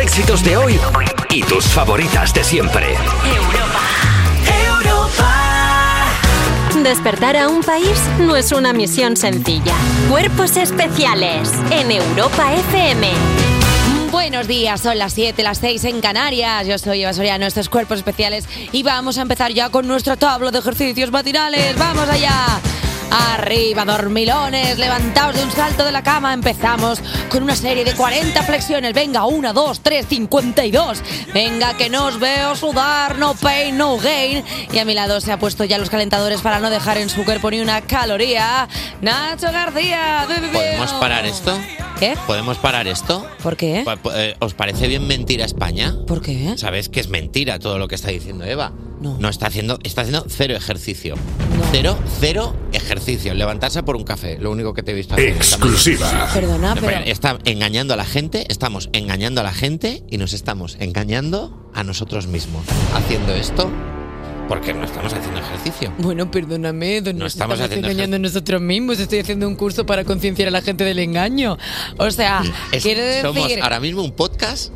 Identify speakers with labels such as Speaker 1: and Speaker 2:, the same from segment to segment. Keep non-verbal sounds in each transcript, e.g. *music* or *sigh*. Speaker 1: éxitos de hoy y tus favoritas de siempre.
Speaker 2: Despertar a un país no es una misión sencilla. Cuerpos especiales en Europa FM.
Speaker 3: Buenos días, son las 7, las 6 en Canarias. Yo soy Eva Soriano, estos cuerpos especiales y vamos a empezar ya con nuestra tabla de ejercicios matinales. ¡Vamos allá! Arriba, dormilones, levantaos de un salto de la cama. Empezamos con una serie de 40 flexiones. Venga, 1, 2, 3, 52. Venga, que no os veo sudar, no pain, no gain. Y a mi lado se ha puesto ya los calentadores para no dejar en su cuerpo ni una caloría. Nacho García, bebé.
Speaker 4: ¿Podemos parar esto?
Speaker 3: ¿Qué?
Speaker 4: ¿Podemos parar esto?
Speaker 3: ¿Por qué?
Speaker 4: Pa- pa- eh, ¿Os parece bien mentir a España?
Speaker 3: ¿Por qué?
Speaker 4: ¿Sabes que es mentira todo lo que está diciendo Eva?
Speaker 3: No.
Speaker 4: está haciendo, está haciendo cero ejercicio. Cero, cero ejercicio. Levantarse por un café, lo único que te he visto hacer esta mañana.
Speaker 5: Exclusiva.
Speaker 3: Perdona, pero-
Speaker 4: Está engañando a la gente, estamos engañando a la gente y nos estamos engañando a nosotros mismos haciendo esto porque no estamos haciendo ejercicio.
Speaker 3: Bueno, perdóname, don
Speaker 4: No
Speaker 3: nos
Speaker 4: estamos haciendo
Speaker 3: engañando nosotros mismos. Estoy haciendo un curso para concienciar a la gente del engaño. O sea,
Speaker 4: Mm, Es-
Speaker 3: quiero
Speaker 4: somos
Speaker 3: decir.
Speaker 4: ahora mismo un podcast,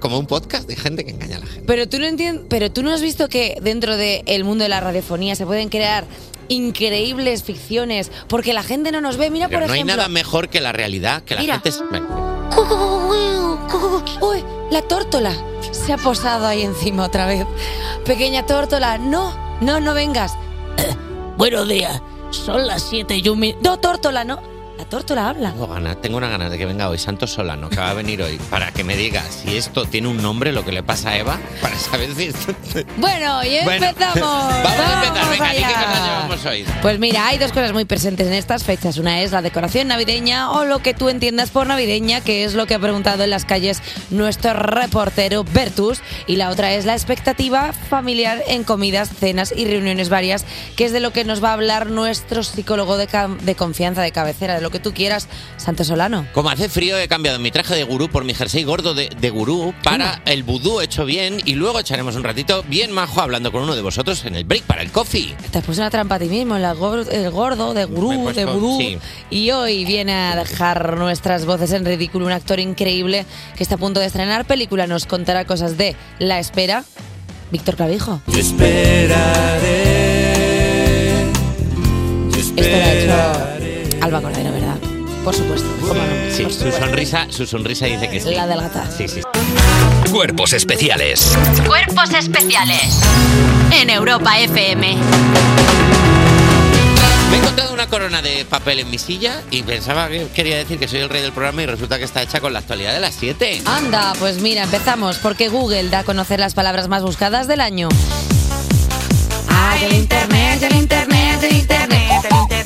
Speaker 4: como un podcast de gente que engaña a la gente.
Speaker 3: Pero tú no entiendes, pero tú no has visto que dentro del mundo de la radiofonía se pueden crear increíbles ficciones porque la gente no nos ve. Mira,
Speaker 4: Pero
Speaker 3: por
Speaker 4: no hay
Speaker 3: ejemplo.
Speaker 4: nada mejor que la realidad, que la
Speaker 3: Mira.
Speaker 4: gente es... Ven,
Speaker 3: *laughs* Uy, la tórtola se ha posado ahí encima otra vez. Pequeña tórtola, no, no, no vengas. Buenos días, son las 7 y un minuto. No, tórtola, no. La tórtola habla.
Speaker 4: tengo ganas, tengo una ganas de que venga hoy Santos Solano, que va a venir hoy, para que me diga si esto tiene un nombre, lo que le pasa a Eva, para saber si esto... *laughs*
Speaker 3: Bueno, y
Speaker 4: Bueno,
Speaker 3: empezamos.
Speaker 4: *laughs* Vamos a empezar, venga, ¿y qué
Speaker 3: allá.
Speaker 4: cosas llevamos hoy?
Speaker 3: Pues mira, hay dos cosas muy presentes en estas fechas. Una es la decoración navideña o lo que tú entiendas por navideña, que es lo que ha preguntado en las calles nuestro reportero Bertus. Y la otra es la expectativa familiar en comidas, cenas y reuniones varias, que es de lo que nos va a hablar nuestro psicólogo de, ca- de confianza, de cabecera, de lo que tú quieras, Santos Solano.
Speaker 4: Como hace frío, he cambiado mi traje de gurú por mi jersey gordo de, de gurú para el vudú hecho bien y luego echaremos un ratito bien majo hablando con uno de vosotros en el break para el coffee.
Speaker 3: Te has puesto una trampa a ti mismo, la gor- el gordo, de
Speaker 4: Me he
Speaker 3: gurú,
Speaker 4: puesto-
Speaker 3: de gurú.
Speaker 4: sí.
Speaker 3: Y hoy viene a dejar nuestras voces en ridículo un actor increíble que está a punto de estrenar película. Nos contará cosas de La Espera, Víctor Clavijo.
Speaker 6: Yo esperaré. Yo
Speaker 3: Esto Este lo ha hecho Alba Cordero, ¿verdad? Por supuesto.
Speaker 4: Sí, su sonrisa, su sonrisa dice que sí.
Speaker 3: La delata.
Speaker 4: Sí, sí.
Speaker 1: Cuerpos especiales
Speaker 2: Cuerpos especiales en Europa FM.
Speaker 4: Me he encontrado una corona de papel en mi silla y pensaba que quería decir que soy el rey del programa y resulta que está hecha con la actualidad de las 7.
Speaker 3: Anda, pues mira, empezamos porque Google da a conocer las palabras más buscadas del año.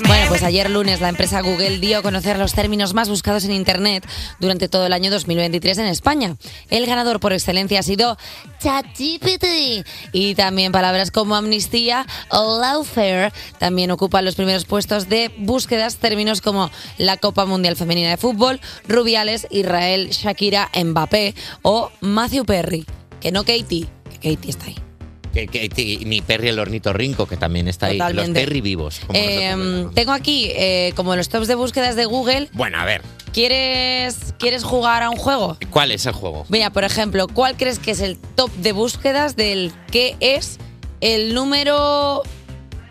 Speaker 3: Bueno, pues ayer lunes la empresa Google dio a conocer los términos más buscados en Internet durante todo el año 2023 en España. El ganador por excelencia ha sido ChatGPT y también palabras como amnistía o lawfare también ocupan los primeros puestos de búsquedas términos como la Copa Mundial Femenina de Fútbol, Rubiales, Israel, Shakira, Mbappé o Matthew Perry, que no Katie, que Katie está ahí.
Speaker 4: Que- que- que- ni Perry el ornitorrinco, que también está ahí.
Speaker 3: Totalmente.
Speaker 4: Los Perry vivos. como
Speaker 3: Eh,
Speaker 4: nosotros.
Speaker 3: tengo aquí eh, como los tops de búsquedas de Google.
Speaker 4: Bueno, a ver,
Speaker 3: ¿Quieres, ¿Quieres jugar a un juego?
Speaker 4: ¿cuál es el juego?
Speaker 3: Mira, por ejemplo, ¿cuál crees que es el top de búsquedas del que es el número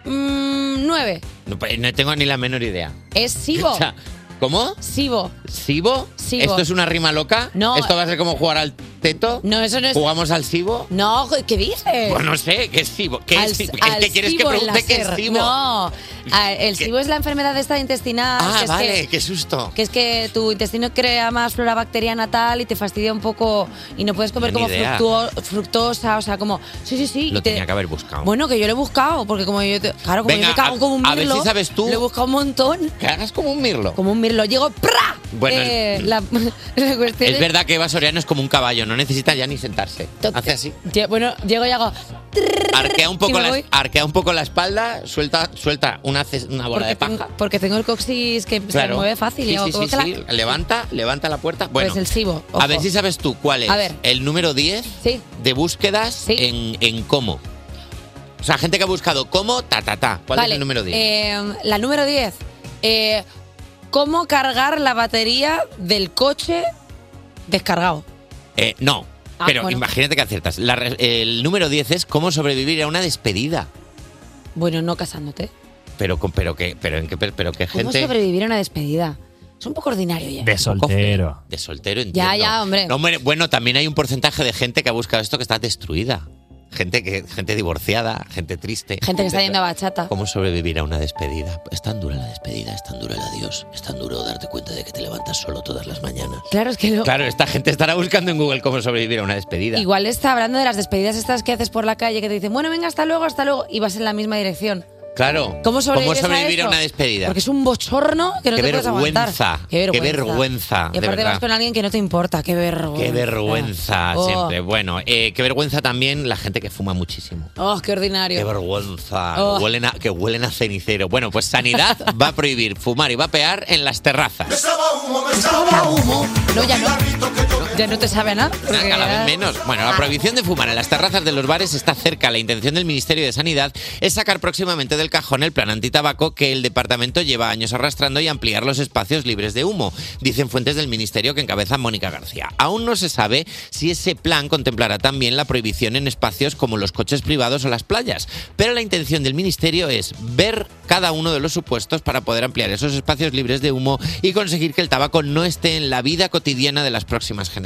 Speaker 3: mm, 9?
Speaker 4: No, pues, no tengo ni la menor idea.
Speaker 3: Es Sibo.
Speaker 4: *laughs* O sea, ¿Cómo?
Speaker 3: Sibo.
Speaker 4: ¿Sibo?
Speaker 3: Sibo.
Speaker 4: ¿Esto es una rima loca?
Speaker 3: No.
Speaker 4: ¿Esto va a ser como jugar al teto?
Speaker 3: No, eso no es.
Speaker 4: ¿Jugamos al Sibo?
Speaker 3: No, jo- ¿qué dices?
Speaker 4: Pues no sé, ¿qué es Sibo? ¿Qué
Speaker 3: Al-
Speaker 4: es Sibo?
Speaker 3: al
Speaker 4: ¿Qué quieres que
Speaker 3: SIBO en
Speaker 4: pregunte
Speaker 3: la
Speaker 4: qué es
Speaker 3: SER.
Speaker 4: Sibo?
Speaker 3: No, a- el
Speaker 4: ¿Qué?
Speaker 3: SIBO es la enfermedad esta intestinal.
Speaker 4: Ah,
Speaker 3: que es
Speaker 4: vale,
Speaker 3: que-
Speaker 4: qué susto.
Speaker 3: que es que tu intestino crea más flora bacteriana tal y te fastidia un poco y no puedes comer
Speaker 4: Ni
Speaker 3: como
Speaker 4: idea.
Speaker 3: fructuo- fructosa, o sea, como sí, sí, sí. y
Speaker 4: Lo
Speaker 3: te-
Speaker 4: tenía que haber buscado.
Speaker 3: Bueno, que yo lo he buscado, porque como yo te- claro, como
Speaker 4: Venga,
Speaker 3: yo me cago
Speaker 4: a-
Speaker 3: como un
Speaker 4: a
Speaker 3: mirlo.
Speaker 4: ver si sabes tú.
Speaker 3: Lo he buscado un montón,
Speaker 4: que hagas como un mirlo.
Speaker 3: como un mirlo, llego ¡pra!
Speaker 4: Bueno,
Speaker 3: Eh,
Speaker 4: es-
Speaker 3: la, *laughs* la cuestión
Speaker 4: Es verdad que Eva Soriano es como un caballo, no necesita ya ni sentarse.
Speaker 3: To-
Speaker 4: Hace así.
Speaker 3: Lle- bueno, llego y hago
Speaker 4: Arquea un
Speaker 3: Y
Speaker 4: poco,
Speaker 3: me
Speaker 4: la,
Speaker 3: voy.
Speaker 4: arquea un poco la espalda, suelta, suelta una, ce- una bola
Speaker 3: porque
Speaker 4: de paja.
Speaker 3: tengo, porque tengo el coxis que se mueve fácil
Speaker 4: Sí,
Speaker 3: y hago
Speaker 4: sí,
Speaker 3: como
Speaker 4: sí,
Speaker 3: clac.
Speaker 4: sí. Levanta, levanta la puerta. Bueno,
Speaker 3: Pues el SIBO,
Speaker 4: a
Speaker 3: ojo.
Speaker 4: ver si sabes tú cuál es
Speaker 3: A ver.
Speaker 4: el número 10
Speaker 3: Sí.
Speaker 4: de búsquedas
Speaker 3: Sí.
Speaker 4: en, en cómo. O sea, gente que ha buscado cómo, ta, ta, ta. ¿Cuál es
Speaker 3: Vale,
Speaker 4: el número 10?
Speaker 3: eh, la número 10. eh, ¿Cómo cargar la batería del coche descargado?
Speaker 4: Eh, no,
Speaker 3: Ah,
Speaker 4: Pero
Speaker 3: bueno.
Speaker 4: imagínate que aciertas. La re- el número 10 es cómo sobrevivir a una despedida.
Speaker 3: Bueno, no casándote.
Speaker 4: Pero, con- pero, que, pero, en qué, pero qué
Speaker 3: ¿Cómo
Speaker 4: gente...
Speaker 3: sobrevivir a una despedida? Es un poco ordinario ya.
Speaker 4: De soltero. De soltero, entiendo.
Speaker 3: Ya, ya, hombre.
Speaker 4: No, hombre, bueno, también hay un porcentaje de gente que ha buscado esto que está destruida. Gente, que, gente divorciada, gente triste.
Speaker 3: Gente que está yendo a bachata.
Speaker 4: ¿Cómo sobrevivir a una despedida? Es tan dura la despedida, es tan duro el adiós, es tan duro darte cuenta de que te levantas solo todas las mañanas.
Speaker 3: Claro, es que no.
Speaker 4: Claro, esta gente estará buscando en Google cómo sobrevivir a una despedida.
Speaker 3: Igual está hablando de las despedidas estas que haces por la calle que te dicen, bueno, venga, hasta luego, hasta luego, y vas en la misma dirección.
Speaker 4: Claro.
Speaker 3: ¿Cómo sobrevivir,
Speaker 4: sobrevivir a,
Speaker 3: esto?
Speaker 4: una despedida?
Speaker 3: Porque es un bochorno que no
Speaker 4: qué,
Speaker 3: te puedes aguantar.
Speaker 4: vergüenza, qué vergüenza.
Speaker 3: Y
Speaker 4: de
Speaker 3: aparte vas
Speaker 4: verdad.
Speaker 3: con alguien que no te importa, qué vergüenza.
Speaker 4: Qué vergüenza
Speaker 3: Oh.
Speaker 4: siempre. Bueno, eh, qué vergüenza también la gente que fuma muchísimo.
Speaker 3: Oh, qué ordinario.
Speaker 4: Qué vergüenza.
Speaker 3: Oh.
Speaker 4: Que, huelen a, que huelen a cenicero. Bueno,
Speaker 3: *laughs*
Speaker 4: pues Sanidad va a prohibir fumar y vapear en las terrazas.
Speaker 3: No, ya no. Ya no te sabe a nada. porque
Speaker 4: Cada
Speaker 3: ya-
Speaker 4: vez menos. Bueno, la prohibición de fumar en las terrazas de los bares está cerca. La intención del Ministerio de Sanidad es sacar próximamente del cajón el plan antitabaco que el departamento lleva años arrastrando y ampliar los espacios libres de humo, dicen fuentes del Ministerio que encabeza Mónica García. Aún no se sabe si ese plan contemplará también la prohibición en espacios como los coches privados o las playas, pero la intención del Ministerio es ver cada uno de los supuestos para poder ampliar esos espacios libres de humo y conseguir que el tabaco no esté en la vida cotidiana de las próximas generaciones.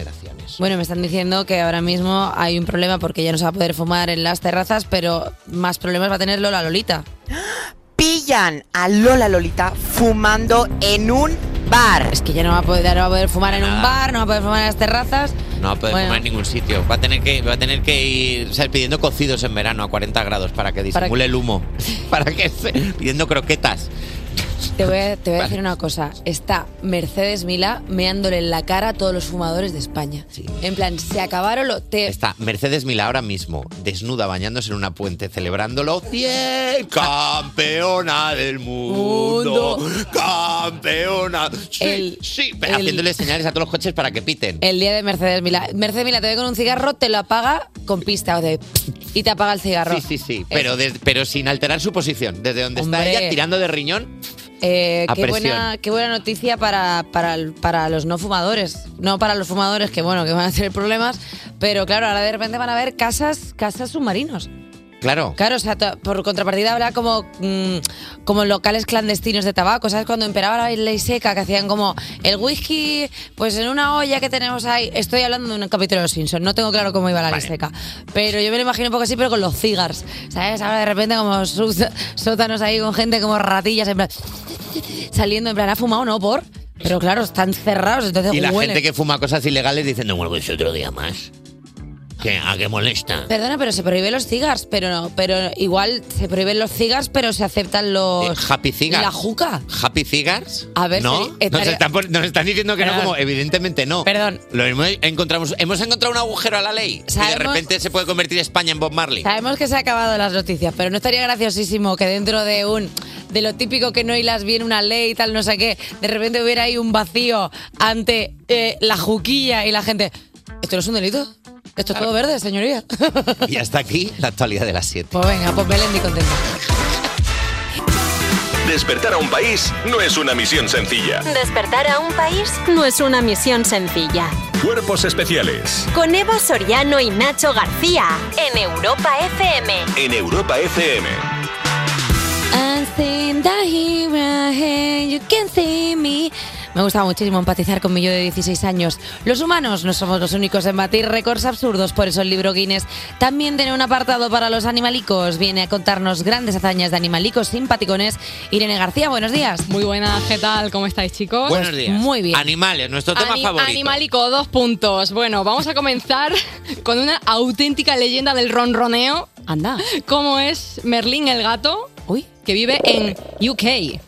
Speaker 3: Bueno, me están diciendo que ahora mismo hay un problema porque ya no se va a poder fumar en las terrazas, pero más problemas va a tener Lola Lolita.
Speaker 5: Pillan a Lola Lolita fumando en un bar.
Speaker 3: Es que ya no va a poder, ya no va a poder fumar en un
Speaker 4: Nada.
Speaker 3: bar, no va a poder fumar en las terrazas.
Speaker 4: No puede
Speaker 3: Bueno.
Speaker 4: fumar en ningún sitio. Va a tener que, va a tener que ir o sea, pidiendo cocidos en verano a 40 grados para que
Speaker 3: Para
Speaker 4: disimule
Speaker 3: *laughs*
Speaker 4: el humo. Para que se- pidiendo croquetas.
Speaker 3: Te voy a, te voy a
Speaker 4: Vale.
Speaker 3: decir una cosa. Está Mercedes Milá meándole en la cara a todos los fumadores de España. En plan, se acabaron los... Te,
Speaker 4: Está Mercedes Mila ahora mismo, desnuda, bañándose en una puente, celebrándolo. ¡Bien! ¡Campeona del mundo! ¡Campeona! ¡Sí!
Speaker 3: El-
Speaker 4: sí.
Speaker 3: el-
Speaker 4: Haciéndole señales a todos los coches para que piten.
Speaker 3: El día de Mercedes Milá. Mercedes Milá te ve con un cigarro, te lo apaga con pista o de... Y te apaga el cigarro.
Speaker 4: Sí, sí, sí. Pero, des- pero sin alterar su posición. Desde donde
Speaker 3: Hombre.
Speaker 4: está ella, tirando de riñón.
Speaker 3: Eh,
Speaker 4: A
Speaker 3: qué,
Speaker 4: presión.
Speaker 3: buena, qué buena noticia para, para, el- para los no fumadores. No para los fumadores, que bueno, que van a tener problemas. Pero claro, ahora de repente van a haber casas, casas submarinos.
Speaker 4: Claro.
Speaker 3: Claro, o sea, to- por contrapartida habrá como, mm, como locales clandestinos de tabaco, ¿sabes? Cuando emperaba la ley seca, que hacían como el whisky, pues en una olla que tenemos ahí. Estoy hablando de un capítulo de los Simpsons, no tengo claro cómo iba la ley seca. Pero yo me lo imagino un poco así, pero con los cigars, ¿sabes? Ahora de repente como sus- sótanos ahí con gente como ratillas, en plan, saliendo, en plan, ¿ha fumado o no, por? Pero claro, están cerrados, entonces
Speaker 4: Y la
Speaker 3: huelen.
Speaker 4: gente que fuma cosas ilegales dice, no vuelves otro día más. ¿Qué? ¿A qué molesta?
Speaker 3: Perdona, pero se prohíben los cigars, pero no, pero igual se prohíben los cigars, pero se aceptan los...
Speaker 4: Happy Cigars.
Speaker 3: La juca.
Speaker 4: ¿Happy Cigars?
Speaker 3: A ver,
Speaker 4: ¿No?
Speaker 3: sí, estaría-
Speaker 4: Nos, están, pon- nos están diciendo que
Speaker 3: Perdón.
Speaker 4: no, como evidentemente no.
Speaker 3: Perdón.
Speaker 4: Lo mismo encontramos, hemos encontrado un agujero a la ley. Y de
Speaker 3: Sabemos-
Speaker 4: repente se puede convertir España en Bob Marley.
Speaker 3: Sabemos que se han acabado las noticias, pero no estaría graciosísimo que dentro de un de lo típico que no hilas bien una ley y tal, no sé qué, de repente hubiera ahí un vacío ante eh, la juquilla y la gente. ¿Esto no es un delito? Esto es todo verde, señoría. *laughs*
Speaker 4: Y hasta aquí la actualidad de las 7.
Speaker 3: pues venga, pues Belén di contenta.
Speaker 7: Despertar a un país no es una misión sencilla.
Speaker 2: Despertar a un país no es una misión sencilla.
Speaker 7: Cuerpos especiales
Speaker 2: Con Eva Soriano y Nacho García en Europa FM.
Speaker 7: en Europa FM.
Speaker 3: I'm seeing the hero here, you can see me. Me gusta muchísimo empatizar con mi yo de 16 años. Los humanos no somos los únicos en batir récords absurdos, por eso el libro Guinness también tiene un apartado para los animalicos. Viene a contarnos grandes hazañas de animalicos simpaticones. Irene García, buenos días.
Speaker 8: Muy buenas, ¿qué tal? ¿Cómo estáis,
Speaker 3: pues,
Speaker 8: chicos?
Speaker 4: Buenos días.
Speaker 8: Muy bien.
Speaker 4: Animales, nuestro tema
Speaker 8: Ani-
Speaker 4: favorito.
Speaker 8: Animalico, dos puntos. Bueno, vamos a comenzar *laughs* con una auténtica leyenda del ronroneo.
Speaker 3: Anda.
Speaker 8: Como es Merlín el gato,
Speaker 3: Uy.
Speaker 8: que vive en UK.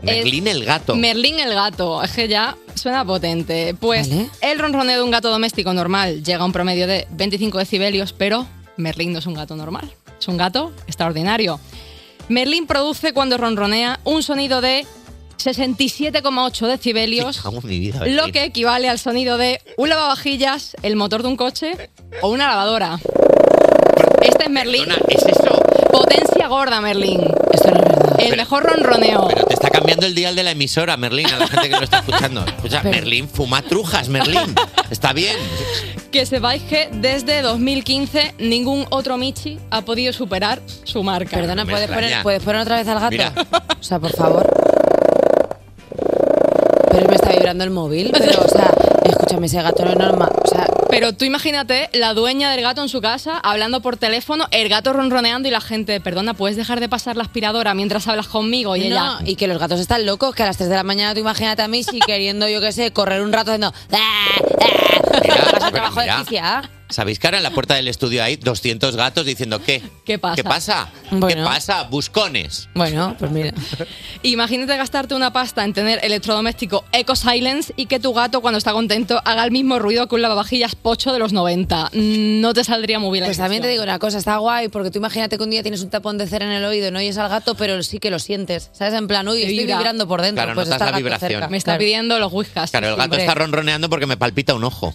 Speaker 4: Merlín el gato.
Speaker 8: Merlín el gato, es que ya suena potente. Pues el ronroneo de un gato doméstico normal llega a un promedio de 25 decibelios, pero Merlín no es un gato normal, es un gato extraordinario. Merlín produce cuando ronronea un sonido de 67,8 decibelios,
Speaker 4: Cago en mi vida,
Speaker 8: lo
Speaker 4: Merlín.
Speaker 8: que equivale al sonido de un lavavajillas, el motor de un coche o una lavadora. Este es Merlín.
Speaker 4: ¿Es eso?
Speaker 8: Potencia gorda, Merlín. El mejor ronroneo.
Speaker 4: Pero te está cambiando el dial de la
Speaker 3: *laughs*
Speaker 4: emisora, Merlín, a la gente que lo está escuchando. Escucha, Merlín, fuma trujas, Merlín. Está bien.
Speaker 8: que sepáis que desde 2015 ningún otro Michi ha podido superar su marca.
Speaker 3: Perdona, No me ¿puedes poner- extraña. puedes poner otra vez al gato? Mira. O sea, por favor. Pero me está vibrando el móvil, pero, o sea, escúchame, ese gato no es normal. O sea,
Speaker 8: Pero tú imagínate la dueña del gato en su casa hablando por teléfono, el gato ronroneando y la gente, perdona, ¿puedes dejar de pasar la aspiradora mientras hablas conmigo? Y
Speaker 3: no,
Speaker 8: ella,
Speaker 3: y que los gatos están locos, que a las 3 de la mañana tú imagínate a mí si queriendo, yo qué sé, correr un rato haciendo... "Ah,
Speaker 4: Pero
Speaker 3: Joder,
Speaker 4: mira,
Speaker 3: Quicia.
Speaker 4: ¿Sabéis que ahora en la puerta del estudio hay 200 gatos diciendo qué?
Speaker 8: ¿qué pasa?
Speaker 4: ¿Qué pasa? ¿Qué
Speaker 8: Bueno.
Speaker 4: pasa? Buscones.
Speaker 3: Bueno, pues mira.
Speaker 8: Imagínate gastarte una pasta en tener electrodoméstico Eco Silence y que tu gato cuando está contento haga el mismo ruido que un lavavajillas pocho de los 90. Mm, No te saldría muy bien la
Speaker 3: Pues también te
Speaker 8: inversión.
Speaker 3: digo una cosa, está guay, porque tú imagínate que un día tienes un tapón de cera en el oído y no oyes al gato, pero sí que lo sientes. ¿Sabes? En plan, uy,
Speaker 8: Te
Speaker 3: estoy
Speaker 8: vibra.
Speaker 3: vibrando por dentro.
Speaker 4: Claro,
Speaker 3: pues
Speaker 4: notas
Speaker 3: está el
Speaker 4: la
Speaker 3: gato
Speaker 4: vibración.
Speaker 3: cerca.
Speaker 4: Me
Speaker 8: está pidiendo los whiskas.
Speaker 4: Claro, el gato
Speaker 3: hombre.
Speaker 4: está ronroneando porque me palpita un ojo.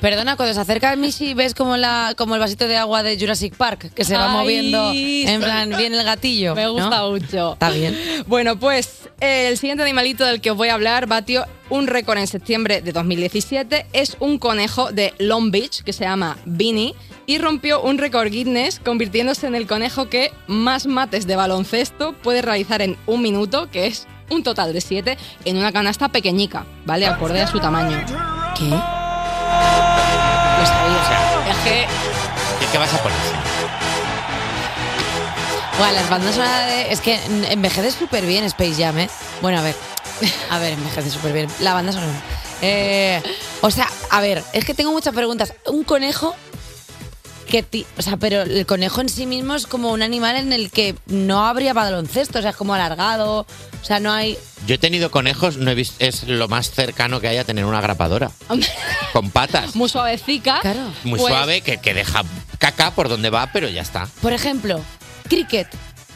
Speaker 3: Perdona, cuando se acerca el Michi ves como, la, como el vasito de agua de Jurassic Park, que se va
Speaker 8: Ay,
Speaker 3: moviendo. En
Speaker 8: sí.
Speaker 3: plan, viene el gatillo.
Speaker 8: Me
Speaker 3: ¿no?
Speaker 8: gusta mucho.
Speaker 3: Está bien.
Speaker 8: Bueno, pues eh, el siguiente animalito del que os voy a hablar batió un récord en septiembre de 2017. Es un conejo de Long Beach que se llama Beanie y rompió un récord Guinness convirtiéndose en el conejo que más mates de baloncesto puede realizar en un minuto, que es un total de siete, en una canasta pequeñica, ¿vale? Acorde a su tamaño.
Speaker 3: ¿Qué?
Speaker 8: Lo sabía. Es que
Speaker 4: ¿Qué, qué vas a poner?
Speaker 3: Bueno, las bandas sonoras de- Es que mm, envejece súper bien Space Jam, ¿eh? Bueno, a ver. *laughs* A ver, envejece súper bien. La banda sonora. Eh, o sea, a ver, es que tengo muchas preguntas. Un conejo que... ti- o sea, pero el conejo en sí mismo es como un animal en el que no habría baloncesto. O sea, es como alargado. O sea, no hay...
Speaker 4: Yo he tenido conejos, no he visto, es lo más cercano que hay a tener una grapadora. con patas.
Speaker 8: muy suavecica.
Speaker 4: Muy
Speaker 8: pues,
Speaker 4: suave, que, que deja caca por donde va, pero ya está.
Speaker 3: Por ejemplo, cricket.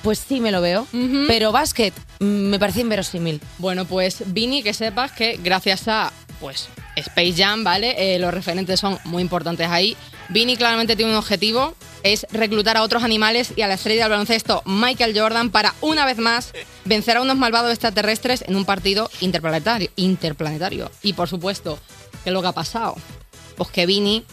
Speaker 3: Pues sí me lo veo. Pero básquet mm, me parece inverosímil.
Speaker 8: Bueno, pues Vini, que sepas que gracias a pues Space Jam, ¿vale? Eh, los referentes son muy importantes ahí. Vini claramente tiene un objetivo, es reclutar a otros animales y a la estrella del baloncesto Michael Jordan para una vez más vencer a unos malvados extraterrestres en un partido interplanetario. interplanetario. Y por supuesto, ¿qué es lo que ha pasado? Pues que Vini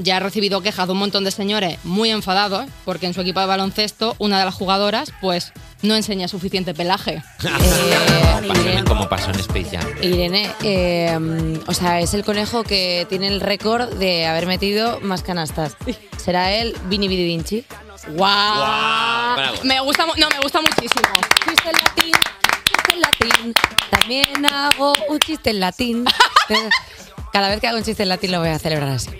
Speaker 8: ya ha recibido quejas de un montón de señores muy enfadados ¿eh? porque en su equipo de baloncesto una de las jugadoras pues no enseña suficiente pelaje.
Speaker 4: Pasó en- como pasó en Space Jam.
Speaker 8: *laughs*
Speaker 3: Irene, eh, o sea, es el conejo que tiene el récord de haber metido más canastas. ¿Será él Vini Vidi Vinci?
Speaker 8: ¡Guau! Me gusta, mu- no, me gusta muchísimo.
Speaker 3: Chiste en latín, chiste en latín. También hago un chiste en *laughs* latín. Cada vez que hago un chiste en latín lo voy a celebrar así.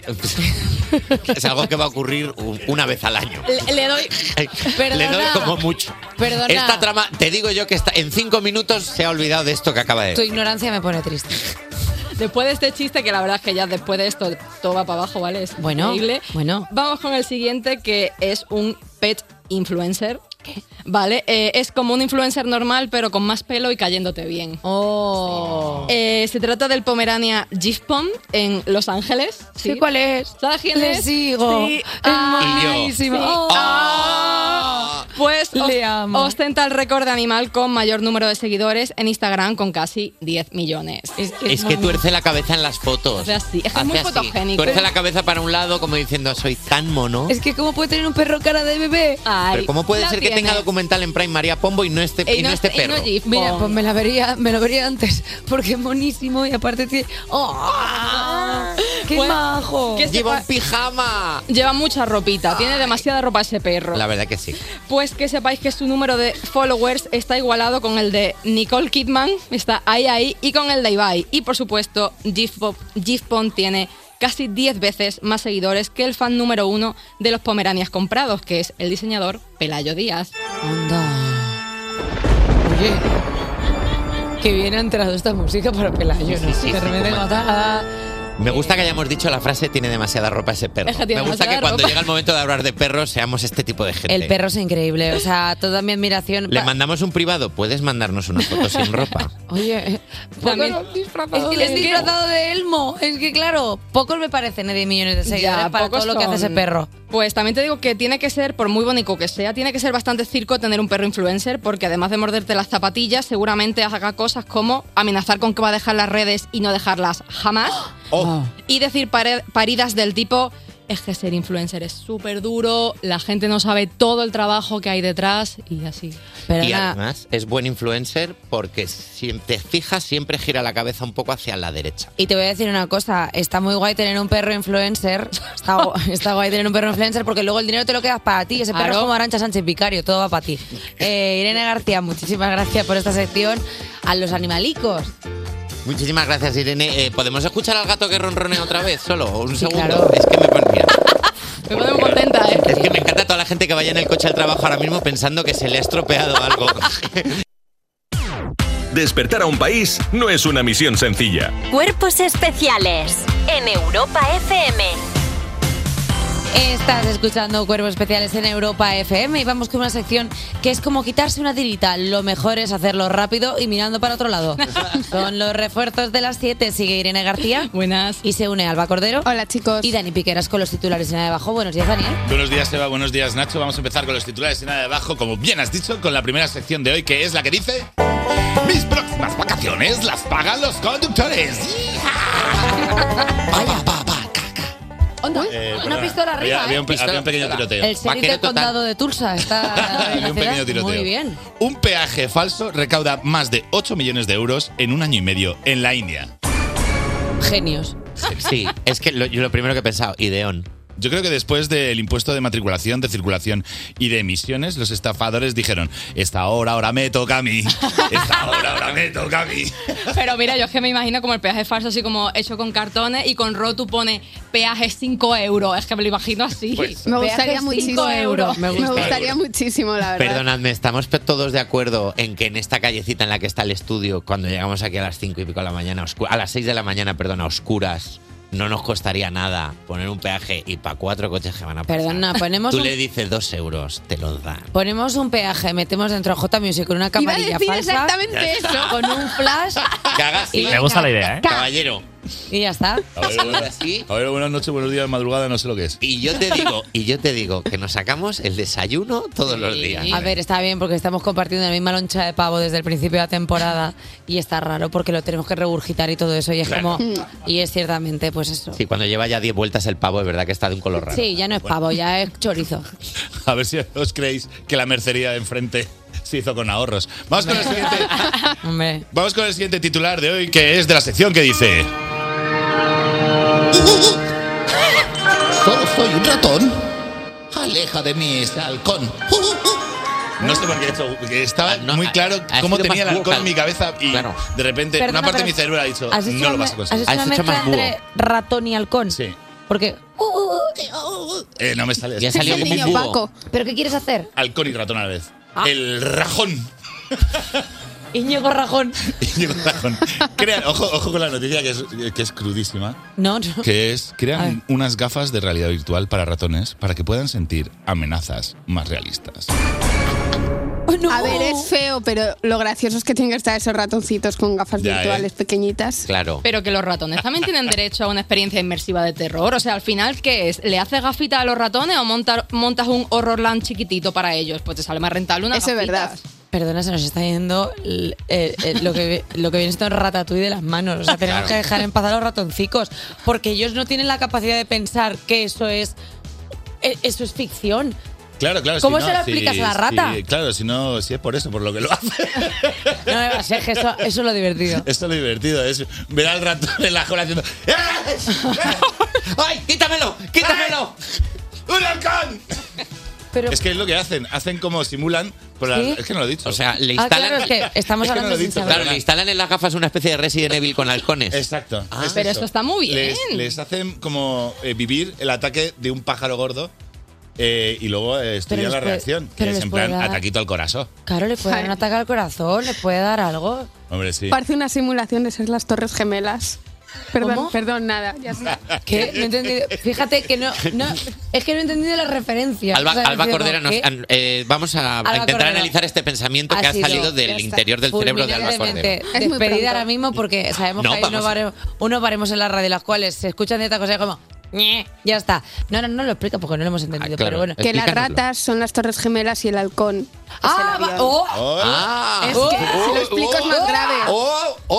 Speaker 4: Es algo que va a ocurrir u- una vez al año.
Speaker 8: Le, doy.
Speaker 4: Le doy
Speaker 3: Perdona.
Speaker 4: como mucho.
Speaker 3: Perdona.
Speaker 4: Esta trama, te digo yo que está, en cinco minutos se ha olvidado de esto que acaba de
Speaker 3: Tu
Speaker 4: decir.
Speaker 3: ignorancia me pone triste.
Speaker 8: Después de este chiste, que la verdad es que ya después de esto todo va para abajo, ¿vale? Es
Speaker 3: Bueno,
Speaker 8: increíble.
Speaker 3: bueno.
Speaker 8: Vamos con el siguiente, que es un pet influencer. ¿Vale? Eh, es como un influencer normal, pero con más pelo y cayéndote bien. Eh,
Speaker 3: ¡Oh!
Speaker 8: se trata del Pomerania Gispom en Los Ángeles.
Speaker 3: Sí, ¿cuál es?
Speaker 8: ¿Sabes quién
Speaker 3: Le
Speaker 8: es?
Speaker 3: sigo.
Speaker 8: Sí.
Speaker 3: Es
Speaker 8: Ah,
Speaker 3: buenísimo.
Speaker 8: sí.
Speaker 3: Oh.
Speaker 8: Ah. Pues os-
Speaker 3: Le amo.
Speaker 8: ostenta el récord de animal con mayor número de seguidores en Instagram con casi 10 millones.
Speaker 3: Es
Speaker 4: Es que tuerce la cabeza en las fotos.
Speaker 8: Hace así. Es que es muy
Speaker 4: Hace así.
Speaker 8: fotogénico.
Speaker 4: Tuerce la cabeza para un lado como diciendo, soy tan mono.
Speaker 3: Es que ¿cómo puede tener un perro cara de bebé?
Speaker 4: Pero ¿cómo puede ser que tenga documental en Prime María Pombo y no este, y no este perro?
Speaker 3: Mira, pues me la vería, me lo vería antes, porque es monísimo y aparte tiene. ¡Oh! ¡Qué
Speaker 8: Pues,
Speaker 3: majo!
Speaker 8: que
Speaker 4: Lleva
Speaker 8: sepa-
Speaker 4: un pijama.
Speaker 8: Lleva mucha ropita, tiene demasiada ropa ese perro.
Speaker 4: La verdad que sí.
Speaker 8: Pues que sepáis que su número de followers está igualado con el de Nicole Kidman, está ahí ahí, y con el de Ibai. Y por supuesto, Gifpop- Gifpon tiene casi 10 veces más seguidores que el fan número uno de los Pomeranias comprados, que es el diseñador Pelayo Díaz.
Speaker 3: Oye, que bien ha entrado esta música para Pelayo, ¿no?
Speaker 4: sí,
Speaker 3: de
Speaker 4: sí,
Speaker 3: repente
Speaker 4: como-
Speaker 3: como ta-
Speaker 4: Me gusta que hayamos dicho la frase tiene demasiada ropa ese perro.
Speaker 3: Es que
Speaker 4: Me
Speaker 3: tiene
Speaker 4: gusta que
Speaker 3: demasiada
Speaker 4: cuando
Speaker 3: ropa.
Speaker 4: llega el momento de hablar de perros seamos este tipo de gente.
Speaker 3: El perro es increíble, o sea, toda mi admiración.
Speaker 4: Le
Speaker 3: pa-
Speaker 4: mandamos un privado, puedes mandarnos una foto sin ropa.
Speaker 3: Oye,
Speaker 8: También-
Speaker 3: pocos- es que le
Speaker 8: de
Speaker 3: han
Speaker 8: Elmo.
Speaker 3: disfrazado de Elmo. Es que claro, pocos me parecen de 10 millones de seguidores
Speaker 8: Ya,
Speaker 3: para todo
Speaker 8: pocos
Speaker 3: lo que hace ese
Speaker 8: son.
Speaker 3: perro.
Speaker 8: Pues también te digo que tiene que ser, por muy bonito que sea, tiene que ser bastante circo tener un perro influencer, porque además de morderte las zapatillas, seguramente haga cosas como amenazar con que va a dejar las redes y no dejarlas jamás.
Speaker 9: Oh,
Speaker 8: Y decir pare- paridas del tipo, es que ser influencer es súper duro, la gente no sabe todo el trabajo que hay detrás y así.
Speaker 4: y además es buen influencer porque si te fijas siempre gira la cabeza un poco hacia la derecha.
Speaker 3: Y te voy a decir una cosa, está muy guay tener un perro influencer. *laughs* Está, gu- está guay tener un perro influencer porque luego el dinero te lo quedas para ti. Ese perro
Speaker 8: Claro.
Speaker 3: es como Arancha Sánchez Vicario, todo va para ti. Eh, Irene García, muchísimas gracias por esta sección. A los animalicos.
Speaker 4: Muchísimas gracias, Irene. Eh, ¿Podemos escuchar al gato que ronronea otra vez? Solo un segundo.
Speaker 3: claro.
Speaker 4: Es que me ponía.
Speaker 8: *laughs* Me pone muy contenta, ¿eh?
Speaker 4: Es que me encanta toda la gente que vaya en el coche al trabajo ahora mismo pensando que se le ha estropeado
Speaker 8: *laughs*
Speaker 4: algo. *laughs*
Speaker 7: Despertar a un país no es una misión sencilla.
Speaker 2: Cuerpos especiales en Europa FM.
Speaker 3: Estás escuchando Cuervos Especiales en Europa FM y vamos con una sección que es como quitarse una tirita. Lo mejor es hacerlo rápido y mirando para otro lado. Son los refuerzos de las 7. Sigue Irene García.
Speaker 8: Buenas.
Speaker 3: Y se une Alba Cordero.
Speaker 10: Hola, chicos.
Speaker 3: Y Dani Piqueras con los titulares en abajo. Buenos días, ¿eh? Daniel.
Speaker 9: Buenos días, Eva. Buenos días, Nacho. Vamos a empezar con los titulares de nada de abajo, como bien has dicho, con la primera sección de hoy, que es la que dice... Mis próximas vacaciones las pagan los conductores.
Speaker 3: *laughs*
Speaker 9: Eh,
Speaker 3: Una
Speaker 9: perdona,
Speaker 3: pistola
Speaker 9: había-
Speaker 3: arriba.
Speaker 9: Había un, pe-
Speaker 3: ¿eh?
Speaker 9: había un pequeño tiroteo.
Speaker 3: El sheriff del condado de Tulsa
Speaker 9: *laughs*
Speaker 3: está. en
Speaker 9: Había
Speaker 3: la
Speaker 9: un pequeño
Speaker 3: ciudad.
Speaker 9: tiroteo.
Speaker 3: Muy bien.
Speaker 9: Un peaje falso recauda más de 8 millones de euros en un año y medio en la India.
Speaker 3: Genios.
Speaker 4: Sí, es que lo- yo lo primero que he pensado, ideón.
Speaker 9: Yo creo que después del impuesto de matriculación, de circulación y de emisiones, los estafadores dijeron, esta hora, ahora me toca a mí. Esta hora, ahora me toca a mí.
Speaker 8: Pero mira, yo es que me imagino como el peaje falso, así como hecho con cartones y con Rotu pone peaje 5 euros. Es que me lo imagino así.
Speaker 10: Me gustaría muchísimo. Pues, Me, gustaría muchísimo, la verdad.
Speaker 4: Perdonadme, estamos pe- todos de acuerdo en que en esta callecita en la que está el estudio, cuando llegamos aquí a las 5 y pico de la mañana, oscu- a las 6 de la mañana, perdón, a oscuras, no nos costaría nada poner un peaje y para cuatro coches que van a pasar.
Speaker 3: Perdona, ponemos
Speaker 4: Tú
Speaker 3: un-
Speaker 4: le dices dos euros, te
Speaker 3: *laughs*
Speaker 4: lo dan.
Speaker 3: Ponemos un peaje, metemos dentro a J Music con una camarilla
Speaker 10: decir
Speaker 3: falsa.
Speaker 10: exactamente eso.
Speaker 3: Con un
Speaker 8: *laughs*
Speaker 3: flash
Speaker 9: Cagas.
Speaker 3: Y Me gusta la idea, ¿eh?
Speaker 9: Caballero.
Speaker 3: y ya está.
Speaker 9: A ver, buenas noches, buenos días, madrugada, no sé lo que es.
Speaker 4: Y yo te digo, y yo te digo que nos sacamos el desayuno todos los días.
Speaker 3: A ver, está bien porque estamos compartiendo la misma loncha de pavo desde el principio de la temporada y está raro porque lo tenemos que regurgitar y todo eso y es
Speaker 4: Claro.
Speaker 3: como y es ciertamente pues eso.
Speaker 4: Sí, cuando lleva ya 10 vueltas el pavo, es verdad que está de un color raro.
Speaker 3: Sí, ya no es pavo, ya es chorizo.
Speaker 9: A ver si os creéis que la mercería de enfrente se hizo con ahorros. Vamos con, el siguiente,
Speaker 3: *laughs* Hombre.
Speaker 9: vamos con el siguiente titular de hoy, que es de la sección que dice... Solo soy un ratón. Aleja de mí este halcón. No sé por qué he hecho- porque estaba muy claro
Speaker 4: Ah, ha
Speaker 9: cómo
Speaker 4: sido
Speaker 9: tenía el
Speaker 4: más
Speaker 9: halcón
Speaker 4: vocal.
Speaker 9: en mi cabeza y de repente
Speaker 3: Perdona,
Speaker 9: una parte
Speaker 3: pero
Speaker 9: de mi cerebro ha dicho,
Speaker 3: has hecho
Speaker 9: no lo
Speaker 3: una-
Speaker 9: vas a conseguir.
Speaker 3: Has hecho una mezcla entre ratón y halcón. Sí. Porque
Speaker 9: Eh, no me sale.
Speaker 4: Ya salió
Speaker 9: como un
Speaker 3: niño
Speaker 9: búho.
Speaker 3: Paco. ¿Pero qué quieres hacer?
Speaker 9: Halcón y ratón a la vez.
Speaker 3: Ah.
Speaker 9: El rajón.
Speaker 3: Íñigo Rajón.
Speaker 9: Íñigo Rajón. Crean- ojo, ojo con la noticia que es, que es crudísima.
Speaker 3: No, no.
Speaker 9: Que es, crean unas gafas de realidad virtual para ratones para que puedan sentir amenazas más realistas.
Speaker 3: Oh,
Speaker 10: A ver, es feo, pero lo gracioso es que tienen que estar esos ratoncitos con gafas
Speaker 9: Ya, ¿eh?
Speaker 10: virtuales pequeñitas.
Speaker 4: Claro.
Speaker 8: Pero que los ratones también tienen derecho a una experiencia inmersiva de terror. O sea, al final, ¿qué es? ¿Le haces gafita a los ratones o montar- montas un Horrorland chiquitito para ellos? Pues te sale más rentable una
Speaker 3: Eso es verdad. Perdona, se nos está yendo l- eh, eh, lo, que, lo que viene siendo ratatouille de las manos. O sea, tenemos
Speaker 8: Claro.
Speaker 3: que dejar en paz a los ratoncicos. Porque ellos no tienen la capacidad de pensar que eso es. e- Eso es ficción.
Speaker 9: Claro, claro.
Speaker 3: ¿Cómo
Speaker 9: si
Speaker 3: se
Speaker 9: no,
Speaker 3: lo
Speaker 9: si-
Speaker 3: explicas a la rata?
Speaker 9: si- claro, si no, si es por eso, por lo que lo hace.
Speaker 3: No me va a ser que eso, eso es lo
Speaker 9: *laughs*
Speaker 3: divertido.
Speaker 9: Esto es lo divertido, es ver al ratón en la cola haciendo. "Eh,
Speaker 4: ¡Ay, quítamelo! ¡Quítamelo!
Speaker 9: ¡Un halcón!
Speaker 3: Pero-
Speaker 9: es que es lo que hacen, hacen como simulan. pero Pues la-
Speaker 3: ¿Sí? Ah,
Speaker 9: Es que no lo he dicho.
Speaker 4: O sea, le instalan.
Speaker 3: claro, es que estamos
Speaker 4: que
Speaker 3: hablando
Speaker 4: lo he
Speaker 3: sin
Speaker 4: dicho,
Speaker 3: saber.
Speaker 4: Claro, le instalan en las gafas una especie de Resident Evil con halcones. Ah.
Speaker 9: Exacto. Es
Speaker 8: Pero eso está muy bien.
Speaker 9: Les, les hacen como eh, vivir el ataque de un pájaro gordo eh, y luego eh, estudian
Speaker 3: les
Speaker 9: la
Speaker 3: puede-
Speaker 9: reacción.
Speaker 3: pero
Speaker 9: que es
Speaker 3: les
Speaker 9: en
Speaker 3: puede
Speaker 9: plan
Speaker 3: dar-
Speaker 9: ataquito al corazón.
Speaker 3: Claro, le puede dar un ataque al corazón, le puede dar algo.
Speaker 9: Hombre, sí.
Speaker 10: Parece una simulación de ser las Torres Gemelas. Perdón, perdón, nada, ya está.
Speaker 3: ¿Qué? No he entendido. Fíjate que no, no. Es que no he entendido la referencia.
Speaker 4: Alba,
Speaker 3: O sea,
Speaker 4: Alba
Speaker 3: he sido como,
Speaker 4: Cordera, nos-
Speaker 3: ¿qué?
Speaker 4: an- eh, vamos a, a
Speaker 3: Alba
Speaker 4: intentar
Speaker 3: Cordera.
Speaker 4: analizar este pensamiento que ha
Speaker 3: sido-
Speaker 4: salido
Speaker 3: ya
Speaker 4: del
Speaker 3: está.
Speaker 4: interior del cerebro de Alba Cordera.
Speaker 3: Fulminantemente
Speaker 10: Es muy pronto.
Speaker 3: Despedida ahora Eh, mismo porque sabemos
Speaker 4: No,
Speaker 3: que hay unos
Speaker 4: vamos a-
Speaker 3: baremos, unos baremos en la radio, las cuales se escuchan ciertas cosas como Ñe. Ya está. No, no, no lo explica porque no lo hemos entendido,
Speaker 4: claro.
Speaker 3: pero bueno.
Speaker 10: Que las
Speaker 4: Explícanoslo.
Speaker 10: ratas son las torres gemelas y el halcón.
Speaker 3: Ah,
Speaker 10: es el avión.
Speaker 3: va- oh.
Speaker 10: Ah. Es que si lo explico es más grave.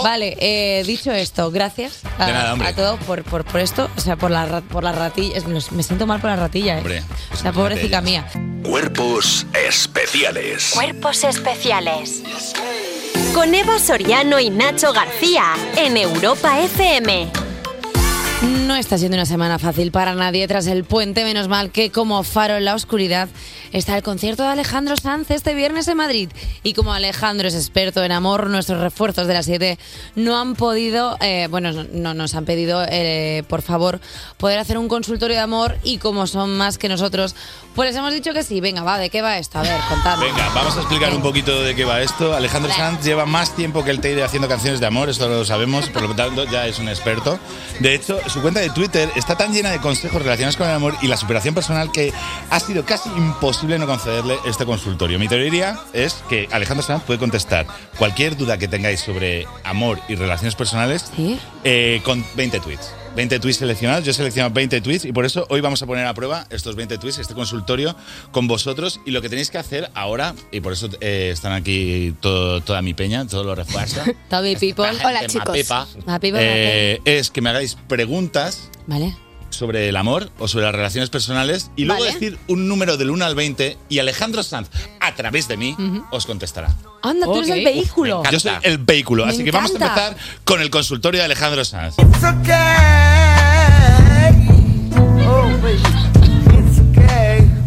Speaker 3: Vale, eh, dicho esto, gracias a,
Speaker 9: De nada, hombre.
Speaker 3: a todos por, por, por esto, o sea, por la, ra- por la ratilla. Es- los- Me siento mal por la ratilla, eh.
Speaker 7: Hombre,
Speaker 3: o sea, pobrecita
Speaker 7: ellas.
Speaker 3: mía.
Speaker 7: Cuerpos especiales.
Speaker 2: Cuerpos especiales. Con Eva Soriano y Nacho García en Europa FM.
Speaker 3: No está siendo una semana fácil para nadie tras el puente, menos mal que como faro en la oscuridad está el concierto de Alejandro Sanz este viernes en Madrid. Y como Alejandro es experto en amor, nuestros refuerzos de las 7 no han podido, eh, bueno, no nos han pedido, eh, por favor, poder hacer un consultorio de amor y como son más que nosotros, pues les hemos dicho que sí. Venga, va, ¿de qué va esto? A ver, contadme.
Speaker 9: Venga, vamos a explicar un poquito de qué va esto. Alejandro Sanz lleva más tiempo que el Teide haciendo canciones de amor, esto lo sabemos, por lo tanto ya es un experto. De hecho, su cuenta de Twitter está tan llena de consejos relacionados con el amor y la superación personal que ha sido casi imposible no concederle este consultorio. Mi teoría es que Alejandro Sanz puede contestar cualquier duda que tengáis sobre amor y relaciones personales eh, con 20 tweets. 20 tweets seleccionados, yo he seleccionado 20 tweets y por eso hoy vamos a poner a prueba estos 20 tweets, este consultorio con vosotros y lo que tenéis que hacer ahora, y por eso eh, están aquí todo- toda mi peña, todos
Speaker 3: *laughs*
Speaker 9: los refuerzos,
Speaker 3: Toby People.
Speaker 9: Hola, chicos. Mapepa.
Speaker 3: Mapepa,
Speaker 9: eh, es que me hagáis preguntas
Speaker 3: Vale.
Speaker 9: sobre el amor o sobre las relaciones personales y luego decir un número del 1 al 20 y Alejandro Sanz, a través de mí, os contestará.
Speaker 3: Anda, tú eres el vehículo.
Speaker 9: Yo soy el vehículo,
Speaker 3: Oh. Me
Speaker 9: así que vamos a
Speaker 3: encanta.
Speaker 9: empezar con el consultorio de Alejandro Sanz. Oh.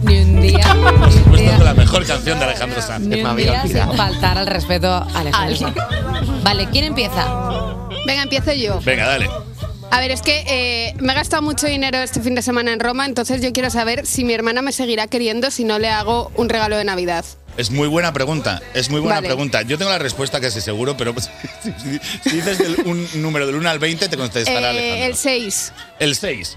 Speaker 3: Ni un día. ni un día.
Speaker 9: Esto es la mejor canción de Alejandro Sanz.
Speaker 3: Ni un día sin faltar al respeto a Alejandro. Sanz. Vale, ¿quién empieza?
Speaker 10: Venga, empiezo yo.
Speaker 9: Venga, dale.
Speaker 10: A ver, es que eh, me he gastado mucho dinero este fin de semana en Roma, entonces yo quiero saber si mi hermana me seguirá queriendo si no le hago un regalo de Navidad.
Speaker 9: Es muy buena pregunta, es muy buena
Speaker 10: Vale.
Speaker 9: pregunta. Yo tengo la respuesta casi seguro, pero pues, *laughs* si, si- si dices del un número del 1 al 20 te contestará
Speaker 10: Eh,
Speaker 9: Alejandro.
Speaker 10: el 6.
Speaker 9: El 6.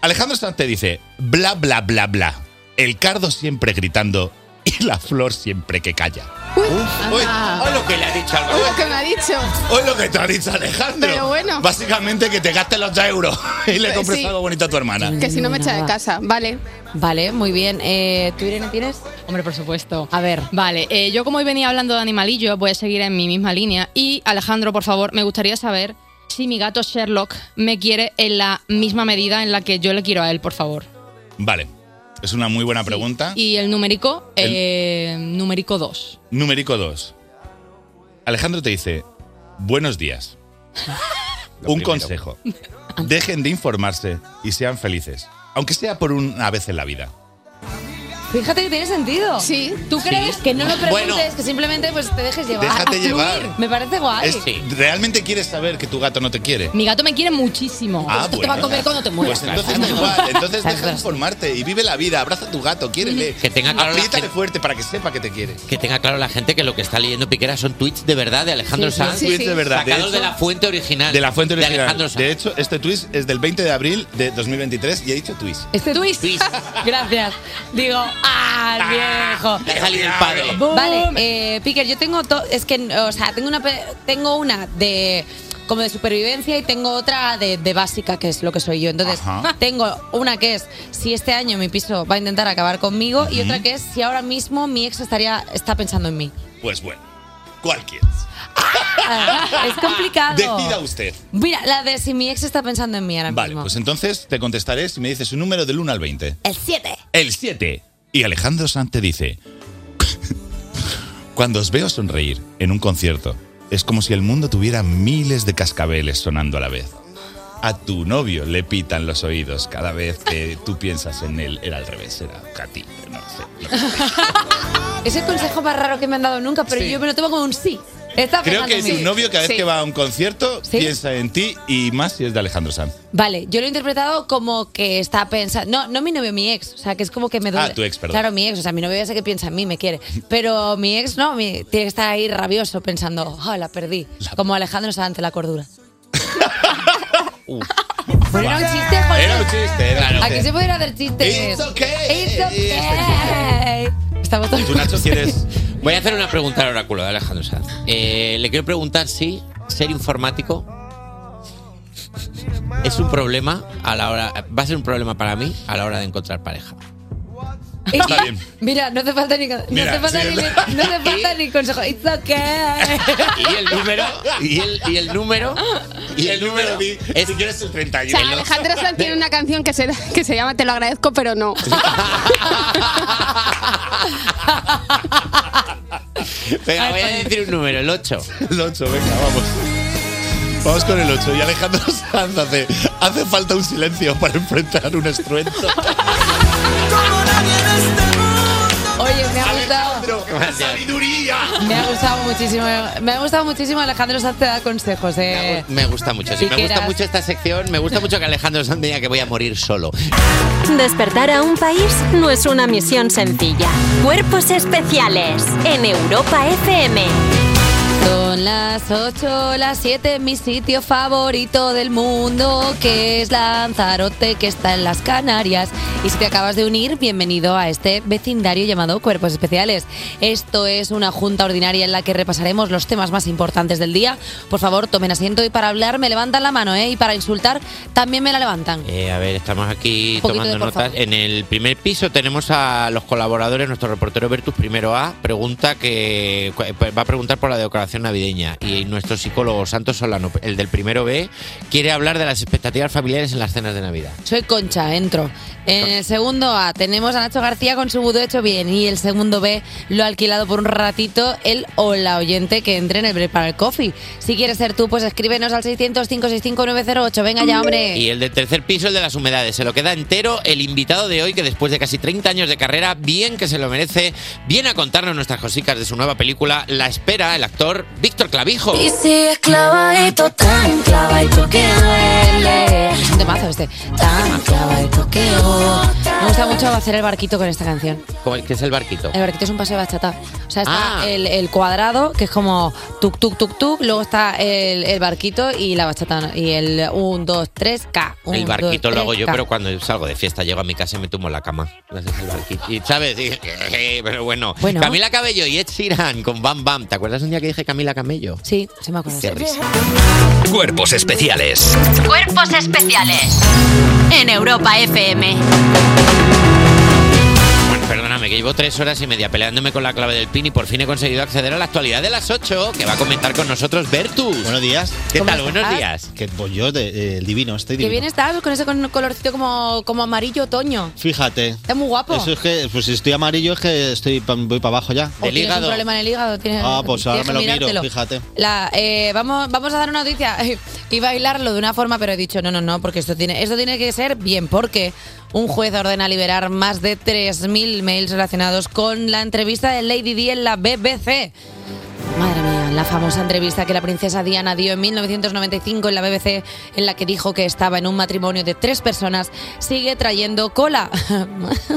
Speaker 9: Alejandro Sanz te dice, bla, bla, bla, bla. El cardo siempre gritando y la flor siempre que calla. Uy, o lo que le ha dicho
Speaker 10: Uy,
Speaker 9: Alejandro.
Speaker 10: ¿Qué Ah, me ha dicho?
Speaker 9: Hoy lo que te ha dicho Alejandro.
Speaker 10: Pero bueno.
Speaker 9: Básicamente que te gastes los 2 euros *laughs* y le
Speaker 10: Pues
Speaker 9: compres
Speaker 10: sí.
Speaker 9: algo bonito a tu hermana.
Speaker 10: Que si no me echa de casa, vale.
Speaker 3: Vale, muy bien. Eh, ¿Tú, Irene, tienes?
Speaker 8: Hombre, por supuesto.
Speaker 3: A ver.
Speaker 8: Vale, eh, yo como hoy venía hablando de animalillo, voy a seguir en mi misma línea. Y Alejandro, por favor, me gustaría saber si mi gato Sherlock me quiere en la misma medida en la que yo le quiero a él, por favor.
Speaker 9: Vale. Es una muy buena pregunta.
Speaker 8: Y el numérico,
Speaker 9: Ah. El-
Speaker 8: eh, numérico 2.
Speaker 9: Numérico 2. Alejandro te dice, buenos
Speaker 4: *laughs*
Speaker 9: días. un consejo. Dejen de informarse y sean felices. Aunque sea por una vez en la vida.
Speaker 3: Fíjate que tiene sentido. Sí. ¿Tú crees que no lo preguntes,
Speaker 9: Bueno.
Speaker 3: que simplemente pues te dejes llevar?
Speaker 9: Déjate
Speaker 3: A fluir.
Speaker 9: llevar.
Speaker 3: Me parece guay.
Speaker 9: Es- ¿Realmente quieres saber que tu gato no te quiere?
Speaker 8: Mi gato me quiere muchísimo.
Speaker 9: Ah,
Speaker 3: pues te va a
Speaker 9: bueno.
Speaker 3: comer cuando te mueras.
Speaker 9: Pues entonces da igual, entonces deja de informarte y vive la vida, abraza a tu gato, quiérele.
Speaker 4: Que tenga claro la
Speaker 9: Apriétale fuerte para que sepa que te quiere.
Speaker 4: Que tenga claro la gente que lo que está leyendo Piquera son tweets de verdad de Alejandro
Speaker 9: Sí, sí,
Speaker 4: Sanz.
Speaker 9: sí, Tweets sí. de verdad. De
Speaker 4: Sacados de, ¿eh?
Speaker 9: hecho-
Speaker 4: la fuente original.
Speaker 9: De la fuente
Speaker 4: de
Speaker 9: original.
Speaker 4: Alejandro Sanz.
Speaker 9: De hecho, este tweet es del 20 de abril de 2023 y he dicho tweet.
Speaker 3: Este twist. *laughs* Gracias. Digo, ¡ah, viejo!
Speaker 4: Déjale del padre.
Speaker 3: Vale, eh, Piquer, yo tengo to- es que, o sea, tengo una, pe- tengo una de como de supervivencia y tengo otra de, de básica, que es lo que soy yo. Entonces,
Speaker 11: Ajá.
Speaker 3: *laughs* tengo una que es si este año mi piso va a intentar acabar conmigo y otra que es si ahora mismo mi ex estaría está pensando en
Speaker 9: *laughs*
Speaker 3: mí.
Speaker 9: Pues bueno, cualquier.
Speaker 3: Ah, es complicado.
Speaker 9: Decida usted.
Speaker 3: Mira, la de si mi ex está pensando en mí ahora
Speaker 9: Vale,
Speaker 3: mismo.
Speaker 9: pues entonces te contestaré si me dices un número del 1 al 20.
Speaker 3: El 7.
Speaker 9: El 7. Y Alejandro Sanz te dice: *laughs* Cuando os veo sonreír en un concierto, es como si el mundo tuviera miles de cascabeles sonando a la vez. A tu novio le pitan los oídos cada vez que tú piensas en él. Era al revés, era a ti. No sé.
Speaker 3: Es el consejo más raro que me han dado nunca, pero yo me lo tomo como un sí. Está
Speaker 9: Creo
Speaker 3: pensando
Speaker 9: que
Speaker 3: en mí.
Speaker 9: tu novio cada vez
Speaker 3: Sí.
Speaker 9: que va a un concierto piensa en ti y más si es de Alejandro Sanz.
Speaker 3: Vale, yo lo he interpretado como que está pensando. No, no mi novio, mi ex. O sea, que es como que me duele.
Speaker 9: Ah, tu ex, perdón.
Speaker 3: Claro, mi ex. O sea, mi novio ya sé que piensa en mí, me quiere. Pero mi ex no, mi- tiene que estar ahí rabioso pensando, oh, la perdí. Como Alejandro Sanz de la cordura. Pero era un chiste, joder.
Speaker 9: Era un chiste, era un chiste.
Speaker 3: Aquí se pueden hacer chistes.
Speaker 9: It's
Speaker 3: okay. It's okay. Estamos todos.
Speaker 4: ¿Tú, Nacho, quieres...? Voy a hacer una pregunta al oráculo de Alejandro Sanz. Eh, le quiero preguntar si ser informático es un problema a la hora. Va a ser un problema para mí a la hora de encontrar pareja. Está bien.
Speaker 3: Mira, no hace falta ni, no
Speaker 4: Mira,
Speaker 3: hace falta
Speaker 4: sí,
Speaker 3: ni,
Speaker 4: es
Speaker 3: no hace falta ni consejo. It's okay.
Speaker 4: *laughs* *laughs* Y el número. Y el, y el número. *laughs* Y el número. si quieres el
Speaker 10: O
Speaker 4: 31.
Speaker 10: sea, Alejandro Sanz tiene una canción que se, que se llama Te lo agradezco, pero no.
Speaker 4: Venga, voy a decir un número, el 8.
Speaker 9: El 8, venga, vamos. Vamos con el 8. Y Alejandro Sanz hace, hace falta un silencio para enfrentar un
Speaker 4: *laughs*
Speaker 9: estruendo.
Speaker 3: Oye, me ha gustado.
Speaker 9: ¡Sabiduría!
Speaker 3: Me ha gustado muchísimo. Me ha gustado muchísimo Alejandro Sanz te da consejos. Eh.
Speaker 4: Me gusta mucho, sí. Me gusta
Speaker 3: Piqueras.
Speaker 4: mucho esta sección. Me gusta mucho que Alejandro Sanz diga que voy a morir solo.
Speaker 2: Despertar a un país no es una misión sencilla. Cuerpos especiales en Europa FM.
Speaker 3: Son las 8, las 7, mi sitio favorito del mundo, que es Lanzarote, que está en las Canarias. Y si te acabas de unir, bienvenido a este vecindario llamado Cuerpos Especiales. Esto es una junta ordinaria en la que repasaremos los temas más importantes del día. Por favor, tomen asiento y para hablar me levantan la mano, ¿eh? Y para insultar también me la levantan.
Speaker 4: Eh, a ver, estamos aquí
Speaker 3: Un poquito
Speaker 4: tomando
Speaker 3: de, por
Speaker 4: notas.
Speaker 3: favor.
Speaker 4: En el primer piso tenemos a los colaboradores, nuestro reportero Bertus Primero A pregunta que cu- va a preguntar por la decoración navideña y nuestro psicólogo Santos Solano, el del primero B, quiere hablar de las expectativas familiares en las cenas de Navidad.
Speaker 3: Soy Concha, entro. En el segundo A tenemos a Nacho García con su budo hecho bien. Y el segundo B lo ha alquilado por un ratito el o la oyente que entre en el Break para el Coffee. Si quieres ser tú, pues escríbenos al 600 565 908. Venga ya, hombre.
Speaker 4: Y el del tercer piso, el de las humedades. Se lo queda entero el invitado de hoy, que después de casi 30 años de carrera, bien que se lo merece, viene a contarnos nuestras cosicas de su nueva película, La Espera, el actor Víctor Clavijo.
Speaker 11: Y sigues clavadito, tan clavadito que duele.
Speaker 3: Es un temazo este. Tan clavadito que Me gusta mucho hacer el barquito con esta canción.
Speaker 4: ¿Cómo- ¿Qué es el barquito?
Speaker 3: El barquito es un paseo de bachata. O sea, está
Speaker 4: Ah.
Speaker 3: el, el cuadrado, que es como tuk, tuk, tuk, tuk. Luego está el, el barquito y la bachata. Y el 1, 2, 3, K. Un,
Speaker 4: El barquito
Speaker 3: dos,
Speaker 4: lo
Speaker 3: tres,
Speaker 4: hago yo,
Speaker 3: K.
Speaker 4: pero cuando salgo de fiesta, llego a mi casa y me tumbo en la cama. Ese es el barquito. Y, ¿Sabes? Y- eh, pero bueno. Camila Cabello y Ed Sheeran con Bam Bam. ¿Te acuerdas un día que dije Camila Camello?
Speaker 3: Sí, se me acuerda.
Speaker 4: Qué risa. Cuerpos especiales.
Speaker 2: Cuerpos especiales en Europa FM.
Speaker 4: Bueno, perdóname, que llevo tres horas y media peleándome con la clave del pin y por fin he conseguido acceder a la actualidad de las 8, que va a comentar con nosotros Bertus. Buenos
Speaker 12: días.
Speaker 4: ¿Qué
Speaker 3: ¿Cómo
Speaker 4: tal?
Speaker 3: estás?
Speaker 4: Buenos días.
Speaker 12: Que pues yo, de- eh, el divino, estoy
Speaker 3: Qué
Speaker 12: divino.
Speaker 3: bien estás con ese con- colorcito como, como amarillo otoño.
Speaker 12: Fíjate.
Speaker 3: Está muy guapo.
Speaker 12: Eso es que, pues si estoy amarillo es que estoy pa- voy para abajo ya.
Speaker 3: ¿O tienes un problema en el hígado? Tienes-
Speaker 12: Ah, pues ahora
Speaker 3: tienes
Speaker 12: me
Speaker 3: que
Speaker 12: lo
Speaker 3: mirártelo.
Speaker 12: miro, fíjate.
Speaker 3: La, eh, vamos, vamos a dar una noticia. *laughs* Iba a bailarlo de una forma, pero he dicho no, no, no, porque esto tiene, esto tiene que ser bien, porque un juez ordena liberar más de 3.000 mails relacionados con la entrevista de Lady Di en la BBC. Madre mía, la famosa entrevista que la princesa Diana dio en 1995 en la BBC, en la que dijo que estaba en un matrimonio de tres personas, sigue trayendo cola. *laughs*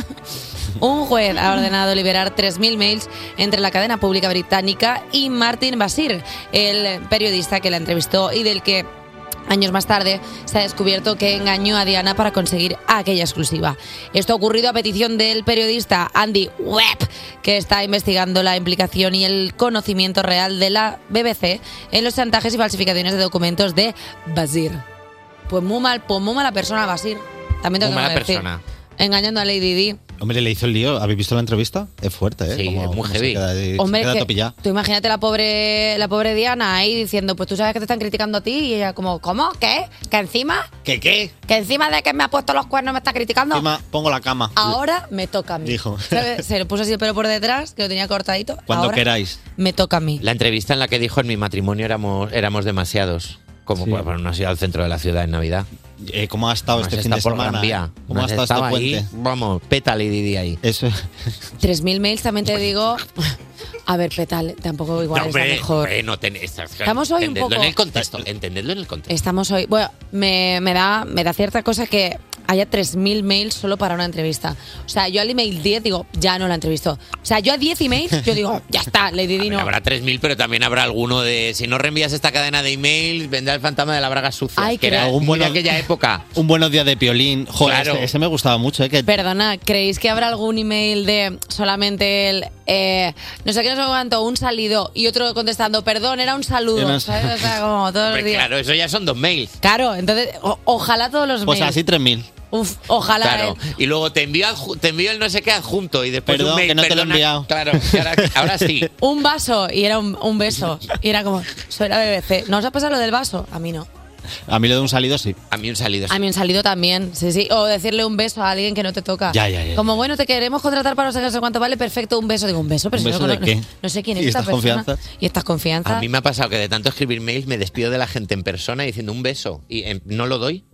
Speaker 3: Un juez ha ordenado liberar 3.000 mails entre la cadena pública británica y Martin Basir, el periodista que la entrevistó y del que Años más tarde se ha descubierto que engañó a Diana para conseguir aquella exclusiva. Esto ha ocurrido a petición del periodista Andy Webb, que está investigando la implicación y el conocimiento real de la BBC en los chantajes y falsificaciones de documentos de Basir. Pues muy mal, pues muy mala persona Basir. También tengo
Speaker 12: Muy
Speaker 3: que
Speaker 12: mala
Speaker 3: decir.
Speaker 12: persona.
Speaker 3: Engañando a Lady Di.
Speaker 12: Hombre, le hizo el lío. ¿Habéis visto la entrevista? Es fuerte, ¿eh? Sí, es muy heavy. Se queda, ahí- se
Speaker 3: Hombre,
Speaker 12: queda
Speaker 3: es que
Speaker 12: topillada.
Speaker 3: tú imagínate la pobre, la pobre Diana ahí diciendo, pues tú sabes que te están criticando a ti y ella como, ¿cómo? ¿Qué? ¿Que encima?
Speaker 12: ¿Qué qué?
Speaker 3: ¿Que encima de que me ha puesto los cuernos me está criticando?
Speaker 12: Encima pongo la cama.
Speaker 3: Ahora me toca a mí.
Speaker 12: Dijo.
Speaker 3: ¿Sabes? *laughs* Se le puso así el pelo por detrás, que lo tenía cortadito.
Speaker 4: *laughs* Cuando
Speaker 3: Ahora
Speaker 4: queráis.
Speaker 3: Me toca a mí.
Speaker 4: La entrevista en la que dijo en mi matrimonio éramos, éramos demasiados. Como pues, bueno, no ha sido al centro de la ciudad en Navidad.
Speaker 12: ¿Cómo ha estado este fin de semana? ¿eh? ¿Cómo ha estado este puente?
Speaker 4: vamos, pétale Didi ahí. *laughs*
Speaker 12: Eso.
Speaker 3: 3.000 mails también te
Speaker 12: *laughs*
Speaker 3: digo... A ver, petal, tampoco igual es la mejor.
Speaker 4: no ten- estás-
Speaker 3: Estamos hoy un
Speaker 4: entendedlo
Speaker 3: poco-
Speaker 4: en el contexto, entendedlo en el contexto.
Speaker 3: Estamos hoy. Bueno, me, me da, me da cierta cosa que haya 3.000 mails solo para una entrevista. O sea, yo al email 10 digo, ya no la entrevisto. O sea, yo a 10 emails yo
Speaker 4: *laughs*
Speaker 3: digo, ya está, Lady Di no.
Speaker 4: Habrá 3.000, pero también habrá alguno de. Si no reenvías esta cadena de emails, vendrá el fantasma de la braga sucia.
Speaker 3: Ay,
Speaker 4: que
Speaker 3: qué
Speaker 4: era
Speaker 3: grande.
Speaker 4: un
Speaker 3: Bueno-
Speaker 4: aquella época.
Speaker 12: Un buenos días de Piolín. Joder,
Speaker 4: Claro.
Speaker 12: ese, ese me gustaba mucho, ¿eh? Que
Speaker 3: Perdona, ¿creéis que habrá algún email de solamente el eh, no sé qué, no sé cuánto, un salido y otro contestando, perdón, era un saludo?
Speaker 4: Era-
Speaker 3: ¿sabes? O
Speaker 4: *laughs*
Speaker 3: sea, como todos los
Speaker 4: Hombre,
Speaker 3: días.
Speaker 4: claro, eso ya son dos mails.
Speaker 3: Claro, entonces, o- ojalá todos los
Speaker 4: Pues
Speaker 3: mails.
Speaker 4: así
Speaker 12: 3.000.
Speaker 3: Uf, ojalá.
Speaker 4: Claro.
Speaker 3: eh.
Speaker 4: Y luego te envío, adju- te envío el no sé qué adjunto y después
Speaker 12: Perdón,
Speaker 4: un mail.
Speaker 12: que no te lo he
Speaker 4: perdona.
Speaker 12: enviado.
Speaker 4: Claro, y ahora, ahora sí.
Speaker 3: *laughs* Un vaso y era un, un beso. Y era como, soy la BBC. ¿No os ha pasado lo del vaso? A mí no.
Speaker 12: a mí lo de un salido sí.
Speaker 4: A mí un salido
Speaker 3: A mí un salido también, sí, sí. O decirle un beso a alguien que no te toca.
Speaker 12: Ya, ya, ya.
Speaker 3: Como, bueno, te queremos contratar para no sé qué, no sé cuánto vale, perfecto, un beso. Digo, un beso, pero
Speaker 4: ¿Un
Speaker 3: si no,
Speaker 4: beso de
Speaker 3: no-
Speaker 4: qué?
Speaker 3: no sé quién es
Speaker 4: ¿Y
Speaker 3: esta
Speaker 4: estas
Speaker 3: persona.
Speaker 4: confianzas?
Speaker 3: Y estas confianzas.
Speaker 4: A mí me ha pasado que de tanto escribir mails me despido de la gente en persona diciendo un beso y em, no lo doy.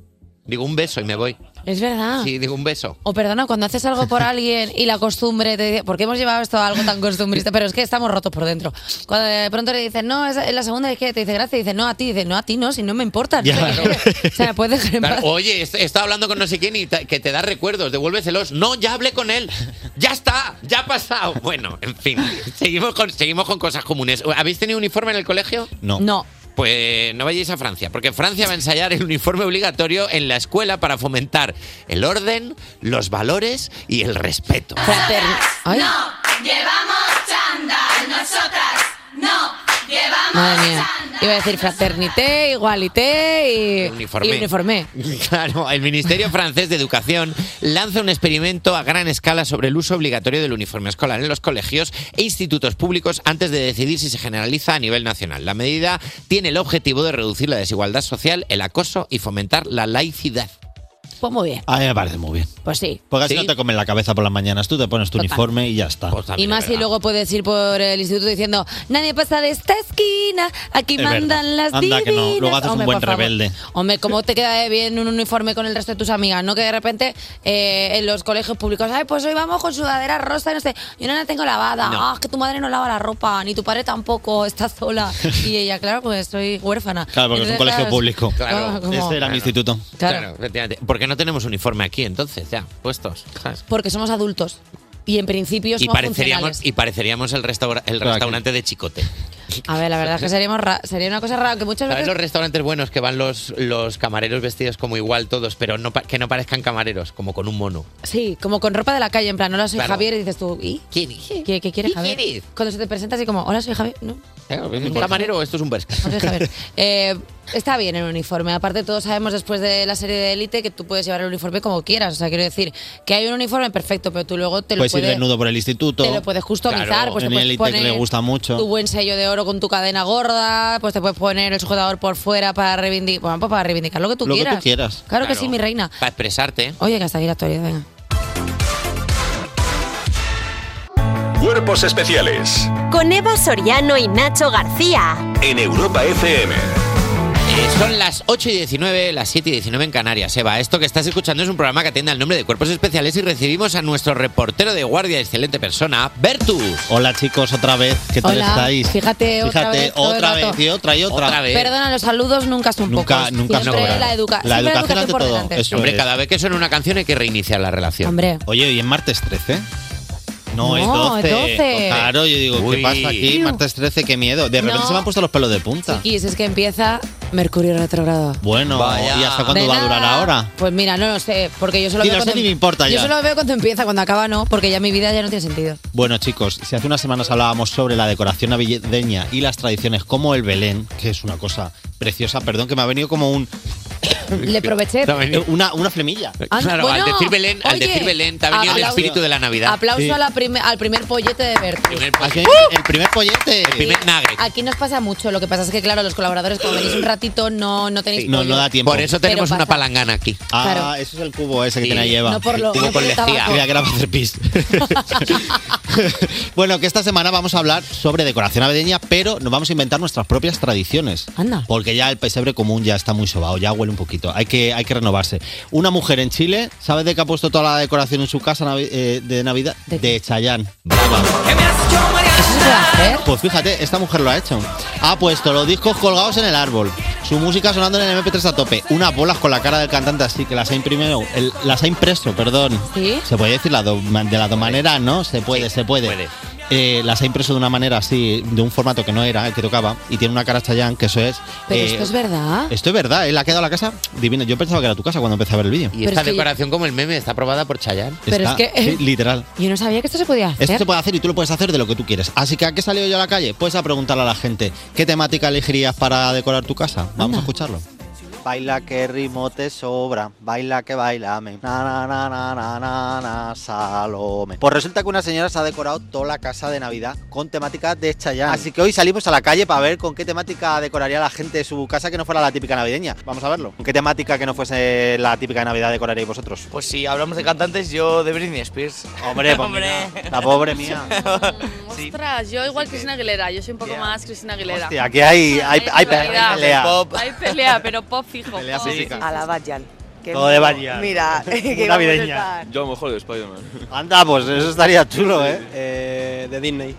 Speaker 4: Digo un beso y me voy.
Speaker 3: Es verdad.
Speaker 4: Sí, digo un beso.
Speaker 3: O perdona, cuando haces algo
Speaker 4: *laughs*
Speaker 3: por alguien y la costumbre te dice, ¿por qué hemos llevado esto a algo tan costumbrista? Pero es que estamos rotos por dentro. Cuando de pronto le dicen, no, es es la segunda vez que te dice gracias, dice, no, a ti, dice, no, a ti no, si no me importa.
Speaker 4: Ya,
Speaker 3: *laughs* O sea, puedes dejar en
Speaker 4: Claro,
Speaker 3: paz.
Speaker 4: oye, est- he estado hablando con no sé quién y ta- que te da recuerdos, devuélveselos. No, ya hablé con él. Ya está, ya ha pasado. Bueno, en fin, seguimos con, seguimos con cosas comunes. ¿Habéis tenido uniforme en el colegio?
Speaker 12: No.
Speaker 3: No.
Speaker 4: Pues no vayáis a Francia, porque Francia va a ensayar el uniforme obligatorio en la escuela para fomentar el orden, los valores y el respeto.
Speaker 11: No llevamos chándal, nosotras no llevamos
Speaker 3: Madre mía. Iba a decir fraternité, igualité y
Speaker 4: Uniforme.
Speaker 3: y uniforme.
Speaker 4: *laughs* Claro, el Ministerio francés de Educación lanza un experimento a gran escala sobre el uso obligatorio del uniforme escolar en los colegios e institutos públicos antes de decidir si se generaliza a nivel nacional. La medida tiene el objetivo de reducir la desigualdad social, el acoso y fomentar la laicidad.
Speaker 3: Pues muy bien.
Speaker 12: A mí me parece muy bien.
Speaker 3: Pues sí.
Speaker 12: Porque así
Speaker 3: Sí.
Speaker 12: no te comen la cabeza por las mañanas. Tú te pones tu
Speaker 3: Total.
Speaker 12: uniforme y ya está.
Speaker 3: Y más si luego puedes ir por el instituto diciendo, nadie pasa de esta esquina, aquí
Speaker 12: Es
Speaker 3: mandan
Speaker 12: verdad.
Speaker 3: las
Speaker 12: Anda,
Speaker 3: divinas.
Speaker 12: que no. Luego haces un
Speaker 3: Hombre,
Speaker 12: buen
Speaker 3: por favor.
Speaker 12: rebelde.
Speaker 3: Hombre, ¿cómo te queda de bien un uniforme con el resto de tus amigas? No que de repente eh, en los colegios públicos, ay, pues hoy vamos con sudadera rosa, no sé, yo no la tengo lavada.
Speaker 4: No.
Speaker 3: Ah, es que tu madre no lava la ropa, ni tu padre tampoco, estás
Speaker 12: *laughs*
Speaker 3: sola. Y ella, claro, pues soy huérfana.
Speaker 12: Claro, porque es un
Speaker 3: Entonces,
Speaker 12: colegio
Speaker 3: claro,
Speaker 12: público.
Speaker 3: *laughs* Claro, Ah, como-
Speaker 12: Ese era mi instituto.
Speaker 3: Claro.
Speaker 4: efectivamente. ¿Por qué no tenemos uniforme aquí entonces? Ya, puestos. ¿sabes?
Speaker 3: Porque somos adultos. Y en principio Pues
Speaker 4: Y
Speaker 3: somos funcionales.
Speaker 4: pareceríamos, y pareceríamos el, restaura- el restaurante de Chicote.
Speaker 3: A ver, la verdad es que seríamos ra- sería una cosa rara que muchas
Speaker 4: ¿Sabes
Speaker 3: veces...
Speaker 4: los restaurantes buenos que van los, los camareros vestidos como igual todos, pero no pa- que no parezcan camareros, como con un mono?
Speaker 3: Sí, como con ropa de la calle, en plan, hola, soy
Speaker 4: Claro.
Speaker 3: Javier, y dices tú, ¿y?
Speaker 4: ¿Quién
Speaker 3: ¿Qué, qué quieres, Javier? Cuando se te presenta así como, hola, soy Javier, ¿no?
Speaker 4: Claro, ¿Es ¿Eh? un camarero o esto es un Berska?
Speaker 3: Eh, está bien el uniforme, aparte todos sabemos después de la serie de Élite que tú puedes llevar el uniforme como quieras, o sea, quiero decir, que hay un uniforme perfecto, pero tú luego te lo
Speaker 12: Puedes ir
Speaker 3: puedes...
Speaker 12: desnudo por el instituto.
Speaker 3: Te lo puedes customizar, pues te
Speaker 12: en
Speaker 3: puedes
Speaker 12: el
Speaker 3: poner
Speaker 12: que le gusta mucho.
Speaker 3: Tu buen sello de oro con tu cadena gorda, pues te puedes poner el sujetador por fuera para reivindicar, bueno, pues para reivindicar lo que tú
Speaker 4: *laughs* Lo que tú
Speaker 3: quieras.
Speaker 4: quieras.
Speaker 3: Claro, que
Speaker 4: Claro.
Speaker 3: sí, mi reina.
Speaker 4: Para expresarte.
Speaker 3: Oye, que hasta aquí la actualidad, venga.
Speaker 7: Cuerpos especiales
Speaker 2: Con Eva Soriano y Nacho García.
Speaker 7: en Europa FM.
Speaker 4: Eh, Son las 8 y 19, las 7 y 19 en Canarias, Eva. Esto que estás escuchando es un programa que atiende al nombre de Cuerpos Especiales y recibimos a nuestro reportero de guardia, excelente persona, Bertus.
Speaker 12: Hola chicos, otra vez. ¿Qué tal
Speaker 3: Hola,
Speaker 12: estáis?
Speaker 3: fíjate, otra
Speaker 12: Fíjate,
Speaker 3: vez, todo el
Speaker 12: otra
Speaker 3: rato.
Speaker 12: vez y otra y otra.
Speaker 3: Perdona, los saludos nunca son
Speaker 12: Nunca-
Speaker 3: pocos.
Speaker 12: nunca
Speaker 3: Siempre
Speaker 12: sobran.
Speaker 3: la, educa-
Speaker 12: La
Speaker 3: siempre
Speaker 12: educación ante
Speaker 3: por
Speaker 12: todo,
Speaker 3: delante.
Speaker 12: eso
Speaker 4: Hombre,
Speaker 12: es.
Speaker 4: cada vez que suena una canción hay que reiniciar la relación.
Speaker 3: Hombre.
Speaker 12: Oye, y en martes 13. No,
Speaker 4: No,
Speaker 12: es 12.
Speaker 3: 12.
Speaker 12: Claro, yo digo,
Speaker 4: Uy.
Speaker 12: ¿qué pasa aquí? Martes 13, qué miedo. De repente
Speaker 3: No.
Speaker 12: se me han puesto los pelos de punta.
Speaker 3: Y es que empieza Mercurio retrógrado.
Speaker 12: Bueno,
Speaker 4: Vaya.
Speaker 12: ¿y hasta cuándo
Speaker 3: De
Speaker 12: va a durar
Speaker 3: nada.
Speaker 12: ahora?
Speaker 3: Pues mira, no lo sé, porque yo solo
Speaker 12: Ni
Speaker 3: veo
Speaker 12: lo sé
Speaker 3: cuando-
Speaker 12: ni me importa
Speaker 3: Yo
Speaker 12: ya.
Speaker 3: solo veo cuando empieza, cuando acaba no, porque ya mi vida ya no tiene sentido.
Speaker 12: Bueno, chicos, si hace unas semanas hablábamos sobre la decoración navideña y las tradiciones como el Belén, que es una cosa preciosa, perdón, que me ha venido como un.
Speaker 3: Le
Speaker 4: *laughs*
Speaker 3: proveché. Te ha venido-
Speaker 12: Una, una flemilla.
Speaker 3: Ah,
Speaker 4: Claro,
Speaker 3: bueno,
Speaker 4: al decir Belén, al
Speaker 3: oye,
Speaker 4: decir Belén, te ha venido el
Speaker 3: aplauso.
Speaker 4: espíritu de la Navidad.
Speaker 3: Aplauso
Speaker 4: Sí.
Speaker 3: a la prime- al primer pollete de Berto.
Speaker 4: Primer-
Speaker 12: ¿Ah, El primer pollete. El
Speaker 4: primer nugget.
Speaker 3: Aquí nos pasa mucho, lo que pasa es que, claro, los colaboradores, como venís un ratito, no, no tenéis pollo.
Speaker 4: Por eso tenemos
Speaker 3: Pero pasa.
Speaker 4: una palangana aquí.
Speaker 12: Ah,
Speaker 3: Claro.
Speaker 12: eso es el cubo ese que
Speaker 4: Sí.
Speaker 12: tiene ahí Eva.
Speaker 3: No por lo-
Speaker 12: el cubo
Speaker 3: no por el
Speaker 12: con
Speaker 3: tabaco.
Speaker 12: lejía. Creía que era para hacer pis. bueno, que esta semana vamos a hablar sobre decoración navideña, pero nos vamos a inventar nuestras propias tradiciones.
Speaker 3: Anda.
Speaker 12: Porque ya el pesebre común ya está muy sobado, ya huele un poquito. Hay que, hay que renovarse. Una mujer en Chile, ¿sabes de qué ha puesto toda la decoración en su casa navi- eh, de Navidad? De, Chayán.
Speaker 3: ¿Eso se va a hacer?
Speaker 12: Pues fíjate, esta mujer lo ha hecho. Ha puesto los discos colgados en el árbol, su música sonando en el MP3 a tope, unas bolas con la cara del cantante así que las ha imprimido, el- las ha impreso, perdón.
Speaker 3: ¿Sí?
Speaker 12: Se puede decir la do- de las dos maneras, ¿no? Se puede, se puede. Eh, las ha impreso de una manera así, de un formato que no era el que tocaba, y tiene una cara Chayanne, que eso es.
Speaker 3: Pero
Speaker 12: eh,
Speaker 3: esto es verdad.
Speaker 12: Esto es verdad, ¿eh? Le ha quedado la casa divina. Yo pensaba que era tu casa cuando empecé a ver el vídeo.
Speaker 4: Y esta decoración como el meme está aprobada por Chayanne.
Speaker 3: Pero es que-
Speaker 12: sí, literal.
Speaker 3: Yo no sabía que esto se podía hacer.
Speaker 12: Esto se puede hacer y tú lo puedes hacer de lo que tú quieres. Así que, ¿a qué he salido yo a la calle? Pues a preguntarle a la gente, ¿qué temática elegirías para decorar tu casa? Vamos a escucharlo.
Speaker 13: Baila que ritmo te sobra, baila que bailame, na na na na na na na, Salome. Pues resulta que una señora se ha decorado toda la casa de Navidad con temáticas de Chayanne. Así que hoy salimos a la calle para ver con qué temática decoraría la gente su casa que no fuera la típica navideña. Vamos a verlo. ¿Con qué temática que no fuese la típica de Navidad decoraríais vosotros?
Speaker 14: Pues si hablamos de cantantes, yo de Britney Spears.
Speaker 13: Hombre,
Speaker 14: *laughs*
Speaker 13: pues mira, la pobre mía.
Speaker 15: *laughs* Ostras, yo igual Cristina Aguilera, yo soy un poco más Cristina Aguilera.
Speaker 13: Hostia, aquí hay- hay- hay pe- hay
Speaker 15: rivalidad.
Speaker 13: pelea. Pop.
Speaker 15: Hay pelea, pero pop fijo.
Speaker 13: Pelea
Speaker 15: pop.
Speaker 13: física.
Speaker 16: A la Bayan. que
Speaker 13: Todo de
Speaker 16: no-
Speaker 13: Bayan.
Speaker 16: Mira,
Speaker 13: Muy *laughs*
Speaker 16: que vamos a
Speaker 13: navideña.
Speaker 16: estar-
Speaker 13: Yo a lo mejor de Spider-Man. Anda, pues eso estaría chulo, ¿eh? de Disney.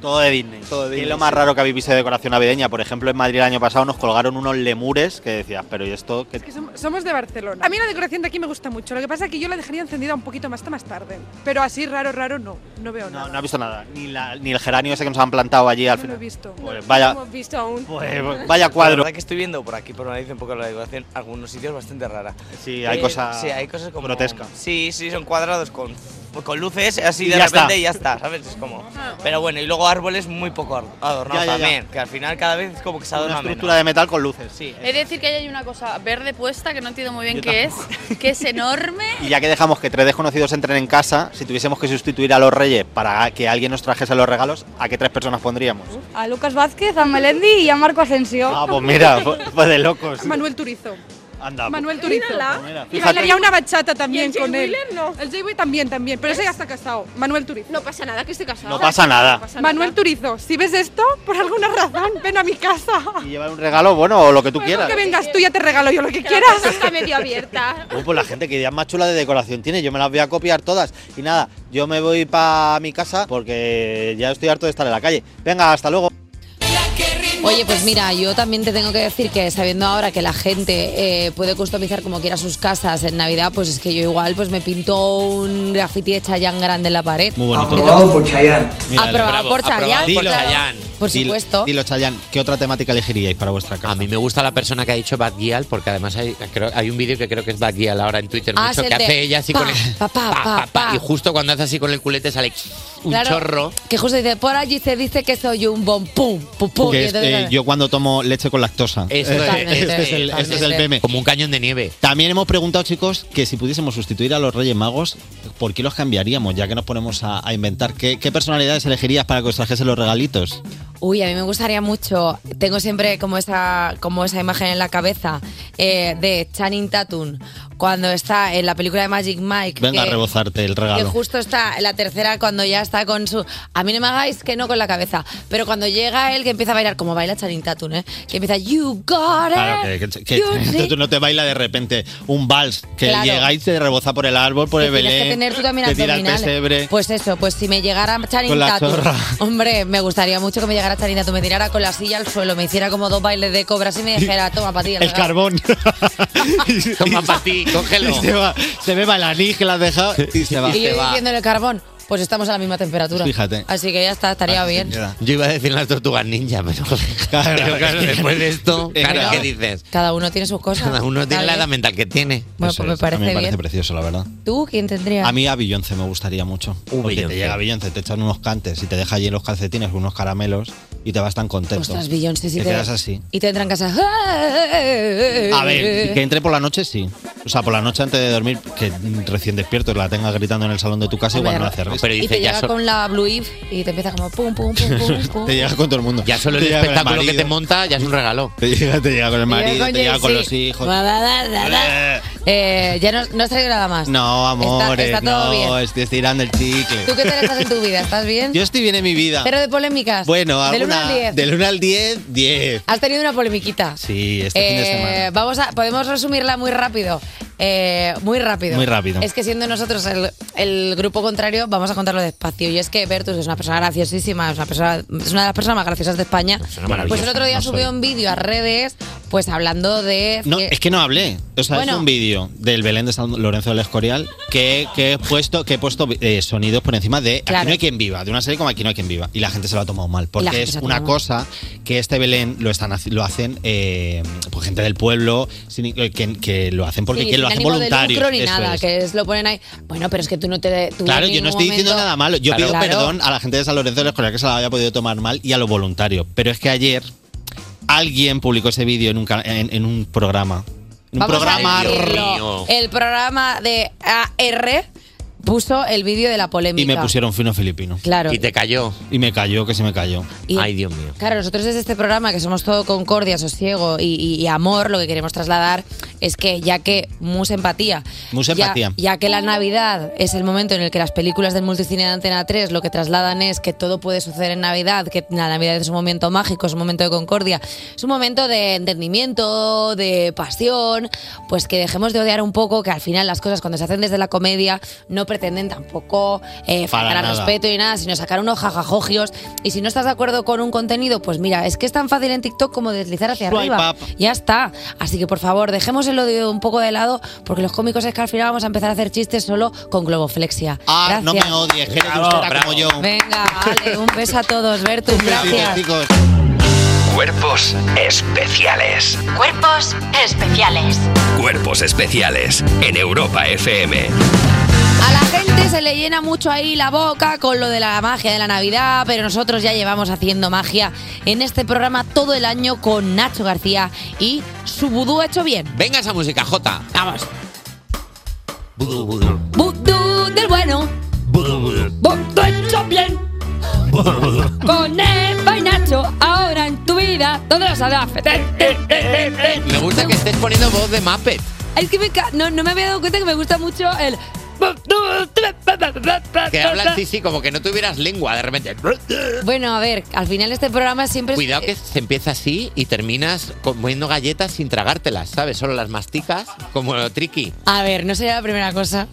Speaker 13: Todo de Disney. ¿Qué es lo más raro que habéis visto de decoración navideña? Por ejemplo, en Madrid el año pasado nos colgaron unos lemures que decías, pero ¿y esto qué?
Speaker 17: Somos de Barcelona. A mí la decoración de aquí me gusta mucho. Lo que pasa es que yo la dejaría encendida un poquito más hasta más tarde. Pero así raro, raro no. No veo
Speaker 13: No,
Speaker 17: nada.
Speaker 13: no he visto nada. Ni, la- ni el geranio ese que nos han plantado allí al
Speaker 17: No lo he
Speaker 13: final.
Speaker 17: visto.
Speaker 13: Pues vaya,
Speaker 17: No lo hemos visto aún.
Speaker 18: *laughs*
Speaker 13: pues vaya cuadro.
Speaker 14: La verdad que estoy viendo por aquí, por Madrid, un poco la decoración, algunos sitios bastante rara. Eh,
Speaker 13: Sí, hay cosas
Speaker 14: Sí, hay cosas como.
Speaker 13: grotescas.
Speaker 14: Sí, sí, son cuadrados con, pues con luces, así
Speaker 13: Y
Speaker 14: de
Speaker 13: ya
Speaker 14: repente
Speaker 13: está.
Speaker 14: y ya está, ¿sabes? Es como. Pero bueno, y luego árboles muy poco ar- adornados
Speaker 13: Ya, ya, ya.
Speaker 14: también, que al final cada vez es como que se adorna
Speaker 13: Una
Speaker 14: menos.
Speaker 13: estructura de metal con luces.
Speaker 14: Sí. eh.
Speaker 15: He de decir que ahí hay una cosa verde puesta que no entiendo muy bien
Speaker 13: Yo
Speaker 15: qué es, que es enorme.
Speaker 13: Y ya que dejamos que tres desconocidos entren en casa, si tuviésemos que sustituir a los reyes para que alguien nos trajese los regalos, ¿a qué tres personas pondríamos?
Speaker 18: *laughs* A Lucas Vázquez, a Melendi y a Marco Asensio.
Speaker 13: Ah, pues mira, *laughs* pues pues de locos.
Speaker 17: Manuel Turizo.
Speaker 13: Anda, pues.
Speaker 17: Manuel Turizo. Y
Speaker 13: fíjate.
Speaker 17: bailaría una bachata también
Speaker 19: ¿Y el Jay
Speaker 17: con él.
Speaker 19: Wheeler
Speaker 17: El Jay Wheeler también, también. Pero ese ya está casado. Manuel Turizo. No pasa nada, que estoy casado.
Speaker 13: No pasa nada. No pasa
Speaker 17: Manuel Turizo, si ves esto, por alguna razón, ven a mi casa.
Speaker 13: Y llevar un regalo, bueno, o lo que tú quieras.
Speaker 17: Que vengas tú, ya te regalo yo lo que quieras.
Speaker 19: está medio abierta.
Speaker 13: Uy, pues la gente que ideas más chula de decoración tiene, yo me las voy a copiar todas. Y nada, yo me voy para mi casa porque ya estoy harto de estar en la calle. Venga, hasta luego.
Speaker 3: Oye, pues mira, yo también te tengo que decir que sabiendo ahora que la gente eh, puede customizar como quiera sus casas en Navidad, pues es que yo igual pues me pinto un graffiti de Chayanne grande en la pared. Ah,
Speaker 12: Muy bonito.
Speaker 3: Aprobado por
Speaker 12: Chayanne.
Speaker 3: Aprobado Bravo, por aprobado Chayanne, por claro. Chayanne. Por supuesto.
Speaker 12: Dilo, Chayanne, ¿qué otra temática elegiríais para vuestra casa?
Speaker 4: A mí me gusta la persona que ha dicho Bad Gyal, porque además hay, creo- hay un vídeo que creo que es Bad Gyal ahora en Twitter
Speaker 3: Ah,
Speaker 4: mucho,
Speaker 3: es el
Speaker 4: que
Speaker 3: de
Speaker 4: hace ella así
Speaker 3: pa,
Speaker 4: con el,
Speaker 3: pa, pa, pa, pa.
Speaker 4: y justo cuando hace así con el culete sale un
Speaker 3: Claro,
Speaker 4: chorro.
Speaker 3: Que justo dice, por allí se dice que soy un bon pum, pum, pum.
Speaker 12: Que
Speaker 3: y
Speaker 12: es,
Speaker 3: entonces-
Speaker 12: eh, yo cuando tomo leche con lactosa.
Speaker 4: Eso
Speaker 12: Este-
Speaker 4: es,
Speaker 12: este es el, este es el
Speaker 4: totalmente.
Speaker 12: meme.
Speaker 4: Como un cañón de nieve.
Speaker 12: También hemos preguntado, chicos, que si pudiésemos sustituir a los Reyes Magos, ¿por qué los cambiaríamos? Ya que nos ponemos a, a inventar. ¿Qué, qué personalidades elegirías para que os trajesen los regalitos?
Speaker 3: Uy, a mí me gustaría mucho. Tengo siempre como esa, como esa imagen en la cabeza eh, de Channing Tatum cuando está en la película de Magic Mike.
Speaker 12: Venga
Speaker 3: que-
Speaker 12: a rebozarte el
Speaker 3: Que
Speaker 12: regalo.
Speaker 3: justo está la tercera cuando ya está con su. A mí no me hagáis que no con la cabeza. Pero cuando llega él que empieza a bailar, como baila Channing Tatum, ¿eh? Que empieza, You got it.
Speaker 12: Claro, que, que- que-
Speaker 3: you did
Speaker 12: tú no te baila de repente un vals que
Speaker 3: Claro.
Speaker 12: llega y te reboza por el árbol, por el
Speaker 3: Que
Speaker 12: Belén.
Speaker 3: Tienes que tener tú también
Speaker 12: te tira el
Speaker 3: abdominales.
Speaker 12: pesebre.
Speaker 3: Pues eso, pues si me llegara Channing
Speaker 12: Con la
Speaker 3: Tatum,
Speaker 12: chorra.
Speaker 3: hombre, me gustaría mucho que me llegara Channing Tatum, me tirara con la silla al suelo, me hiciera como dos bailes de cobras y me dijera, toma para ti.
Speaker 12: el
Speaker 3: regalo". *laughs*
Speaker 12: carbón.
Speaker 4: Toma para ti, cógelo.
Speaker 12: Y se, va, se beba el anís que la has dejado y se va.
Speaker 3: Y yo diciendo el carbón, pues estamos a la misma temperatura.
Speaker 4: Fíjate.
Speaker 3: Así que ya está, estaría
Speaker 4: Así se
Speaker 3: bien.
Speaker 4: queda. Yo iba a decir las tortugas ninja, pero *laughs* claro, pero claro, después de *laughs* esto, claro, ¿qué dices?
Speaker 3: Cada uno tiene sus cosas.
Speaker 4: Cada uno tiene
Speaker 3: Tal
Speaker 4: la edad
Speaker 3: vez.
Speaker 4: mental que tiene.
Speaker 3: Bueno, pues me
Speaker 12: A mí
Speaker 3: parece
Speaker 12: me parece
Speaker 3: bien.
Speaker 12: precioso, la verdad.
Speaker 3: ¿Tú quién tendrías?
Speaker 12: A mí a Beyoncé me gustaría mucho.
Speaker 4: Uh,
Speaker 12: Porque te llega Beyoncé, te echan unos cantes y te deja allí en los calcetines con unos caramelos y te vas tan contento.
Speaker 3: Ostras, Beyoncé, si
Speaker 12: te,
Speaker 3: te-
Speaker 12: quedas así.
Speaker 3: Y te entra en casa.
Speaker 12: A
Speaker 3: A
Speaker 12: ver,
Speaker 3: *laughs*
Speaker 12: que entre por la noche sí. O sea, por la noche antes de dormir, que mm, recién despierto la tengas gritando en el salón de tu casa, igual no hace risa.
Speaker 3: y te llega
Speaker 4: *laughs*
Speaker 3: con la Blue Eve y te empieza como pum, pum, pum,
Speaker 12: *laughs*
Speaker 3: pum, pum.
Speaker 12: Te llega con todo el mundo. Ya
Speaker 4: Solo el espectáculo que te monta ya es un regalo.
Speaker 12: Te llega, te llega con el marido, te llega con los hijos.
Speaker 3: Va, va, va, va,
Speaker 12: *laughs*
Speaker 3: va. Eh, ya no, no has traído nada más.
Speaker 12: No, amores,
Speaker 3: está todo
Speaker 12: no,
Speaker 3: bien.
Speaker 12: estoy estirando el chicle.
Speaker 3: ¿Tú qué tal estás en tu vida? ¿Estás bien?
Speaker 12: Yo estoy bien en mi vida.
Speaker 3: Pero de polémicas.
Speaker 12: bueno,
Speaker 3: del 1
Speaker 12: alguna-
Speaker 3: al 10.
Speaker 12: del 1 al 10, 10.
Speaker 3: Has tenido una polemiquita.
Speaker 12: Sí, este fin de
Speaker 3: Eh,
Speaker 12: semana.
Speaker 3: Vamos a, podemos resumirla muy rápido. eh, muy rápido.
Speaker 12: Muy rápido.
Speaker 3: Es que siendo nosotros el, el grupo contrario, vamos a contarlo despacio. Y es que Bertus es una persona graciosísima, es una, persona, es una de las personas más graciosas de España. Pues el
Speaker 12: maravillosa,
Speaker 3: otro día
Speaker 12: no
Speaker 3: subió
Speaker 12: soy.
Speaker 3: un vídeo a redes, pues hablando de...
Speaker 12: No, eh, es que no hablé. O sea,
Speaker 3: Bueno.
Speaker 12: es un vídeo del Belén de San Lorenzo del Escorial que, que he puesto, que he puesto eh, sonidos por encima de Aquí
Speaker 3: Claro.
Speaker 12: no hay quien viva, de una serie como Aquí no hay quien viva. Y la gente se lo ha tomado mal.
Speaker 3: La
Speaker 12: Porque
Speaker 3: gente
Speaker 12: es
Speaker 3: se lo ha
Speaker 12: una
Speaker 3: tomado
Speaker 12: cosa que este Belén lo están haci- lo hacen eh, pues, gente del pueblo, sin- eh, que, que lo hacen porque
Speaker 3: Sí,
Speaker 12: quieren, lo
Speaker 3: sin
Speaker 12: hacen
Speaker 3: ánimo
Speaker 12: voluntarios.
Speaker 3: De lucro ni
Speaker 12: eso
Speaker 3: nada,
Speaker 12: es.
Speaker 3: que es, lo ponen ahí. Bueno, pero es que tú no te. tú
Speaker 12: Claro,
Speaker 3: en
Speaker 12: yo
Speaker 3: ningún
Speaker 12: no estoy diciendo
Speaker 3: momento-
Speaker 12: nada malo. Yo pido
Speaker 3: Claro.
Speaker 12: perdón a la gente de San Lorenzo del Escorial que se la haya podido tomar mal y a los voluntarios. Pero es que ayer alguien publicó ese vídeo en un, ca- en, en un programa. En un
Speaker 3: Vamos a
Speaker 12: programa
Speaker 3: decirlo.
Speaker 12: mío.
Speaker 3: El programa de AR puso el vídeo de la polémica.
Speaker 12: Y me pusieron fino filipino.
Speaker 3: Claro. Y
Speaker 12: te cayó. Y me cayó, que se me cayó. Ay, Dios mío.
Speaker 3: Claro, nosotros desde este programa, que somos todo concordia, sosiego y, y- y amor, lo que queremos trasladar es que ya que mucha empatía.
Speaker 12: Mucha
Speaker 3: ya-
Speaker 12: empatía.
Speaker 3: Ya, que la Navidad es el momento en el que las películas del multicine de Antena 3 lo que trasladan es que todo puede suceder en Navidad, que la Navidad es un momento mágico, es un momento de concordia, es un momento de entendimiento, de pasión, pues que dejemos de odiar un poco, que al final las cosas cuando se hacen desde la comedia no pretenden tampoco eh,
Speaker 12: Para
Speaker 3: faltar al
Speaker 12: nada.
Speaker 3: respeto y nada, sino sacar unos jajajogios. Y si no estás de acuerdo con un contenido, pues mira, es que es tan fácil en TikTok como deslizar hacia
Speaker 12: Swipe
Speaker 3: arriba.
Speaker 12: up.
Speaker 3: Ya está. Así que por favor, dejemos el odio un poco de lado, porque los cómicos es que al final vamos a empezar a hacer chistes solo con globoflexia.
Speaker 12: Ah, no
Speaker 3: Gracias.
Speaker 12: me odies, que eres
Speaker 3: Bravo,
Speaker 12: grosera
Speaker 3: bravo.
Speaker 12: como yo.
Speaker 3: Venga, vale, un beso a todos, Bertus, gracias.
Speaker 12: Chicos,
Speaker 1: Cuerpos especiales.
Speaker 2: Cuerpos especiales.
Speaker 1: Cuerpos especiales en Europa FM.
Speaker 3: A la gente se le llena mucho ahí la boca con lo de la magia de la Navidad, pero nosotros ya llevamos haciendo magia en este programa todo el año con Nacho García y su vudú hecho bien.
Speaker 4: Venga esa música, Jota.
Speaker 3: Vamos. Vudú del bueno, vudú hecho bien. Con Eva y Nacho, ahora en tu vida, ¿dónde las harás?
Speaker 4: Me gusta que estés poniendo voz de Muppet.
Speaker 3: Es que me ca- no, no me había dado cuenta que me gusta mucho el...
Speaker 4: Que hablas así, sí, como que no tuvieras lengua de repente.
Speaker 3: Bueno, a ver, al final este programa siempre es-
Speaker 4: Cuidado que se empieza así y terminas comiendo galletas sin tragártelas, ¿sabes? Solo las masticas, como tricky.
Speaker 3: A ver, no sería la primera cosa.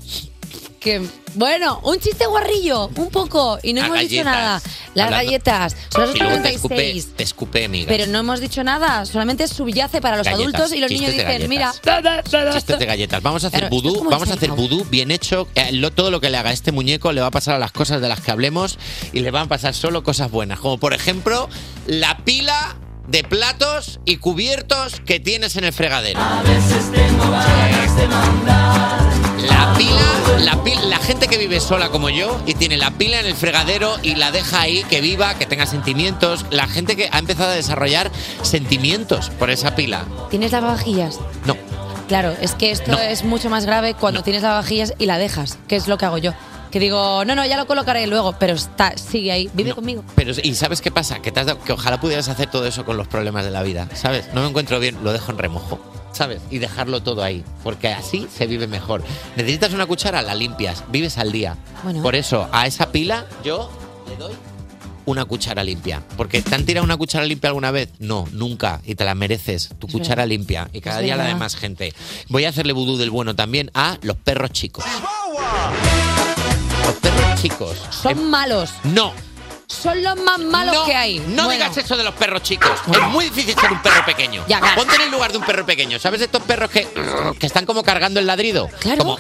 Speaker 3: Que, bueno, un chiste guarrillo, un poco, y no
Speaker 4: Las
Speaker 3: hemos dicho
Speaker 4: Ah,
Speaker 3: nada.
Speaker 4: galletas.
Speaker 3: Las
Speaker 4: Hablando-
Speaker 3: galletas, son las
Speaker 4: Y luego te escupe,
Speaker 3: 8.46,
Speaker 4: te escupe, amigas.
Speaker 3: pero no hemos dicho nada, solamente subyace para los
Speaker 4: Galletas,
Speaker 3: adultos y los niños
Speaker 4: chistes de
Speaker 3: dicen, mira...
Speaker 4: galletas. Chistes de galletas. Vamos a hacer
Speaker 3: Claro, esto es
Speaker 4: vudú,
Speaker 3: como
Speaker 4: vamos a hacer
Speaker 3: desayuno.
Speaker 4: vudú bien hecho. Eh, lo- todo lo que le haga este muñeco le va a pasar a las cosas de las que hablemos y le van a pasar solo cosas buenas, como por ejemplo la pila de platos y cubiertos que tienes en el fregadero. La pila, la pila, la gente que vive sola como yo y tiene la pila en el fregadero y la deja ahí que viva, que tenga sentimientos, la gente que ha empezado a desarrollar sentimientos por esa pila.
Speaker 3: ¿Tienes lavavajillas?
Speaker 4: No.
Speaker 3: Claro, es que esto
Speaker 4: No.
Speaker 3: es mucho más grave cuando tienes lavavajillas y la dejas, que es lo que hago yo. Que digo, no, no, ya lo colocaré luego, pero está, sigue ahí, vive conmigo.
Speaker 4: Pero, ¿y sabes qué pasa? Que, te has dado- que ojalá pudieras hacer todo eso con los problemas de la vida, ¿sabes? No me encuentro bien, lo dejo en remojo, ¿sabes? Y dejarlo todo ahí, porque así se vive mejor. Necesitas una cuchara, la limpias, vives al día.
Speaker 3: Bueno.
Speaker 4: Por eso, a esa pila yo le doy una cuchara limpia. Porque ¿te han tirado una cuchara limpia alguna vez? No, nunca. Y te la mereces, tu
Speaker 3: Es
Speaker 4: cuchara
Speaker 3: verdad.
Speaker 4: limpia. Y cada
Speaker 3: Es
Speaker 4: día la de
Speaker 3: verdad.
Speaker 4: más gente. Voy a hacerle vudú del bueno también a los perros chicos. Los perros chicos. Em,
Speaker 3: Son malos,
Speaker 4: No,
Speaker 3: son los más malos
Speaker 4: no,
Speaker 3: que hay.
Speaker 4: No
Speaker 3: Bueno.
Speaker 4: digas eso de los perros chicos. Es muy difícil ser un perro pequeño.
Speaker 3: Ya, claro.
Speaker 4: Ponte *laughs* en el lugar de un perro pequeño. ¿Sabes estos perros que, que están como cargando el ladrido? Claro.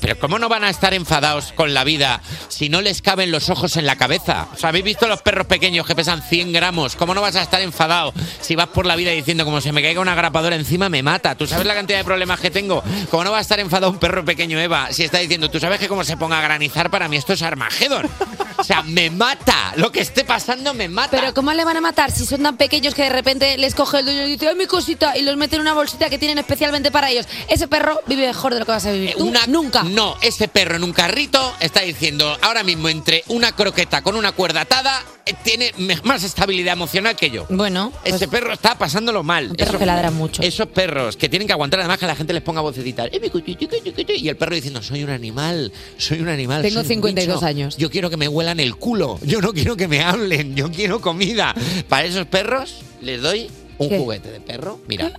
Speaker 4: pero ¿cómo no van a estar enfadados con la vida si no les caben los ojos en la cabeza? O sea, ¿habéis visto los perros pequeños que pesan 100 gramos? ¿Cómo no vas a estar enfadado si vas por la vida diciendo como se me caiga una grapadora encima me mata? ¿Tú sabes la cantidad de problemas que tengo? ¿Cómo no va a estar enfadado un perro pequeño Eva si está diciendo tú sabes que como se ponga a granizar para mí esto es Armagedón? O sea, me mata. Lo que esté pasando me mata.
Speaker 3: Pero ¿cómo le van a matar si son tan pequeños que de repente les coge el dueño y dice, ¡ay, mi cosita! Y los mete en una bolsita que tienen especialmente para ellos. Ese perro vive mejor de lo que vas a vivir tú.
Speaker 4: Eh, Una- No, ese perro en un carrito está diciendo ahora mismo entre una croqueta con una cuerda atada eh, tiene me- más estabilidad emocional que yo.
Speaker 3: Bueno.
Speaker 4: Ese perro está pasándolo mal.
Speaker 3: Pues perro que ladra mucho.
Speaker 4: Esos perros que tienen que aguantar además que la gente les ponga vocecitas. "Eh, mi cuchi, chiqui, chiqui, chiqui", Y el perro diciendo, soy un animal, soy un animal.
Speaker 3: Tengo
Speaker 4: soy un
Speaker 3: 52
Speaker 4: bicho.
Speaker 3: años.
Speaker 4: Yo quiero que me huelan el culo. Yo no quiero que me hablen. Yo quiero comida. Para esos perros les doy un
Speaker 3: ¿Qué?
Speaker 4: juguete de perro. Mira.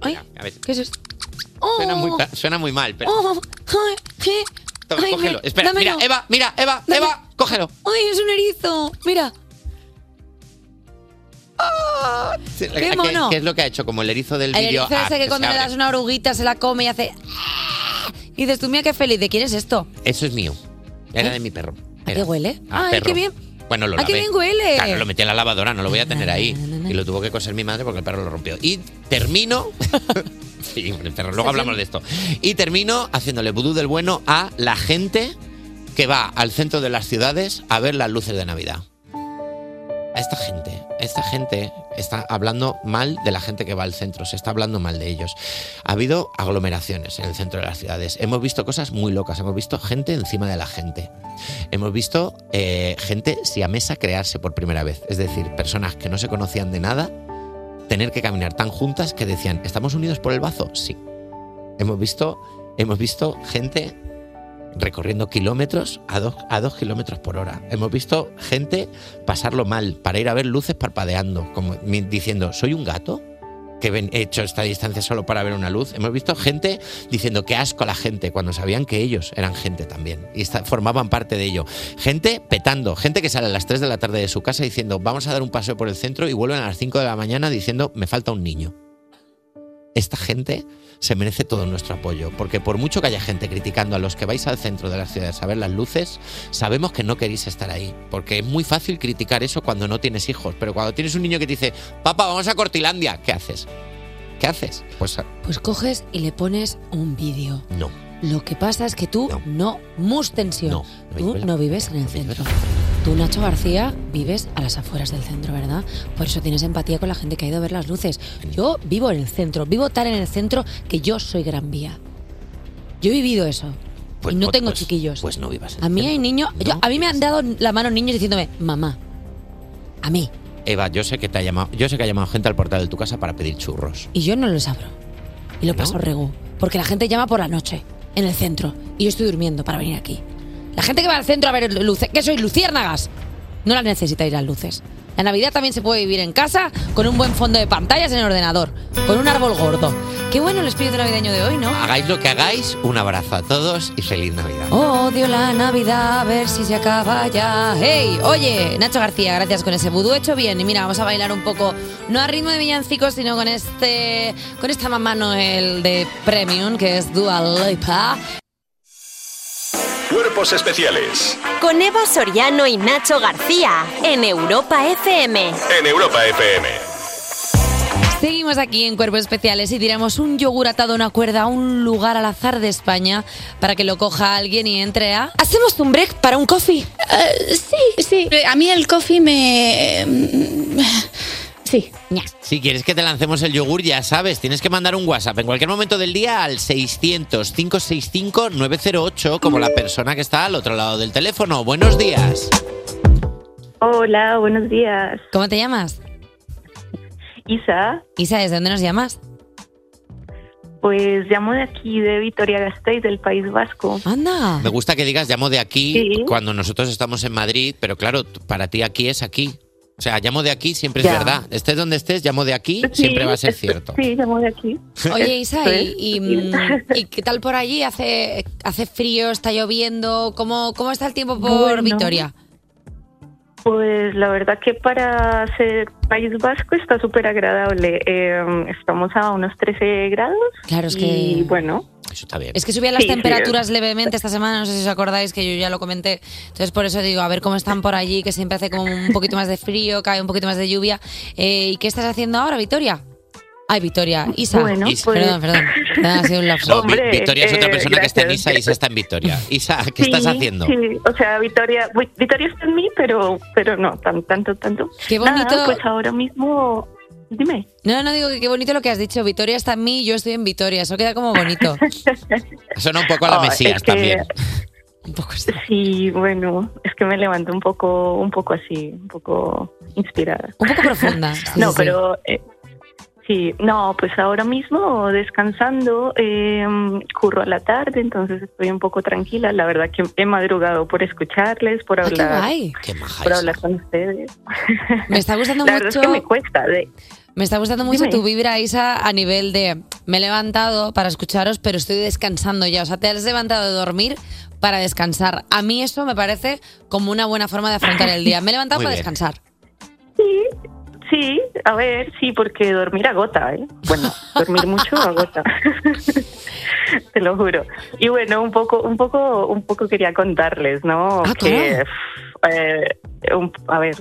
Speaker 3: Ay,
Speaker 4: a ver.
Speaker 3: ¿Qué es esto?
Speaker 4: Suena muy, ca- suena muy mal, pero.
Speaker 3: Oh, ay, ¿qué?
Speaker 4: Toma,
Speaker 3: Ay,
Speaker 4: cógelo.
Speaker 3: me-
Speaker 4: Espera,
Speaker 3: dámelo.
Speaker 4: mira, Eva, mira, Eva, Eva, cógelo.
Speaker 3: ¡Ay, es un erizo! Mira. ¡Ah!
Speaker 4: Sí,
Speaker 3: ¡Qué
Speaker 4: ¿qué-
Speaker 3: mono!
Speaker 4: ¿Qué es lo que ha hecho? Como el erizo del
Speaker 3: El
Speaker 4: vídeo.
Speaker 3: erizo
Speaker 4: ah,
Speaker 3: ese que
Speaker 4: se
Speaker 3: cuando le
Speaker 4: abre.
Speaker 3: das una oruguita se la come y hace. "Ah". Y dices, tú mira qué feliz, ¿de quién es esto?
Speaker 4: Eso es mío. Era de mi perro.
Speaker 3: ¿Eh? ¿A qué
Speaker 4: Era.
Speaker 3: huele?
Speaker 4: Ah,
Speaker 3: ¡Ay,
Speaker 4: perro.
Speaker 3: qué bien!
Speaker 4: Bueno, lo
Speaker 3: ¡Ah, qué
Speaker 4: lavé.
Speaker 3: bien huele!
Speaker 4: Claro, lo metí en la lavadora, no lo voy a tener ahí. Y lo tuvo que coser mi madre porque el perro lo rompió. Y termino. *laughs* sí, el perro, luego hablamos de esto. Y termino haciéndole vudú del bueno a la gente que va al centro de las ciudades a ver las luces de Navidad. A esta gente, esta gente está hablando mal de la gente que va al centro, se está hablando mal de ellos. Ha habido aglomeraciones en el centro de las ciudades. Hemos visto cosas muy locas, hemos visto gente encima de la gente. Hemos visto eh, gente siamesa crearse por primera vez, es decir, personas que no se conocían de nada, tener que caminar tan juntas que decían, ¿estamos unidos por el bazo? Sí. Hemos visto, hemos visto gente recorriendo kilómetros a dos, a dos kilómetros por hora. Hemos visto gente pasarlo mal para ir a ver luces parpadeando, como mi- diciendo, ¿soy un gato? Que ven- he hecho esta distancia solo para ver una luz. Hemos visto gente diciendo que asco a la gente cuando sabían que ellos eran gente también y esta- formaban parte de ello. Gente petando, gente que sale a las 3 de la tarde de su casa diciendo vamos a dar un paseo por el centro y vuelven a las 5 de la mañana diciendo me falta un niño esta gente se merece todo nuestro apoyo, porque por mucho que haya gente criticando a los que vais al centro de las ciudades a ver las luces, sabemos que no queréis estar ahí, porque es muy fácil criticar eso cuando no tienes hijos, pero cuando tienes un niño que te dice, papá, vamos a Cortilandia, ¿qué haces? ¿Qué haces? Pues ah,
Speaker 3: Pues coges y le pones un vídeo.
Speaker 4: no.
Speaker 3: Lo que pasa es que tú no, mus tensión. tú no vives en el centro. Tú, Nacho García, vives a las afueras del centro, ¿verdad? Por eso tienes empatía con la gente que ha ido a ver las luces. Yo vivo en el centro, vivo tan en el centro que yo soy Gran Vía. Yo he vivido eso.
Speaker 4: Pues
Speaker 3: y no
Speaker 4: pues-
Speaker 3: tengo
Speaker 4: pues-
Speaker 3: chiquillos.
Speaker 4: Pues no vivas. en-
Speaker 3: A mí hay niños, yo- a mí me han dado la mano niños diciéndome, mamá, a mí.
Speaker 4: Eva, yo sé que te ha llamado, yo sé que ha llamado gente al portal de tu casa para pedir churros.
Speaker 3: Y yo no los abro. Y lo paso regu. Porque la gente llama por la noche, en el centro. Y yo estoy durmiendo para venir aquí. La gente que va al centro a ver luces, que sois luciérnagas, no las necesitáis las luces. La Navidad también se puede vivir en casa, con un buen fondo de pantallas en el ordenador, con un árbol gordo. Qué bueno el espíritu navideño de hoy, ¿no?
Speaker 4: Hagáis lo que hagáis, un abrazo a todos y feliz Navidad.
Speaker 3: Odio la Navidad, a ver si se acaba ya. ¡Hey! Oye, Nacho García, gracias con ese vudú hecho bien. Y mira, vamos a bailar un poco, no a ritmo de villancicos, sino con este, con esta mamá Noel de Premium, que es Dua Lipa.
Speaker 7: Cuerpos especiales
Speaker 2: Con Eva Soriano y Nacho García en Europa FM.
Speaker 7: en Europa FM.
Speaker 3: Seguimos aquí en Cuerpos Especiales y tiramos un yogur atado a una cuerda a un lugar al azar de España para que lo coja alguien y entre a... ¿Hacemos un break para un coffee?
Speaker 16: sí, sí. Eh, A mí el coffee me... Sí.
Speaker 4: Si quieres que te lancemos el yogur, ya sabes, tienes que mandar un WhatsApp en cualquier momento del día al 600-565-908, como la persona que está al otro lado del teléfono. Buenos días.
Speaker 16: Hola, buenos días.
Speaker 3: ¿Cómo te llamas?
Speaker 16: Isa.
Speaker 3: Isa, ¿desde dónde nos llamas?
Speaker 16: Pues llamo de aquí, de Vitoria Gasteiz, del País Vasco.
Speaker 3: Anda.
Speaker 4: Me gusta que digas, llamo de aquí
Speaker 16: Sí.
Speaker 4: cuando nosotros estamos en Madrid, pero claro, t- para ti aquí es aquí. O sea, llamo de aquí siempre
Speaker 16: Ya.
Speaker 4: es verdad. Estés donde estés, llamo de aquí siempre va a ser
Speaker 16: *laughs*
Speaker 4: cierto.
Speaker 16: Sí, llamo de aquí. Pues,
Speaker 3: Oye,
Speaker 16: *laughs*
Speaker 3: Isa, ¿y,
Speaker 16: Esto
Speaker 3: y,
Speaker 16: es.
Speaker 3: mm, ¿y qué tal por allí? ¿Hace, hace frío? ¿Está lloviendo? ¿Cómo, cómo está el tiempo por
Speaker 16: Bueno.
Speaker 3: Vitoria?
Speaker 16: Pues la verdad que para ser País Vasco está súper agradable. Eh, estamos a unos 13 grados.
Speaker 3: Claro, es que-
Speaker 16: Y bueno.
Speaker 4: Eso está bien.
Speaker 3: Es que subían las
Speaker 16: Sí, sí.
Speaker 3: temperaturas levemente esta semana, no sé si os acordáis que yo ya lo comenté. Entonces, por eso digo, a ver cómo están por allí, que siempre hace como un poquito más de frío, cae un poquito más de lluvia. Eh, ¿Y qué estás haciendo ahora, Victoria? Ay, Victoria, Isa.
Speaker 16: Bueno,
Speaker 3: Isa.
Speaker 16: pues-
Speaker 3: Perdón, perdón. Nada, ha sido un lapso.
Speaker 4: No, Vi- Victoria es otra
Speaker 16: eh,
Speaker 4: persona que está en Isa y Isa está en Victoria. Isa, ¿qué estás
Speaker 16: Sí,
Speaker 4: haciendo?
Speaker 16: Sí, o sea, Vitoria, Vi- Vitoria está en mí, pero, pero no, tan, tanto, tanto.
Speaker 3: Qué bonito.
Speaker 16: Nada, pues ahora mismo, dime.
Speaker 3: No, no digo que qué bonito lo que has dicho. Victoria está en mí, yo estoy en Victoria. Eso queda como bonito.
Speaker 4: Suena un poco a la
Speaker 16: Oh, es *laughs*
Speaker 4: Mesías
Speaker 16: que-
Speaker 4: también.
Speaker 16: *laughs* Sí, bueno, es que me levanto un poco, un poco así, un poco inspirada. *laughs*
Speaker 3: Un poco profunda.
Speaker 16: no,
Speaker 3: sí, sí.
Speaker 16: pero eh, Sí, no, pues ahora mismo descansando, eh, curro a la tarde, entonces estoy un poco tranquila. La verdad que he madrugado por escucharles, por
Speaker 3: Ah, qué
Speaker 16: hablar,
Speaker 3: guay.
Speaker 16: por hablar con ustedes.
Speaker 3: Me está
Speaker 16: *laughs*
Speaker 3: gustando
Speaker 16: la verdad
Speaker 3: mucho.
Speaker 16: es que me cuesta. de-
Speaker 3: Me está gustando mucho
Speaker 16: Dime.
Speaker 3: tu vibra, Isa, a nivel de me he levantado para escucharos, pero estoy descansando ya. O sea, te has levantado de dormir para descansar. A mí eso me parece como una buena forma de afrontar el día. Me he
Speaker 16: *laughs*
Speaker 3: levantado
Speaker 16: Muy
Speaker 3: para
Speaker 16: bien.
Speaker 3: descansar.
Speaker 16: Sí, a ver, sí, porque dormir agota, ¿eh? Bueno, dormir mucho agota. *laughs* Te lo juro. Y bueno, un poco, un poco, un poco quería contarles, ¿no? que pf, eh, un- a ver,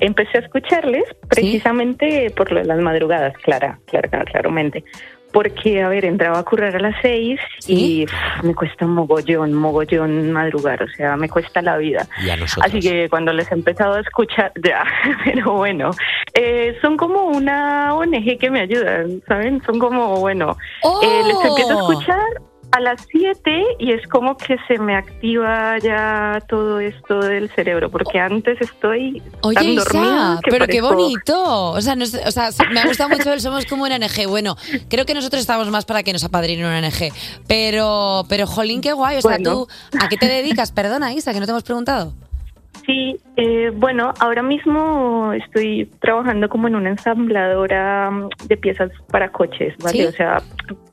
Speaker 16: empecé a escucharles precisamente por lo de las madrugadas, Clara, claro, claro, claramente. Porque, a ver, entraba a currar a las seis y pf, me cuesta un mogollón, mogollón madrugar, o sea, me cuesta la vida.
Speaker 4: Y a nosotros.
Speaker 16: Así que cuando les he empezado a escuchar, *laughs* ya, pero bueno, eh, son como una ONG que me ayudan, ¿saben? Son como, bueno, eh, les empiezo a
Speaker 19: ¡Oh!
Speaker 16: escuchar a las 7 y es como que se me activa ya todo esto del cerebro, porque antes estoy tan
Speaker 3: Oye,
Speaker 16: dormida
Speaker 3: Isa,
Speaker 16: que
Speaker 3: pero qué
Speaker 16: parezco-
Speaker 3: bonito. O sea, no sé- o sea, me ha gustado mucho el Somos como una ONG. Bueno, creo que nosotros estamos más para que nos apadrine una ONG. Pero, pero jolín, qué guay. O sea,
Speaker 16: Bueno.
Speaker 3: tú, ¿a qué te dedicas? Perdona, Isa, que no te hemos preguntado.
Speaker 16: Sí, eh, bueno, ahora mismo estoy trabajando como en una ensambladora mm, de piezas para coches, ¿vale?
Speaker 3: Sí.
Speaker 16: O sea,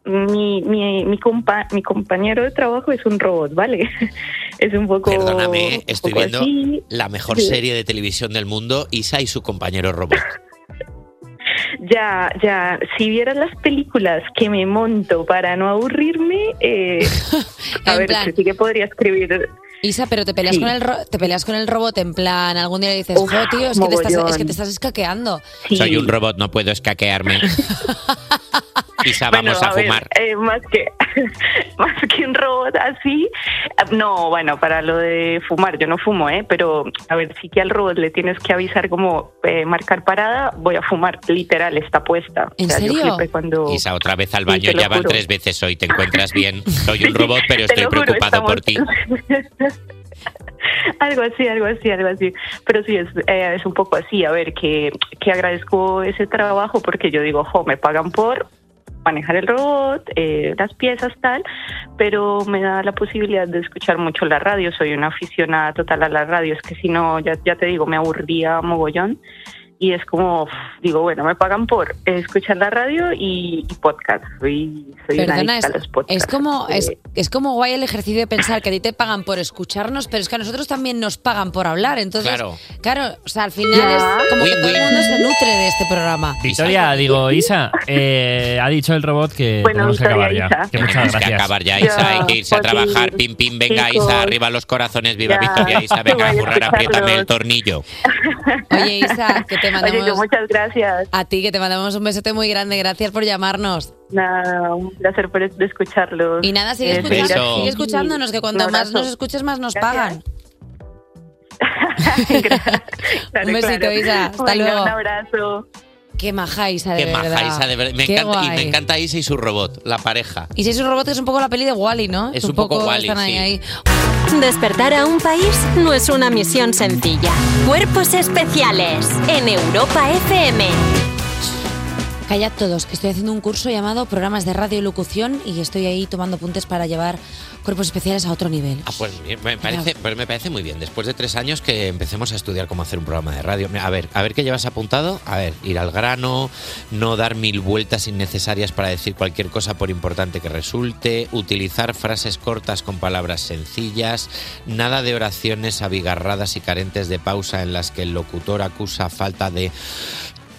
Speaker 16: mi, mi, mi, compa mi compañero de trabajo es un robot, ¿vale? *laughs* Es un poco...
Speaker 4: Perdóname,
Speaker 16: Oh,
Speaker 4: ¿eh?
Speaker 16: un
Speaker 4: estoy
Speaker 16: poco
Speaker 4: viendo
Speaker 16: así.
Speaker 4: la mejor
Speaker 16: Sí.
Speaker 4: serie de televisión del mundo, Isa y su compañero robot.
Speaker 16: Ya, ya, si vieras las películas que me monto para no aburrirme,
Speaker 3: *laughs*
Speaker 16: eh, a
Speaker 3: En
Speaker 16: ver,
Speaker 3: plan.
Speaker 16: sí que podría escribir...
Speaker 3: Isa, pero te peleas,
Speaker 16: Sí.
Speaker 3: con el ro- te peleas con el robot en plan, algún día le dices, jo, tío, es que, te estás, es que
Speaker 16: mogollón.
Speaker 3: te estás escaqueando.
Speaker 4: Soy un robot, no puedo
Speaker 16: *laughs*
Speaker 4: escaquearme. Isa,
Speaker 16: Bueno,
Speaker 4: vamos a,
Speaker 16: ver,
Speaker 4: fumar.
Speaker 16: eh, más, que, *laughs* más que un robot así. eh, No, bueno, para lo de fumar, yo no fumo, ¿eh? Pero a ver, sí que al robot le tienes que avisar como eh, marcar parada, voy a fumar, literal, está puesta.
Speaker 3: ¿En
Speaker 16: Yo
Speaker 3: serio?
Speaker 16: flipé cuando...
Speaker 4: Isa, otra vez al
Speaker 16: Sí,
Speaker 4: baño,
Speaker 16: te lo
Speaker 4: ya van
Speaker 16: juro.
Speaker 4: tres veces hoy, te encuentras bien. Soy un robot,
Speaker 16: *laughs*
Speaker 4: pero
Speaker 16: Te
Speaker 4: estoy
Speaker 16: lo juro,
Speaker 4: preocupado por ti.
Speaker 16: estamos- *laughs* algo así, algo así, algo así. Pero sí, es, eh, es un poco así. A ver, que, que agradezco ese trabajo porque yo digo, jo, me pagan por manejar el robot, eh, las piezas, tal, pero me da la posibilidad de escuchar mucho la radio. Soy una aficionada total a la radio. Es que si no, ya, ya te digo, me aburría mogollón. Y es como, uf, digo, bueno, me pagan por escuchar la radio y, y podcast. Soy, soy una
Speaker 3: Perdona,
Speaker 16: adicta
Speaker 3: es,
Speaker 16: a los podcasts.
Speaker 3: es como, es,
Speaker 16: Eh,
Speaker 3: es como guay el ejercicio de pensar que a ti te pagan por escucharnos, pero es que a nosotros también nos pagan por hablar. Entonces,
Speaker 20: Claro.
Speaker 3: claro, o sea, al final es como que todo el mundo se nutre de este programa.
Speaker 20: Victoria, digo, Isa, eh, ha dicho el robot que
Speaker 3: Bueno,
Speaker 20: tenemos que
Speaker 3: Victoria,
Speaker 20: acabar ya.
Speaker 3: Isa.
Speaker 20: Que muchas
Speaker 4: Tenemos
Speaker 20: gracias.
Speaker 4: que acabar ya, Isa, hay que irse a
Speaker 16: pues
Speaker 20: Joaquín,
Speaker 4: trabajar. Pim, pim, venga,
Speaker 20: chicos.
Speaker 4: Isa, arriba los corazones, viva
Speaker 20: Ya.
Speaker 4: Victoria, Isa, venga a
Speaker 20: Voy a
Speaker 4: currar,
Speaker 20: escucharlos.
Speaker 4: apriétame el tornillo.
Speaker 3: Oye, Isa,
Speaker 16: *laughs*
Speaker 3: que te mandamos.
Speaker 16: muchas gracias.
Speaker 3: A ti, que te mandamos un besote muy grande. Gracias por llamarnos.
Speaker 16: Nada, un placer por es- de escucharlos.
Speaker 3: Y nada, sigue,
Speaker 16: Eh,
Speaker 3: escuchando-
Speaker 16: seguir así.
Speaker 3: sigue escuchándonos, que cuanto
Speaker 16: Un
Speaker 3: más
Speaker 16: abrazo.
Speaker 3: nos escuches, más nos pagan.
Speaker 16: *laughs* Claro,
Speaker 3: *laughs* un besito,
Speaker 16: claro.
Speaker 3: Isa. Hasta
Speaker 16: Bueno,
Speaker 3: luego.
Speaker 16: Un abrazo.
Speaker 3: Qué maja, Isa, de
Speaker 4: Qué
Speaker 3: verdad.
Speaker 4: maja, Isa, de verdad. Me
Speaker 3: Qué
Speaker 4: encanta, y
Speaker 3: guay.
Speaker 4: me encanta Isa y su robot, la pareja.
Speaker 3: Y si es un robot, es un poco la peli de Wally, ¿no?
Speaker 4: Es un poco Wall-E,
Speaker 3: están ahí,
Speaker 4: sí.
Speaker 3: ahí.
Speaker 2: Despertar a un país no es una misión sencilla. Cuerpos especiales en Europa FM.
Speaker 3: Callad todos, que estoy haciendo un curso llamado Programas de Radio y Locución y estoy ahí tomando apuntes para llevar cuerpos especiales a otro nivel.
Speaker 4: Ah, pues bien, me parece, pues me parece muy bien. Después de tres años que empecemos a estudiar cómo hacer un programa de radio. A ver, a ver qué llevas apuntado. A ver, ir al grano, no dar mil vueltas innecesarias para decir cualquier cosa por importante que resulte, utilizar frases cortas con palabras sencillas, nada de oraciones abigarradas y carentes de pausa en las que el locutor acusa falta de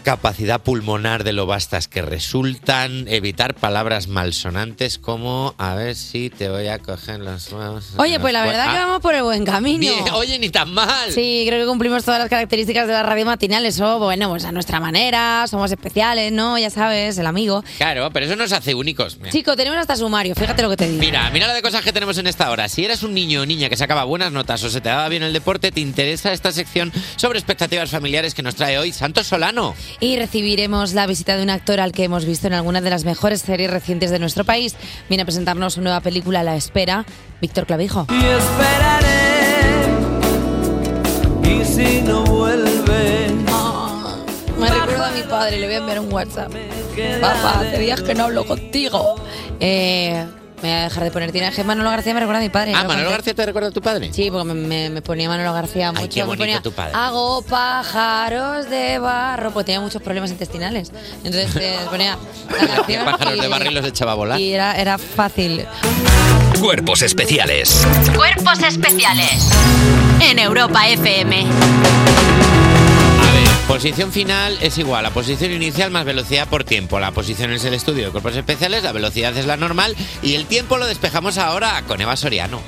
Speaker 4: capacidad pulmonar de lo vastas que resultan, evitar palabras malsonantes como a ver si te voy a coger los huevos.
Speaker 3: Oye, pues la
Speaker 4: Los hue-
Speaker 3: verdad que
Speaker 4: Ah,
Speaker 3: vamos por el buen camino.
Speaker 4: bien, oye, ni tan mal.
Speaker 3: Sí, creo que cumplimos todas las características de la radio matinal. Eso, bueno, pues a nuestra manera, somos especiales, ¿no? Ya sabes, el amigo.
Speaker 4: Claro, pero eso nos hace únicos. Mira.
Speaker 3: Chico, tenemos hasta sumario, fíjate lo que te digo.
Speaker 4: Mira, mira la de cosas que tenemos en esta hora. Si eras un niño o niña que sacaba buenas notas o se te daba bien el deporte, te interesa esta sección sobre expectativas familiares que nos trae hoy Santos Solano.
Speaker 3: Y recibiremos la visita de un actor al que hemos visto en alguna de las mejores series recientes de nuestro país. Viene a presentarnos su nueva película La Espera, Víctor Clavijo.
Speaker 6: Y esperaré. Y si no vuelve.
Speaker 3: Ah. Me recuerdo a mi padre.
Speaker 19: padre, le voy a enviar un WhatsApp. Papá, hace días que no hablo contigo.
Speaker 3: Eh, me voy a dejar de poner tinaje. Manolo García me recuerda a mi padre.
Speaker 4: Ah,
Speaker 3: Lo
Speaker 4: Manolo
Speaker 3: conté.
Speaker 4: García te recuerda a tu padre.
Speaker 3: Sí, porque me, me- me ponía Manolo García mucho.
Speaker 4: qué
Speaker 3: me
Speaker 4: bonito
Speaker 3: ponía,
Speaker 4: tu padre.
Speaker 3: Hago pájaros de barro, porque tenía muchos problemas intestinales. Entonces eh, ponía la
Speaker 4: Qué
Speaker 3: canción
Speaker 4: pájaros de
Speaker 3: y-
Speaker 4: barril los echaba a volar.
Speaker 3: y era, era fácil.
Speaker 1: Cuerpos especiales.
Speaker 2: Cuerpos especiales en Europa FM.
Speaker 4: Posición final es igual a posición inicial más velocidad por tiempo. La posición es el estudio de cuerpos especiales, la velocidad es la normal y el tiempo lo despejamos ahora con Eva Soriano.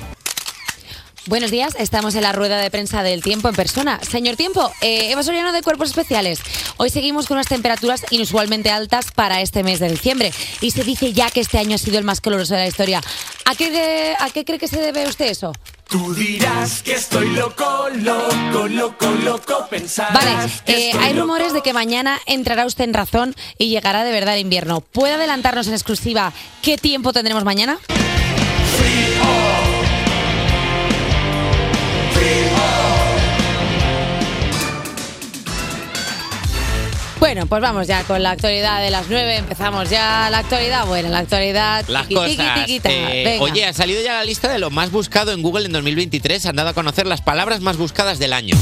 Speaker 3: Buenos días, estamos en la rueda de prensa del tiempo en persona. Señor Tiempo, eh, Eva Soriano de Cuerpos Especiales. Hoy seguimos con unas temperaturas inusualmente altas para este mes de diciembre y se dice ya que este año ha sido el más caluroso de la historia. ¿A qué, de- a qué cree que se debe usted eso?
Speaker 6: Tú dirás que estoy loco, loco, loco, loco, pensar.
Speaker 3: Vale, eh, hay rumores de que mañana entrará usted en razón y llegará de verdad el invierno. ¿Puede adelantarnos en exclusiva qué tiempo tendremos mañana? Bueno, pues vamos ya con la actualidad de las 9. Empezamos ya la actualidad. Bueno, la actualidad.
Speaker 4: Las
Speaker 3: tiqui, tiqui,
Speaker 4: cosas.
Speaker 3: tiquita.
Speaker 4: Eh,
Speaker 3: Venga.
Speaker 4: oye, ha salido ya la lista de lo más buscado en Google en 2023. Han dado a conocer las palabras más buscadas del año.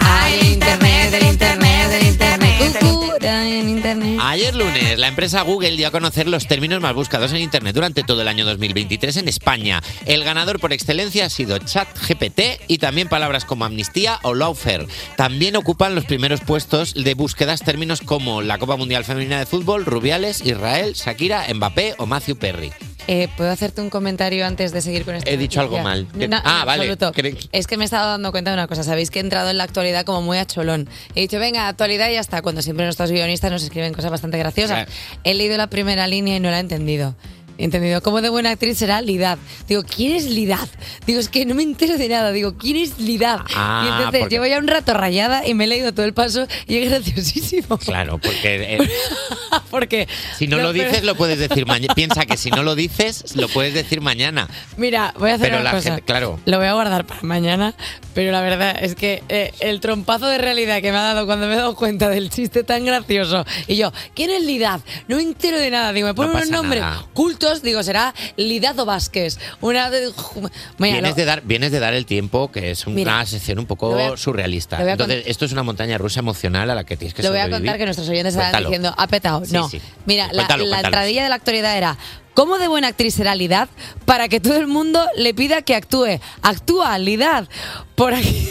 Speaker 3: Ay, internet, el internet, el internet. Locura en internet.
Speaker 4: Ayer lunes, la empresa Google dio a conocer los términos más buscados en Internet durante todo el año 2023 en España. El ganador por excelencia ha sido ChatGPT y también palabras como amnistía o lawfare. También ocupan los primeros puestos de búsquedas términos como la Copa Mundial Femenina de Fútbol, Rubiales, Israel, Shakira, Mbappé o Matthew Perry.
Speaker 3: Eh, ¿Puedo hacerte un comentario antes de seguir con esto?
Speaker 4: He dicho algo mal. Que- ah, vale. Cre-
Speaker 3: Es que me he estado dando cuenta de una cosa. Sabéis que he entrado en la actualidad como muy a cholón. He dicho, venga, actualidad y ya está. Cuando siempre nuestros guionistas nos escriben cosas bastante graciosas. He leído la primera línea y no la he entendido. He entendido. ¿Cómo de buena actriz será Lidad? Digo, ¿quién es Lidad? Digo, es que no me entero de nada. Digo, ¿quién es Lidad?
Speaker 4: Ah,
Speaker 3: y entonces
Speaker 4: porque-
Speaker 3: llevo ya un rato rayada y me he leído todo el paso y es graciosísimo.
Speaker 4: Claro, porque eh,
Speaker 3: *laughs* Porque.
Speaker 4: si no, lo
Speaker 3: pero-
Speaker 4: dices lo puedes decir mañana. Piensa que si no lo dices lo puedes decir mañana.
Speaker 3: Mira, voy a hacer
Speaker 4: Pero
Speaker 3: una
Speaker 4: la
Speaker 3: cosa.
Speaker 4: gente, claro.
Speaker 3: Lo voy a guardar para mañana, pero la verdad es que eh, el trompazo de realidad que me ha dado cuando me he dado cuenta del chiste tan gracioso. Y yo, ¿quién es Lidad? No me entero de nada. Digo, me ponen unos
Speaker 4: pasa
Speaker 3: nombres
Speaker 4: nada.
Speaker 3: cultos. Digo, será Lidad o Vázquez. Una de. ju- Mira,
Speaker 4: vienes,
Speaker 3: lo-
Speaker 4: de dar, vienes de dar el tiempo, que es una
Speaker 3: Mira,
Speaker 4: sección un
Speaker 3: lo
Speaker 4: poco
Speaker 3: voy a-
Speaker 4: surrealista.
Speaker 3: lo voy a
Speaker 4: Entonces, esto es una montaña rusa emocional a la que tienes que
Speaker 3: lo voy a
Speaker 4: sobrevivir.
Speaker 3: contar que nuestros oyentes estaban
Speaker 4: Cuéntalo.
Speaker 3: diciendo, ha petado.
Speaker 4: Sí,
Speaker 3: no.
Speaker 4: sí.
Speaker 3: Mira, la,
Speaker 4: Cuéntalo,
Speaker 3: la
Speaker 4: cuéntalo.
Speaker 3: entradilla de la actualidad era. ¿Cómo de buena actriz será Lidad para que todo el mundo le pida que actúe? Actúa, Lidad. Por aquí.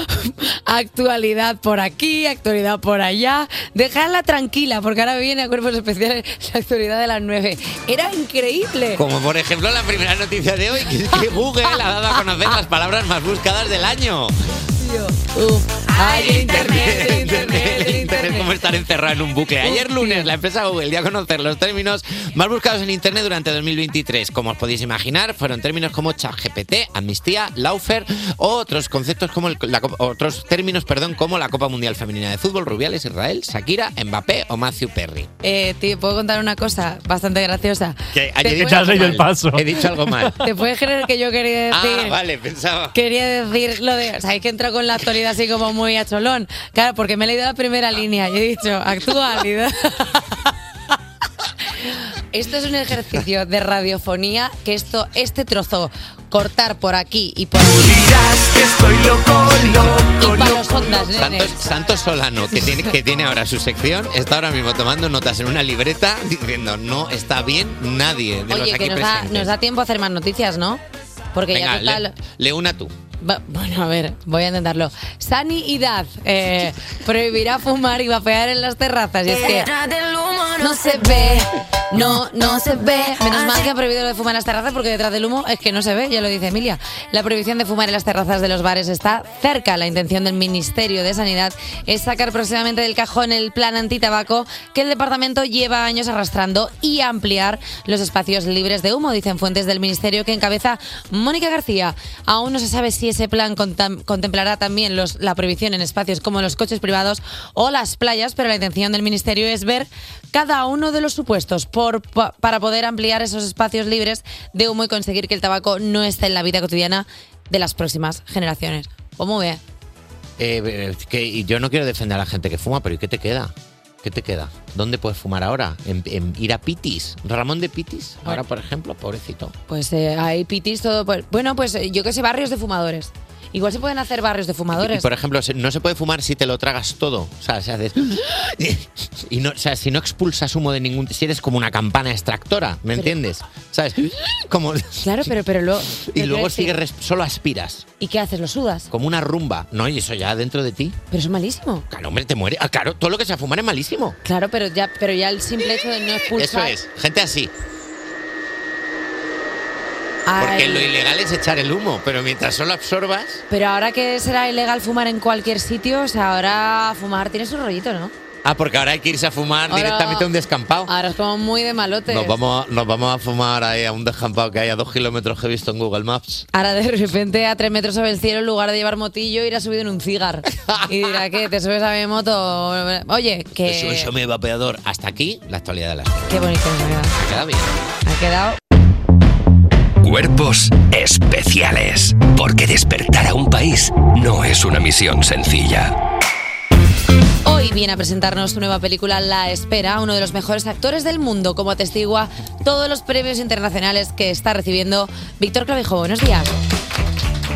Speaker 3: *laughs* Actualidad por aquí, actualidad por allá. Dejadla tranquila, porque ahora viene a cuerpos especiales la actualidad de las 9. Era increíble.
Speaker 4: Como por ejemplo la primera noticia de hoy, que es que Google ha dado a conocer las palabras más buscadas del año.
Speaker 3: Ay, el internet, el internet,
Speaker 4: *laughs*
Speaker 3: el
Speaker 4: Es
Speaker 3: internet.
Speaker 4: como estar encerrado en un bucle. Ayer lunes, la empresa Google dio a conocer los términos más buscados en Internet durante 2023. Como os podéis imaginar, fueron términos como ChatGPT, amnistía, Laufer o otros conceptos como el- la Copa- otros términos, perdón, como la Copa Mundial Femenina de Fútbol, Rubiales, Israel, Shakira, Mbappé o Matthew Perry.
Speaker 3: Eh, tío, puedo contar una cosa bastante graciosa.
Speaker 4: Que
Speaker 3: Te
Speaker 4: he dicho
Speaker 3: puedes-
Speaker 4: algo mal. He dicho algo mal.
Speaker 3: ¿Te puedes creer que yo quería
Speaker 4: *laughs* Ah,
Speaker 3: decir?
Speaker 4: vale, pensaba.
Speaker 3: Quería decir lo de. Sabéis que entró con la actualidad así como muy a cholón. Claro, porque me he leído la primera línea y he dicho, actualidad. *laughs* Esto es un ejercicio de radiofonía que esto, este trozo, cortar por aquí y por
Speaker 6: que estoy loco, loco,
Speaker 3: y para los ondas, nene.
Speaker 4: Santos, Santos Solano, que tiene, que tiene ahora su sección, está ahora mismo tomando notas en una libreta diciendo no está bien nadie de los
Speaker 3: Oye,
Speaker 4: aquí
Speaker 3: que nos da,
Speaker 4: presentes.
Speaker 3: nos da tiempo a hacer más noticias, ¿no? Porque ya
Speaker 4: Venga,
Speaker 3: total.
Speaker 4: le, lee una tú.
Speaker 3: Va- Bueno, a ver, voy a intentarlo. Sanidad
Speaker 4: *laughs*
Speaker 3: eh, prohibirá fumar y vapear en las terrazas.
Speaker 17: Pues
Speaker 3: Y es que no se ve, no, no se ve. Ah, Menos mal que ha prohibido lo de fumar en las terrazas porque detrás del humo es que no se ve, ya lo dice Emilia. La prohibición de fumar en las terrazas de los bares está cerca. La intención del Ministerio de Sanidad es sacar próximamente del cajón el plan antitabaco que el departamento lleva años arrastrando y ampliar los espacios libres de humo, dicen fuentes del Ministerio que encabeza Mónica García. Aún no se sabe si ese plan contam- contemplará también los- la prohibición en espacios como los coches privados o las playas, pero la intención del Ministerio es ver cada uno de los supuestos por- pa- para poder ampliar esos espacios libres de humo y conseguir que el tabaco no esté en la vida cotidiana de las próximas generaciones. ¿Cómo ve?
Speaker 4: eh, que y yo no quiero defender a la gente que fuma, pero ¿y qué te queda? ¿Qué te queda? ¿Dónde puedes fumar ahora? ¿En, en ir a Pitis? ¿Ramón de Pitis? Ahora, por ejemplo, pobrecito.
Speaker 3: Pues eh, hay pitis todo. por- bueno, pues eh, yo qué sé, barrios de fumadores. Igual se pueden hacer barrios de
Speaker 4: Y,
Speaker 3: fumadores.
Speaker 4: por ejemplo, se- no se puede fumar si te lo tragas todo. O sea, se hace- *laughs* y no, o sea, si no expulsas humo de ningún... Si eres como una campana extractora, ¿me entiendes? ¿Sabes? Como,
Speaker 3: *laughs* Claro, pero, pero luego.
Speaker 4: y
Speaker 3: pero
Speaker 4: luego
Speaker 3: quiero decir,
Speaker 4: sigues, res- solo aspiras.
Speaker 3: ¿Y qué haces? ¿Lo sudas?
Speaker 4: Como una rumba. No, y eso ya dentro de ti.
Speaker 3: Pero eso es malísimo.
Speaker 4: Claro, hombre, te muere. Ah, claro, todo lo que sea fumar es malísimo.
Speaker 3: Claro, pero ya, pero ya el simple hecho de no
Speaker 4: Eso
Speaker 3: expulsar.
Speaker 4: es. Gente así.
Speaker 3: Ay,
Speaker 4: Porque lo ilegal es echar el humo, pero mientras solo absorbas...
Speaker 3: Pero ahora que será ilegal fumar en cualquier sitio, o sea, ahora fumar tiene su rollito, ¿no?
Speaker 4: Ah, porque ahora hay que irse a fumar
Speaker 3: Ahora-
Speaker 4: directamente a un descampado.
Speaker 3: Ahora es como muy de malote.
Speaker 4: Nos vamos, a, nos vamos a fumar ahí a un descampado que hay a dos kilómetros que he visto en Google Maps.
Speaker 3: Ahora de repente a tres metros sobre el cielo, en lugar de llevar motillo, irá subido en un
Speaker 4: *laughs*
Speaker 3: cigar. Y dirá que te subes a mi moto. Oye,
Speaker 4: Eso,
Speaker 3: que.
Speaker 4: eso, mi vapeador. Hasta aquí la actualidad de las cosas.
Speaker 3: Qué bonito me ha quedado.
Speaker 4: Me queda bien.
Speaker 3: Ha quedado.
Speaker 1: Cuerpos especiales. Porque despertar a un país no es una misión sencilla.
Speaker 3: Hoy viene a presentarnos su nueva película La Espera, uno de los mejores actores del mundo, como atestigua todos los premios internacionales que está recibiendo Víctor Clavijo. Buenos días.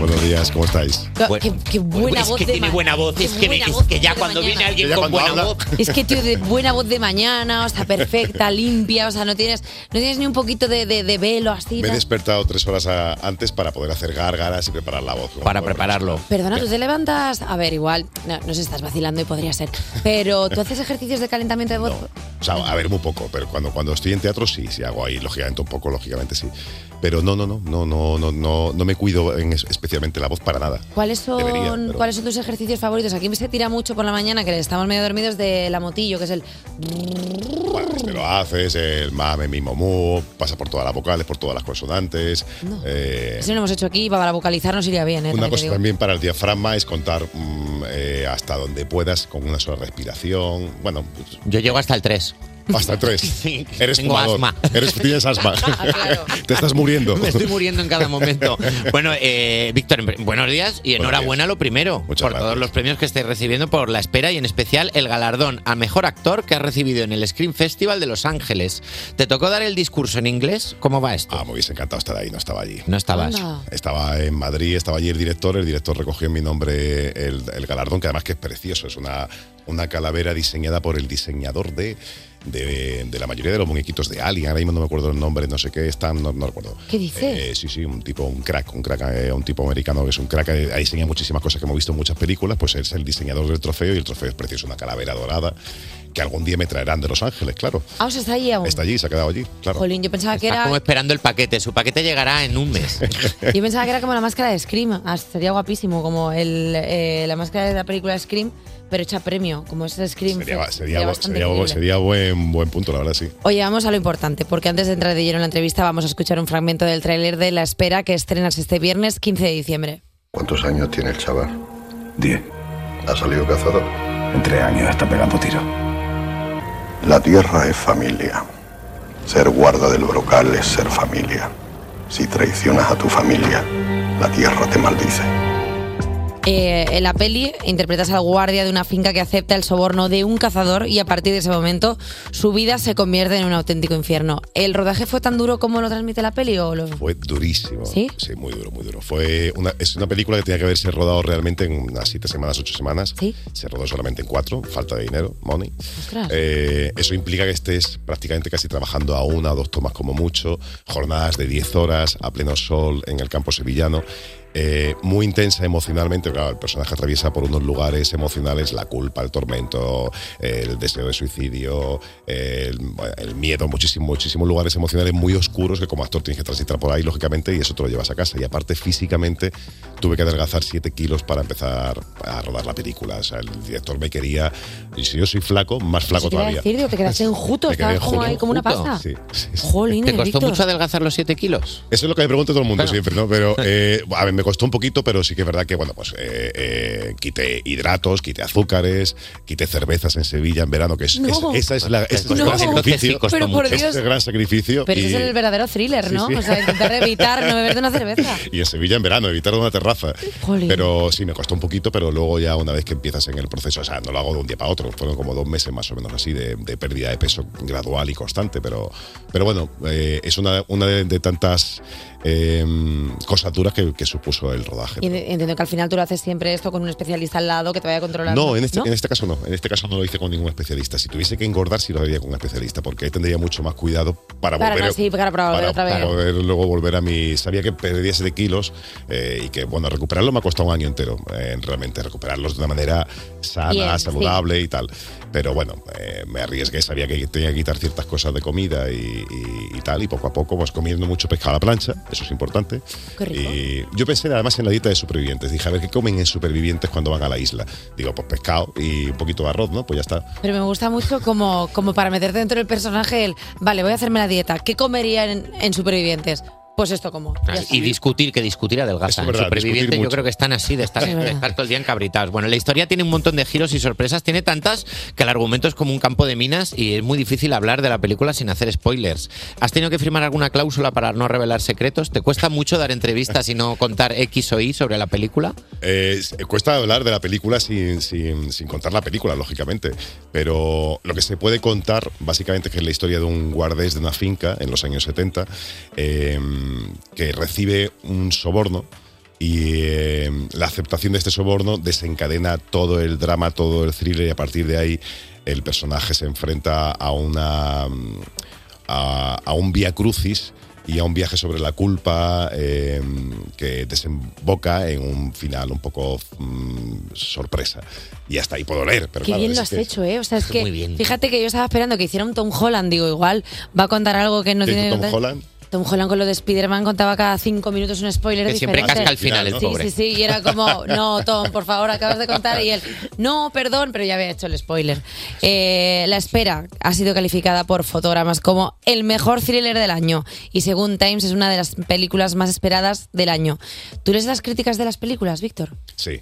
Speaker 21: Buenos días, ¿cómo estáis?
Speaker 3: Qué- qué, qué buena
Speaker 4: es
Speaker 3: voz
Speaker 4: que
Speaker 3: de
Speaker 4: tiene
Speaker 3: ma-
Speaker 4: buena voz,
Speaker 3: qué
Speaker 4: es que,
Speaker 3: buena
Speaker 4: es
Speaker 3: voz
Speaker 4: que ya
Speaker 3: de
Speaker 4: cuando
Speaker 3: mañana.
Speaker 4: viene alguien con buena voz...
Speaker 3: Es que, tío, de buena voz de mañana, o sea, perfecta, limpia, o sea, no tienes, no tienes ni un poquito de, de- de velo así.
Speaker 21: Me he
Speaker 3: ¿no?
Speaker 21: despertado tres horas a- antes para poder hacer gárgaras y preparar la voz. pues, Para prepararlo.
Speaker 3: Perdona, tú te levantas. A ver, igual, no, no sé, estás vacilando y podría ser. Pero tú haces ejercicios de calentamiento de voz.
Speaker 21: O sea, a ver, muy poco, pero cuando, cuando estoy en teatro sí, sí hago ahí, lógicamente un poco, lógicamente sí. Pero no, no, no, no, no, no, no, no me cuido en es- especialmente la voz para nada.
Speaker 3: ¿Cuáles son,
Speaker 21: Debería, pero-
Speaker 3: ¿Cuáles son tus ejercicios favoritos? Aquí se tira mucho por la mañana, que estamos medio dormidos, de la motillo, que es el.
Speaker 21: Te lo haces, el mame, mi momú, pasa por todas las vocales, por todas las consonantes. eh,
Speaker 3: Eso lo hemos hecho aquí, para vocalizarnos iría bien, ¿eh?
Speaker 21: Una
Speaker 3: También te
Speaker 21: cosa
Speaker 3: digo.
Speaker 21: también para el diafragma es contar mm, eh, hasta donde puedas con una sola respiración. Bueno, pues,
Speaker 4: yo llego hasta el 3.
Speaker 21: Hasta el
Speaker 4: *laughs*
Speaker 21: 3. Eres
Speaker 4: tengo
Speaker 21: fumador.
Speaker 4: asma.
Speaker 21: Eres, tienes
Speaker 4: *laughs*
Speaker 21: asma. Te estás muriendo.
Speaker 4: Me estoy muriendo en cada momento. Bueno, eh, Víctor, en pr- buenos días y
Speaker 21: Buenos
Speaker 4: enhorabuena lo primero por todos los premios que estáis recibiendo por la espera y en especial el galardón a mejor actor que has recibido en el Screen Festival de Los Ángeles. ¿Te tocó dar el discurso en inglés? ¿Cómo va esto? Ah,
Speaker 21: me hubiese encantado estar ahí, no estaba allí.
Speaker 4: No estabas.
Speaker 21: Estaba en Madrid, estaba allí el director. El director recogió en mi nombre el, el galardón, que además que es precioso. Es una, una calavera diseñada por el diseñador de, de, de la mayoría de los muñequitos de Alien. Ahora mismo no me acuerdo el nombre, no sé qué, están, no, no recuerdo.
Speaker 3: ¿Qué dices?
Speaker 21: Eh, sí, sí, un tipo, un crack, un crack, eh, un tipo americano que es un crack, eh, ha diseñado muchísimas cosas que hemos visto en muchas películas, pues es el diseñador del trofeo y el trofeo es precioso, una calavera dorada que algún día me traerán de Los Ángeles, claro.
Speaker 3: Ah, o sea, está ahí aún.
Speaker 21: Está allí, se ha quedado allí, claro.
Speaker 3: Jolín, yo pensaba que
Speaker 4: Está
Speaker 3: era.
Speaker 4: como esperando el paquete. Su paquete llegará en un mes.
Speaker 3: Yo pensaba que era como la máscara de Scream. Ah, sería guapísimo, como el, eh, la máscara de la película Scream, pero hecha premio, como es Scream.
Speaker 21: Sería,
Speaker 3: Fest.
Speaker 21: sería-
Speaker 3: bastante
Speaker 21: sería-
Speaker 3: increíble.
Speaker 21: sería buen, buen punto, la verdad, sí.
Speaker 3: Oye, vamos a lo importante, porque antes de entrar de lleno en la entrevista vamos a escuchar un fragmento del tráiler de La Espera que estrenas este viernes 15 de diciembre.
Speaker 22: ¿Cuántos años tiene el chaval? Diez. ¿Ha salido cazador? En tres años está pegando tiro. La tierra es familia. Ser guarda del brocal es ser familia. Si traicionas a tu familia, la tierra te maldice.
Speaker 3: Eh, en la peli interpretas al guardia de una finca que acepta el soborno de un cazador y a partir de ese momento su vida se convierte en un auténtico infierno. ¿El rodaje fue tan duro como lo transmite la peli o lo...
Speaker 21: Fue durísimo.
Speaker 3: ¿Sí?
Speaker 21: muy duro, muy duro. Fue una, es una película que tenía que haberse rodado realmente en unas siete semanas, ocho semanas. Se rodó solamente en cuatro, falta de dinero, money.
Speaker 3: Ostras.
Speaker 21: Eh, eso implica que estés prácticamente casi trabajando a una o dos tomas como mucho, jornadas de 10 horas a pleno sol en el campo sevillano. eh, muy intensa emocionalmente, claro, el personaje atraviesa por unos lugares emocionales la culpa, el tormento, eh, el deseo de suicidio, eh, el, el miedo, muchísimos, muchísimos lugares emocionales muy oscuros que como actor tienes que transitar por ahí, lógicamente, y eso te lo llevas a casa. Y aparte, físicamente, tuve que adelgazar 7 kilos para empezar a rodar la película. O sea, el director me quería, y si yo soy flaco, más flaco
Speaker 3: Eso te iba a
Speaker 21: todavía.
Speaker 3: decir, digo, te quedaste enjuto,
Speaker 21: *laughs* Me quedé
Speaker 3: estabas como
Speaker 21: enjuto.
Speaker 3: ahí como una
Speaker 21: Enjuto.
Speaker 3: pasta.
Speaker 21: Sí,
Speaker 3: Jolines, Víctor.
Speaker 21: adelgazar
Speaker 4: los 7 kilos?
Speaker 3: *laughs*
Speaker 21: Eso es lo que me pregunta todo el mundo siempre, ¿no? Pero eh, a ver, me me costó un poquito, pero sí que es verdad que, bueno, pues eh, eh, quité hidratos, quité azúcares, quité cervezas en Sevilla en verano, que es,
Speaker 3: No.
Speaker 21: es- esa es la, ese es el
Speaker 3: No.
Speaker 21: gran
Speaker 3: Entonces sí
Speaker 21: sacrificio.
Speaker 3: costó Pero por mucho.
Speaker 21: Ese es el gran sacrificio.
Speaker 3: Pero
Speaker 21: y,
Speaker 3: ese es el verdadero thriller,
Speaker 21: Sí,
Speaker 3: ¿no?
Speaker 21: sí.
Speaker 3: O sea, intentar evitar no
Speaker 21: *laughs*
Speaker 3: beber de una cerveza.
Speaker 21: y en Sevilla en verano, evitar una terraza.
Speaker 3: Jolín.
Speaker 21: Pero sí, me costó un poquito, pero luego ya una vez que empiezas en el proceso, o sea, no lo hago de un día para otro, fueron como dos meses más o menos así de, de pérdida de peso gradual y constante, pero, pero bueno, eh, es una, una de, de tantas eh, cosas duras que, que supuso el rodaje.
Speaker 3: Y en- entiendo que al final tú lo haces siempre esto con un especialista al lado que te vaya controlando.
Speaker 21: No, en este, en este caso no. En este caso no lo hice con ningún especialista. Si tuviese que engordar, sí lo haría con un especialista, porque ahí tendría mucho más cuidado para,
Speaker 3: Para
Speaker 21: volver
Speaker 3: no, sí, para- para volver otra vez.
Speaker 21: para poder luego volver a mi. Sabía que perdiese de kilos eh, y que, bueno, recuperarlo me ha costado un año entero, eh, realmente, recuperarlos de una manera sana,
Speaker 5: Bien, sí.
Speaker 21: saludable y tal. Pero bueno, eh, me arriesgué, sabía que tenía que quitar ciertas cosas de comida y, y- y tal, y poco a poco, pues comiendo mucho pescado a la plancha, eso es importante.
Speaker 3: Qué rico.
Speaker 21: Y yo pensé además en la dieta de supervivientes, dije, a ver qué comen en supervivientes cuando van a la isla. Digo, pues pescado y un poquito de arroz, ¿no? Pues ya está.
Speaker 3: Pero me gusta mucho como, como para meterte dentro del personaje el, vale, voy a hacerme la dieta. ¿Qué comería en, en Supervivientes? Pues esto como. Ya está.
Speaker 4: Y discutir, que discutir adelgaza.
Speaker 21: Es verdad,
Speaker 4: en Superviviente
Speaker 21: discutir
Speaker 4: yo
Speaker 21: mucho.
Speaker 4: creo que están así, de estar,
Speaker 3: Es verdad.
Speaker 4: de estar todo el día encabritados. Bueno, la historia tiene un montón de giros y sorpresas, tiene tantas que el argumento es como un campo de minas y es muy difícil hablar de la película sin hacer spoilers. ¿Has tenido que firmar alguna cláusula para no revelar secretos? ¿Te cuesta mucho dar entrevistas y no contar X o Y sobre la película?
Speaker 21: Eh, s- cuesta hablar de la película sin, sin- sin contar la película, lógicamente. Pero lo que se puede contar, básicamente, que es la historia de un guardés de una finca en los años 70 eh, que recibe un soborno. Y eh, la aceptación de este soborno desencadena todo el drama, todo el thriller, y a partir de ahí el personaje se enfrenta a una. mm, a, a un vía crucis y a un viaje sobre la culpa eh, que desemboca en un final un poco mm, sorpresa. Y hasta ahí puedo leer. Pero
Speaker 3: Qué
Speaker 21: claro,
Speaker 3: bien
Speaker 21: es
Speaker 3: lo has
Speaker 21: que-
Speaker 3: hecho, ¿eh? O
Speaker 21: *laughs*
Speaker 3: sea, es que.
Speaker 21: Muy bien.
Speaker 3: Fíjate que yo estaba esperando que hiciera un Tom Holland. Digo, igual va a contar algo que no
Speaker 21: ¿Hizo
Speaker 3: tiene.
Speaker 21: Tom
Speaker 3: tal.
Speaker 21: Holland?
Speaker 3: Tom Holland con lo de Spider-Man contaba cada cinco minutos un spoiler
Speaker 21: Que siempre
Speaker 3: diferente.
Speaker 21: casca al final, el
Speaker 3: sí,
Speaker 21: pobre.
Speaker 3: Sí, sí, y era como, no, Tom, por favor, acabas de contar. Y él, no, perdón, pero ya había hecho el spoiler. Eh, la espera ha sido calificada por fotogramas como el mejor thriller del año. Y según Times, es una de las películas más esperadas del año. ¿Tú lees las críticas de las películas, Víctor?
Speaker 21: Sí.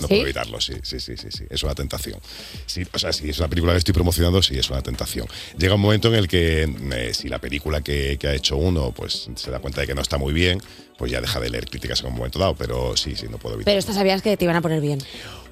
Speaker 21: No
Speaker 3: ¿Sí?
Speaker 21: puedo evitarlo, sí, sí, sí, sí, sí. Es una tentación. Sí, o sea, si es una película que estoy promocionando, sí, es una tentación. Llega un momento en el que eh, si la película que, que ha hecho uno, pues se da cuenta de que no está muy bien, pues ya deja de leer críticas en un momento dado. Pero sí, sí, no puedo evitarlo.
Speaker 3: Pero estas sabías que te iban a poner bien.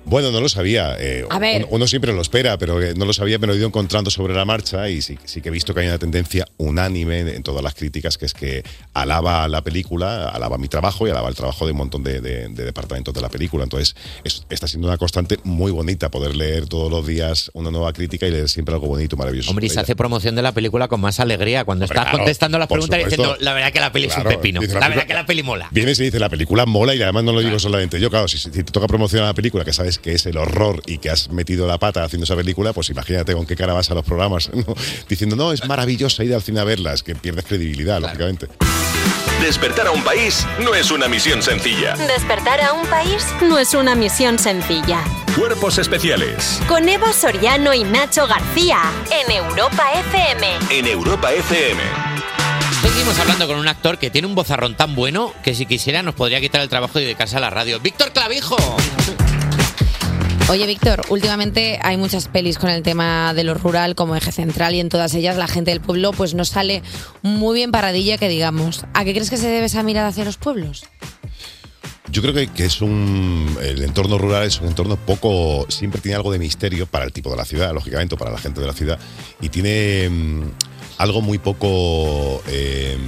Speaker 21: Bueno, no lo sabía. eh,
Speaker 3: A ver.
Speaker 21: Uno, uno siempre lo espera, pero eh, no lo sabía, me lo he ido encontrando sobre la marcha y sí, sí que he visto que hay una tendencia unánime en, en todas las críticas, que es que alaba la película, alaba mi trabajo y alaba el trabajo de un montón de, de- de departamentos de la película. Entonces, es- está siendo una constante muy bonita poder leer todos los días una nueva crítica y leer siempre algo bonito, maravilloso.
Speaker 4: Hombre, y se
Speaker 21: sobre
Speaker 4: hace promoción de la película con más alegría cuando estás
Speaker 21: claro,
Speaker 4: contestando las
Speaker 21: por
Speaker 4: preguntas y
Speaker 21: supuesto.
Speaker 4: diciendo, la verdad que la peli es
Speaker 21: Claro,
Speaker 4: un pepino,
Speaker 21: dice,
Speaker 4: la verdad
Speaker 21: película-
Speaker 4: que la peli mola.
Speaker 21: Vienes y dices, la película mola y además no lo digo solamente yo, claro, si, si te toca promocionar la película, que sabes que es el horror y que has metido la pata haciendo esa película, pues imagínate con qué cara vas a los programas, *laughs* ¿no? diciendo, no, es maravillosa ir al cine a verlas, que pierdes credibilidad, lógicamente.
Speaker 7: Despertar a un país no es una misión sencilla.
Speaker 2: Despertar a un país no es una misión sencilla.
Speaker 7: Cuerpos especiales
Speaker 2: Con Eva Soriano y Nacho García en Europa FM.
Speaker 7: en Europa FM.
Speaker 4: Seguimos hablando con un actor que tiene un vozarrón tan bueno que si quisiera nos podría quitar el trabajo y dedicarse a la radio. Víctor Clavijo.
Speaker 3: Oye, Víctor, últimamente hay muchas pelis con el tema de lo rural como eje central y en todas ellas la gente del pueblo pues no sale muy bien paradilla que digamos. ¿A qué crees que se debe esa mirada hacia los pueblos?
Speaker 21: Yo creo que, que es un. El entorno rural es un entorno poco. Siempre tiene algo de misterio para el tipo de la ciudad, lógicamente, o para la gente de la ciudad. Y tiene mm, algo muy poco. eh,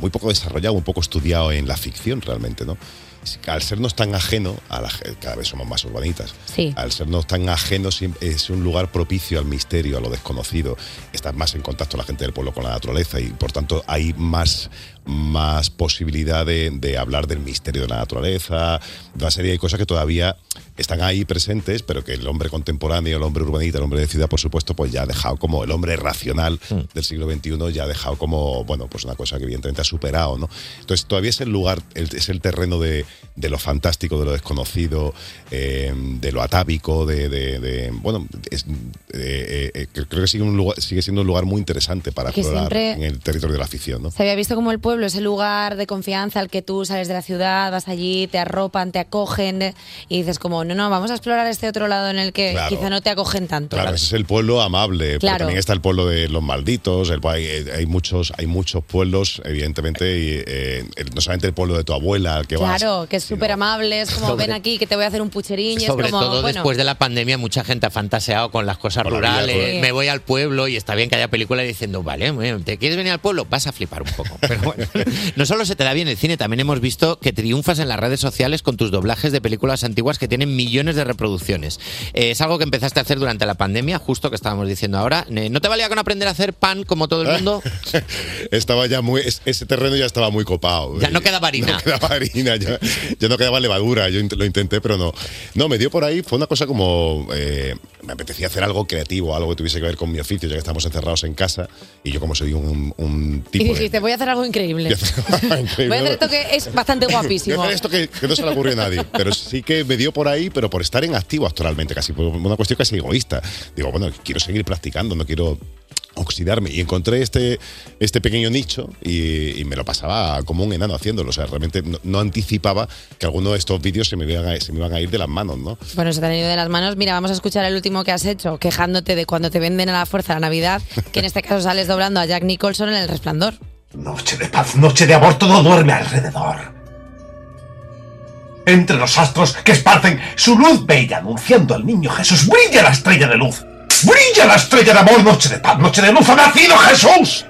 Speaker 21: muy poco desarrollado, un poco estudiado en la ficción realmente, ¿no? Si- Al sernos tan ajeno, a la ge- cada vez somos más urbanitas,
Speaker 3: Sí.
Speaker 21: al sernos tan ajenos siem- es un lugar propicio al misterio, a lo desconocido. Estás más en contacto la gente del pueblo con la naturaleza y por tanto hay más, más posibilidad de, de hablar del misterio de la naturaleza, de una serie de cosas que todavía están ahí presentes, pero que el hombre contemporáneo, el hombre urbanita, el hombre de ciudad, por supuesto, pues ya ha dejado como el hombre racional del siglo XXI, ya ha dejado como, bueno, pues una cosa que evidentemente ha superado, ¿no? Entonces todavía es el lugar, el- es el terreno de, de lo fantástico, de lo desconocido, eh, de lo atávico, de, de- de- bueno, es- eh, eh, creo que sigue, un lugar- sigue siendo un lugar muy interesante para
Speaker 3: Que
Speaker 21: explorar
Speaker 3: siempre-
Speaker 21: en el territorio de la afición, ¿no?
Speaker 3: Se había visto como el pueblo, ese lugar de confianza al que tú sales de la ciudad, vas allí, te arropan, te acogen eh, y dices como, no, no, vamos a explorar este otro lado en el que
Speaker 21: Claro.
Speaker 3: quizá no te acogen tanto.
Speaker 21: Claro, ese es el pueblo amable, pero
Speaker 3: Claro.
Speaker 21: también está el pueblo de los malditos, el- hay, hay muchos, hay muchos pueblos, evidentemente, y, eh, el- no solamente el pueblo de tu abuela al que vas.
Speaker 3: Claro, que es súper amable, es como
Speaker 4: Sobre-
Speaker 3: ven aquí que te voy a hacer un pucheriño,
Speaker 4: Sobre
Speaker 3: es como,
Speaker 4: todo
Speaker 3: bueno,
Speaker 4: después de la pandemia, mucha gente ha fantaseado con las cosas
Speaker 21: Con ¿eh? la vida
Speaker 4: rurales.
Speaker 21: rural.
Speaker 4: Me voy al pueblo y está bien que haya películas diciendo, vale, muy bien, ¿te quieres venir al pueblo? Vas a flipar un poco. Pero
Speaker 21: *laughs*
Speaker 4: bueno, no solo se te da bien el cine, también hemos visto que triunfas en las redes sociales con tus doblajes de películas antiguas que tienen millones de reproducciones. Eh, es algo que empezaste a hacer durante la pandemia, justo que estábamos diciendo ahora. Eh, ¿No te valía con aprender a hacer pan como todo el mundo?
Speaker 21: *laughs* Estaba ya muy, es- ese
Speaker 4: *laughs*
Speaker 21: terreno ya estaba muy copado. eh,
Speaker 4: Ya no quedaba harina.
Speaker 21: No quedaba *laughs* harina, ya, ya no quedaba levadura. Yo int- lo intenté, pero no. No, me dio por ahí, fue una cosa como. eh, me apetecía hacer algo creativo, algo que tuviese que ver con mi oficio, ya que estamos encerrados en casa. Y yo, como soy un, un
Speaker 3: y
Speaker 21: tipo. de- *laughs*
Speaker 3: dijiste, voy a hacer algo increíble. Voy a hacer
Speaker 21: increíble,
Speaker 3: esto que es
Speaker 21: *laughs*
Speaker 3: bastante guapísimo.
Speaker 21: Voy a hacer esto que, que no se le ocurrió a nadie, pero sí que me dio por ahí, pero por estar en activo actualmente, casi por una cuestión casi egoísta. Digo, bueno, quiero seguir practicando, no quiero oxidarme. Y encontré este, este pequeño nicho y, y me lo pasaba como un enano haciéndolo. O sea, realmente no, no anticipaba que alguno de estos vídeos se me, iban a, se me iban a ir de las manos, ¿no?
Speaker 3: Bueno, se te han ido de las manos. Mira, vamos a escuchar el último que has hecho, quejándote de cuando te venden a la fuerza la Navidad, que en este caso sales doblando a Jack Nicholson en El Resplandor.
Speaker 5: Noche de paz, noche de amor, todo duerme alrededor. Entre los astros que esparcen su luz bella anunciando al niño Jesús, brilla la estrella de luz. Brilla la estrella de amor, noche de paz, noche de luz, ha nacido Jesús.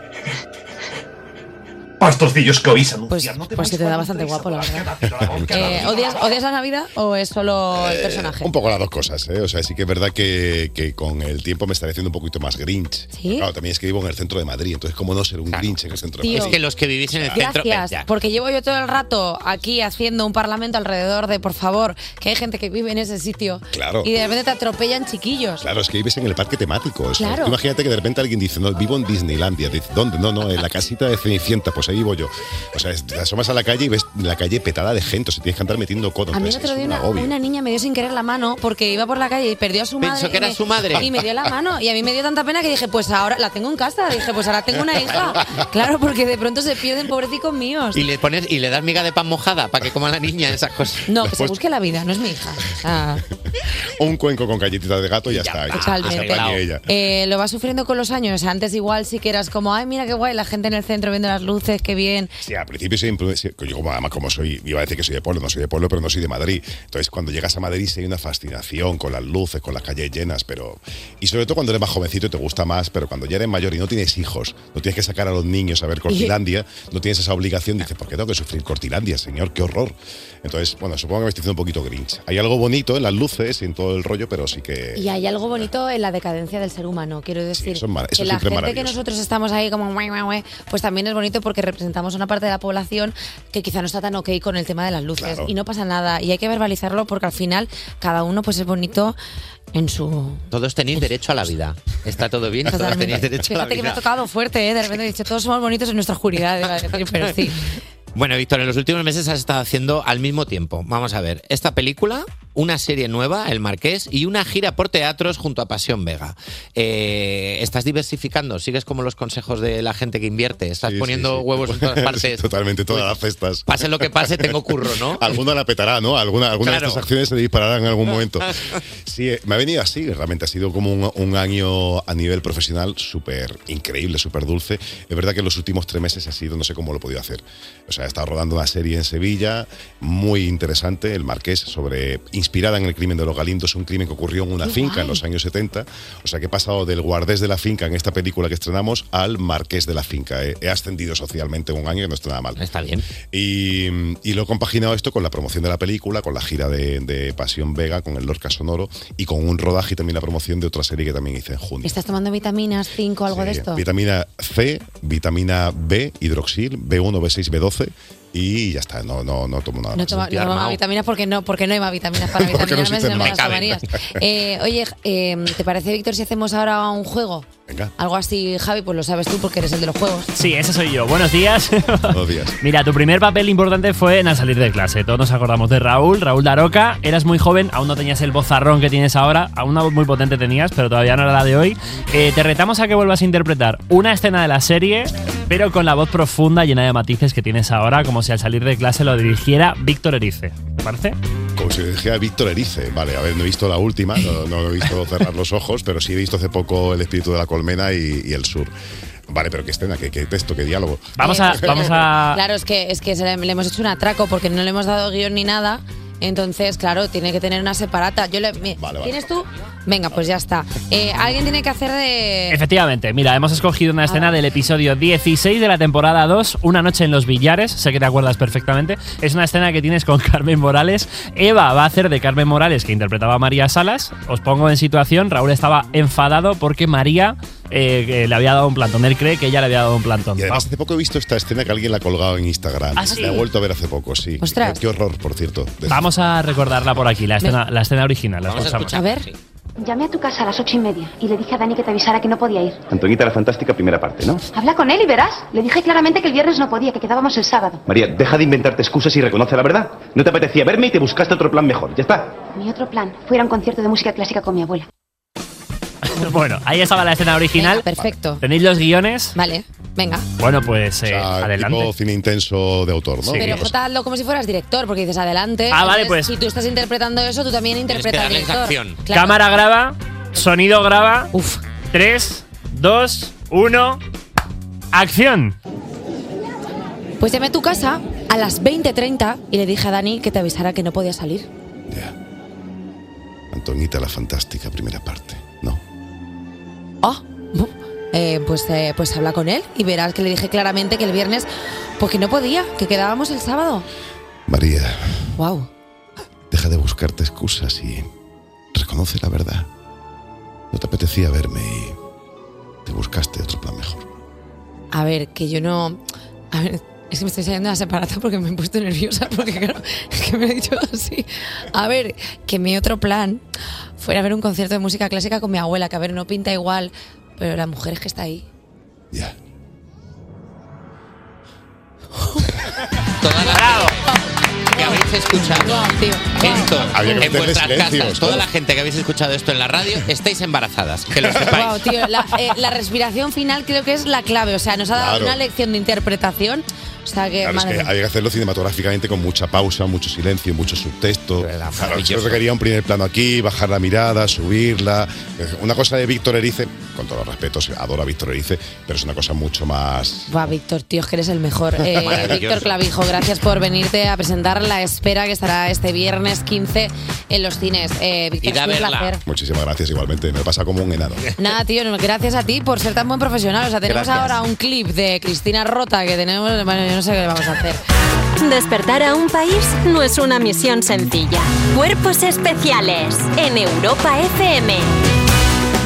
Speaker 5: Pastorcillos que oís anunciar, no te
Speaker 3: Pues se te da bastante guapo, la verdad.
Speaker 21: *laughs*
Speaker 3: Eh, ¿odias, odias la Navidad o es solo
Speaker 21: Eh,
Speaker 3: el personaje?
Speaker 21: Un poco las dos cosas, ¿eh? O sea, sí que es verdad que, que con el tiempo me estaré haciendo un poquito más grinch.
Speaker 3: ¿Sí?
Speaker 21: Claro, también es que vivo en el centro de Madrid, entonces cómo no ser un grinch en el centro de
Speaker 3: Tío.
Speaker 21: Madrid.
Speaker 3: Es que
Speaker 4: los que vivís
Speaker 21: eh,
Speaker 4: en el
Speaker 3: Gracias, porque llevo yo todo el rato aquí haciendo un parlamento alrededor de, por favor, que hay gente que vive en ese sitio.
Speaker 21: Claro.
Speaker 3: Y de repente te atropellan chiquillos.
Speaker 21: Claro, es que vives en el parque temático. o sea,
Speaker 3: Claro.
Speaker 21: tú Imagínate que de repente alguien dice, no, vivo en Disneylandia. Dice, ¿dónde? No, no, en la casita de Cenicienta, pues ahí vivo yo. O sea, es- te asomas a la calle y ves la calle petada de gente, o sea, tienes que andar metiendo codos.
Speaker 3: A mí el
Speaker 21: entonces
Speaker 3: otro día
Speaker 21: Pues es un
Speaker 3: una,
Speaker 21: agobio.
Speaker 3: una niña me dio sin querer la mano porque iba por la calle y perdió a su
Speaker 21: Pensó
Speaker 3: madre.
Speaker 21: que
Speaker 3: y
Speaker 21: era
Speaker 3: me-
Speaker 21: su madre.
Speaker 3: Y me dio la mano. Y a mí me dio tanta pena que dije, pues ahora la tengo en casa. Dije, pues ahora tengo una
Speaker 21: *laughs*
Speaker 3: hija. Claro, porque de pronto se pierden pobrecicos míos.
Speaker 4: Y le pones y le das miga de pan mojada para que coma la niña esas cosas.
Speaker 3: No, que se busque la vida, no es mi hija.
Speaker 21: *laughs*
Speaker 3: Ah,
Speaker 21: Un cuenco con galletitas de gato y ya, está.
Speaker 3: totalmente.
Speaker 21: Que se apañe ella.
Speaker 3: Eh, lo vas sufriendo con los años. O sea, antes igual sí que eras como, ay, mira qué guay, la gente en el centro viendo las luces, qué bien.
Speaker 21: Sí, al principio soy impru- sí, yo como, además como soy, iba a decir que soy de pueblo, no soy de pueblo, pero no soy de Madrid. Entonces cuando llegas a Madrid sí hay una fascinación con las luces, con las calles llenas, pero... Y sobre todo cuando eres más jovencito y te gusta más, pero cuando ya eres mayor y no tienes hijos, no tienes que sacar a los niños a
Speaker 4: *laughs*
Speaker 21: ver Cortilandia, no tienes esa obligación, dices, ¿por qué tengo que sufrir Cortilandia, señor? ¡Qué horror! Entonces, bueno, supongo que me estoy haciendo un poquito grinch. Hay algo bonito en las luces y en todo el rollo, pero sí que...
Speaker 3: Y hay algo bonito en la decadencia del ser humano, quiero decir.
Speaker 21: eso es mar- eso
Speaker 3: que la
Speaker 21: siempre es
Speaker 3: gente que
Speaker 21: maravilloso.
Speaker 3: nosotros estamos ahí como, "Mua, mua, mua", pues también es bonito porque representamos una parte de la población que quizá no está tan ok con el tema de las luces
Speaker 4: Claro.
Speaker 3: y no pasa nada. Y hay que verbalizarlo porque al final cada uno pues es bonito en su...
Speaker 4: Todos tenéis derecho a la vida. Está todo bien, *laughs* todos
Speaker 3: Totalmente.
Speaker 4: tenéis derecho a la
Speaker 3: Fíjate que me ha
Speaker 4: vida.
Speaker 3: tocado fuerte, ¿eh? de repente he dicho, todos somos bonitos en nuestra oscuridad, iba a decir, pero
Speaker 21: *laughs*
Speaker 3: sí.
Speaker 4: Bueno, Víctor, en los últimos meses has estado haciendo al mismo tiempo, vamos a ver, esta película, una serie nueva, El Marqués, y una gira por teatros junto a Pasión Vega. Eh, estás diversificando, sigues como los consejos de la gente que invierte, estás poniendo
Speaker 21: *laughs* sí.
Speaker 4: huevos en todas partes.
Speaker 21: Totalmente todas las festas.
Speaker 4: Pase lo que pase, tengo curro, ¿no?
Speaker 21: *laughs* Alguna la petará, ¿no? Alguna, alguna
Speaker 4: Claro.
Speaker 21: de estas acciones se le dispararán en algún
Speaker 8: *laughs*
Speaker 21: momento. Sí, eh, me ha venido así, realmente ha sido como un, un año a nivel profesional súper increíble, súper dulce. Es verdad que los últimos tres meses ha sido, no sé cómo lo he podido hacer. O sea, he estado rodando una serie en Sevilla, muy interesante, El Marqués, sobre inspirada en el crimen de los Galindos, un crimen que ocurrió en una
Speaker 8: Qué
Speaker 21: finca
Speaker 8: guay.
Speaker 21: en los años 70. O sea, que he pasado del guardés de la finca en esta película que estrenamos al marqués de la finca. He, he ascendido socialmente un año que no está nada mal.
Speaker 4: Está bien.
Speaker 21: Y, y lo he compaginado esto con la promoción de la película, con la gira de, de Pasión Vega, con el Lorca Sonoro y con un rodaje y también la promoción de otra serie que también hice en junio.
Speaker 3: ¿Estás tomando vitaminas, 5, algo de
Speaker 21: Sí,
Speaker 3: esto?
Speaker 21: Vitamina C, vitamina B, hidroxil, B1, B6, B12 y ya está, no, no, no tomo nada
Speaker 3: No
Speaker 21: más.
Speaker 3: toma, no toma vitaminas porque no, porque no hay más vitaminas
Speaker 21: *laughs*
Speaker 3: para vitaminas,
Speaker 21: existen
Speaker 3: no me
Speaker 21: más.
Speaker 3: las
Speaker 21: Caben. *laughs*
Speaker 3: tomarías. Eh, oye, eh, ¿te parece, Víctor, si hacemos ahora un juego?
Speaker 21: Venga.
Speaker 3: Algo así, Javi, pues lo sabes tú porque eres el de los juegos.
Speaker 20: Sí, ese soy yo. Buenos días. *laughs*
Speaker 21: Buenos días.
Speaker 20: Mira, tu primer papel importante fue en Al salir de clase. Todos nos acordamos de Raúl, Raúl Daroca. Eras muy joven, aún no tenías el bozarrón que tienes ahora, aún una voz muy potente tenías, pero todavía no era la de hoy. Eh, te retamos a que vuelvas a interpretar una escena de la serie, pero con la voz profunda llena de matices que tienes ahora, como si al salir de clase lo dirigiera Víctor Erice. ¿Te parece?
Speaker 21: Como si dijera Víctor Erice. Vale, a ver, no he visto la última, no, no he
Speaker 20: *laughs*
Speaker 21: visto cerrar los ojos, pero sí he visto hace poco El espíritu de la colmena y, y el sur. Vale, pero qué escena, qué, qué texto, qué diálogo.
Speaker 20: Vamos a, vamos a,
Speaker 3: Eh, *laughs* Claro, es que, es que se le, le hemos hecho un atraco porque no le hemos dado guión ni nada. Entonces, claro, tiene que tener una separata. Yo le, mi-
Speaker 21: Vale, vale.
Speaker 3: ¿Tienes tú? Venga, pues ya está. Eh, Alguien tiene que hacer de...
Speaker 20: Efectivamente, mira, hemos escogido una
Speaker 21: Ah.
Speaker 20: escena del episodio 16 de la temporada 2, Una noche en los billares, sé que te acuerdas perfectamente, es una escena que tienes con *laughs* Carmen Morales, Eva va a hacer de Carmen Morales que interpretaba a María Salas, os pongo en situación, Raúl estaba enfadado porque María eh, que le había dado un plantón, él cree que ella le había dado un plantón.
Speaker 21: Y además hace poco he visto esta escena que alguien la ha colgado en Instagram.
Speaker 20: ¿Ah, sí?
Speaker 21: La he vuelto a ver hace poco, sí.
Speaker 20: Ostras.
Speaker 21: Qué, qué horror, por cierto. De-
Speaker 20: Vamos a recordarla por aquí, la escena, la escena original, la
Speaker 21: Vamos a
Speaker 20: escuchamos.
Speaker 21: escuchar. A ver.
Speaker 8: Llamé a tu casa a las ocho y media y le dije a Dani que te avisara que no podía ir.
Speaker 10: Antoñita la fantástica primera parte, ¿no?
Speaker 8: Habla con él y verás. Le dije claramente que el viernes no podía, que quedábamos el sábado.
Speaker 10: María, deja de inventarte excusas y reconoce la verdad. No te apetecía verme y te buscaste otro plan mejor. Ya está.
Speaker 8: Mi otro plan fue ir a un concierto de música clásica con mi abuela.
Speaker 20: bueno, ahí estaba la escena original.
Speaker 3: perfecto.
Speaker 20: ¿Tenéis los guiones?
Speaker 3: Vale, ¿eh? venga.
Speaker 20: Bueno, pues eh, adelante.
Speaker 21: Tipo cine intenso de autor, ¿no?
Speaker 3: Pero
Speaker 21: Una cosa.
Speaker 3: Jota, hazlo como si fueras director, porque dices adelante.
Speaker 20: Ah, vale,
Speaker 3: Entonces,
Speaker 20: pues.
Speaker 3: Si tú estás interpretando eso, tú también interpretas al
Speaker 20: darles
Speaker 3: director.
Speaker 20: acción.
Speaker 3: Claro.
Speaker 20: Cámara graba, sonido graba. Uf. 3, 2, 1. Acción.
Speaker 3: Pues llamé a tu casa a las 20.30 y le dije a Dani que te avisara que no podía salir.
Speaker 21: Antoñita la fantástica primera parte.
Speaker 3: Ah, bu- eh, pues, eh, pues habla con él y verás que le dije claramente que el viernes, porque no podía, que quedábamos el sábado.
Speaker 21: María,
Speaker 3: Wow.
Speaker 21: deja de buscarte excusas y reconoce la verdad. No te apetecía verme y te buscaste otro plan mejor.
Speaker 3: A ver, que yo no. A ver, es que me estoy saliendo de la separata porque me he puesto nerviosa, porque claro, es que me lo he dicho así. A ver, que mi otro plan fuera a ver un concierto de música clásica con mi abuela, que a ver, no pinta igual, pero la mujer es que está ahí.
Speaker 4: Toda la que habéis escuchado esto
Speaker 21: Había que
Speaker 4: en
Speaker 21: meterle
Speaker 4: vuestras
Speaker 21: silencios,
Speaker 4: casas, toda
Speaker 21: ¿no?
Speaker 4: la gente que habéis escuchado esto en la radio, estáis embarazadas,
Speaker 3: *laughs*
Speaker 4: que lo sepáis.
Speaker 3: Wow, tío, la, eh, la respiración final creo que es la clave. O sea, nos ha dado
Speaker 21: Claro.
Speaker 3: una lección de interpretación. O sea, que.
Speaker 21: Claro, es
Speaker 3: madre
Speaker 21: que
Speaker 3: mía.
Speaker 21: había que hacerlo cinematográficamente con mucha pausa, mucho silencio, mucho subtexto. Claro, eso requería un primer plano aquí, bajar la mirada, subirla. Eh, Una cosa de Víctor Erice, con todos los respetos, adoro a Víctor Erice, pero es una cosa mucho más.
Speaker 3: Buah, Víctor, tío, es que eres el
Speaker 21: *laughs*
Speaker 3: mejor. Eh,
Speaker 21: Maravilloso.
Speaker 3: Víctor Clavijo, gracias por venirte a presentar la espera que estará este viernes 15 en los cines. Eh, Víctor, es un placer.
Speaker 21: Muchísimas gracias, igualmente. Me pasa como un enano.
Speaker 3: Nada, tío, no, gracias a ti por ser tan buen profesional. O sea, tenemos
Speaker 21: Gracias.
Speaker 3: ahora un clip de Cristina Rota que tenemos. Bueno, yo no sé qué le vamos a hacer.
Speaker 2: Despertar a un país no es una misión sencilla. Cuerpos especiales en Europa FM.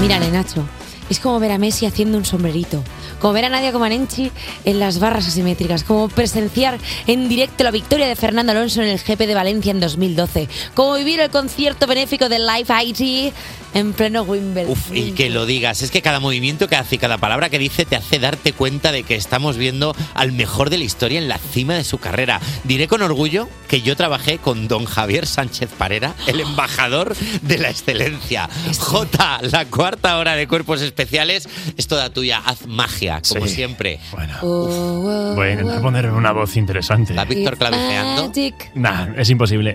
Speaker 3: Mírale, Nacho. Es como ver a Messi haciendo un sombrerito. Como ver a Nadia Comaneci en las barras asimétricas. Como presenciar en directo la victoria de Fernando Alonso en el GP de Valencia en 2012. Como vivir el concierto benéfico de Live IT en pleno Wimbledon.
Speaker 4: Y que lo digas, es que cada movimiento que hace y cada palabra que dice te hace darte cuenta de que estamos viendo al mejor de la historia en la cima de su carrera. Diré con orgullo que yo trabajé con don Javier Sánchez Parera, el embajador de la excelencia. J, la cuarta hora de cuerpos especiales, es toda tuya, haz magia, como
Speaker 20: Sí.
Speaker 4: siempre.
Speaker 23: Oh,
Speaker 20: Voy a intentar ponerme una voz interesante. ¿La
Speaker 4: Víctor clavijeando?
Speaker 3: Magic.
Speaker 20: Nah,
Speaker 3: *laughs*
Speaker 20: es imposible.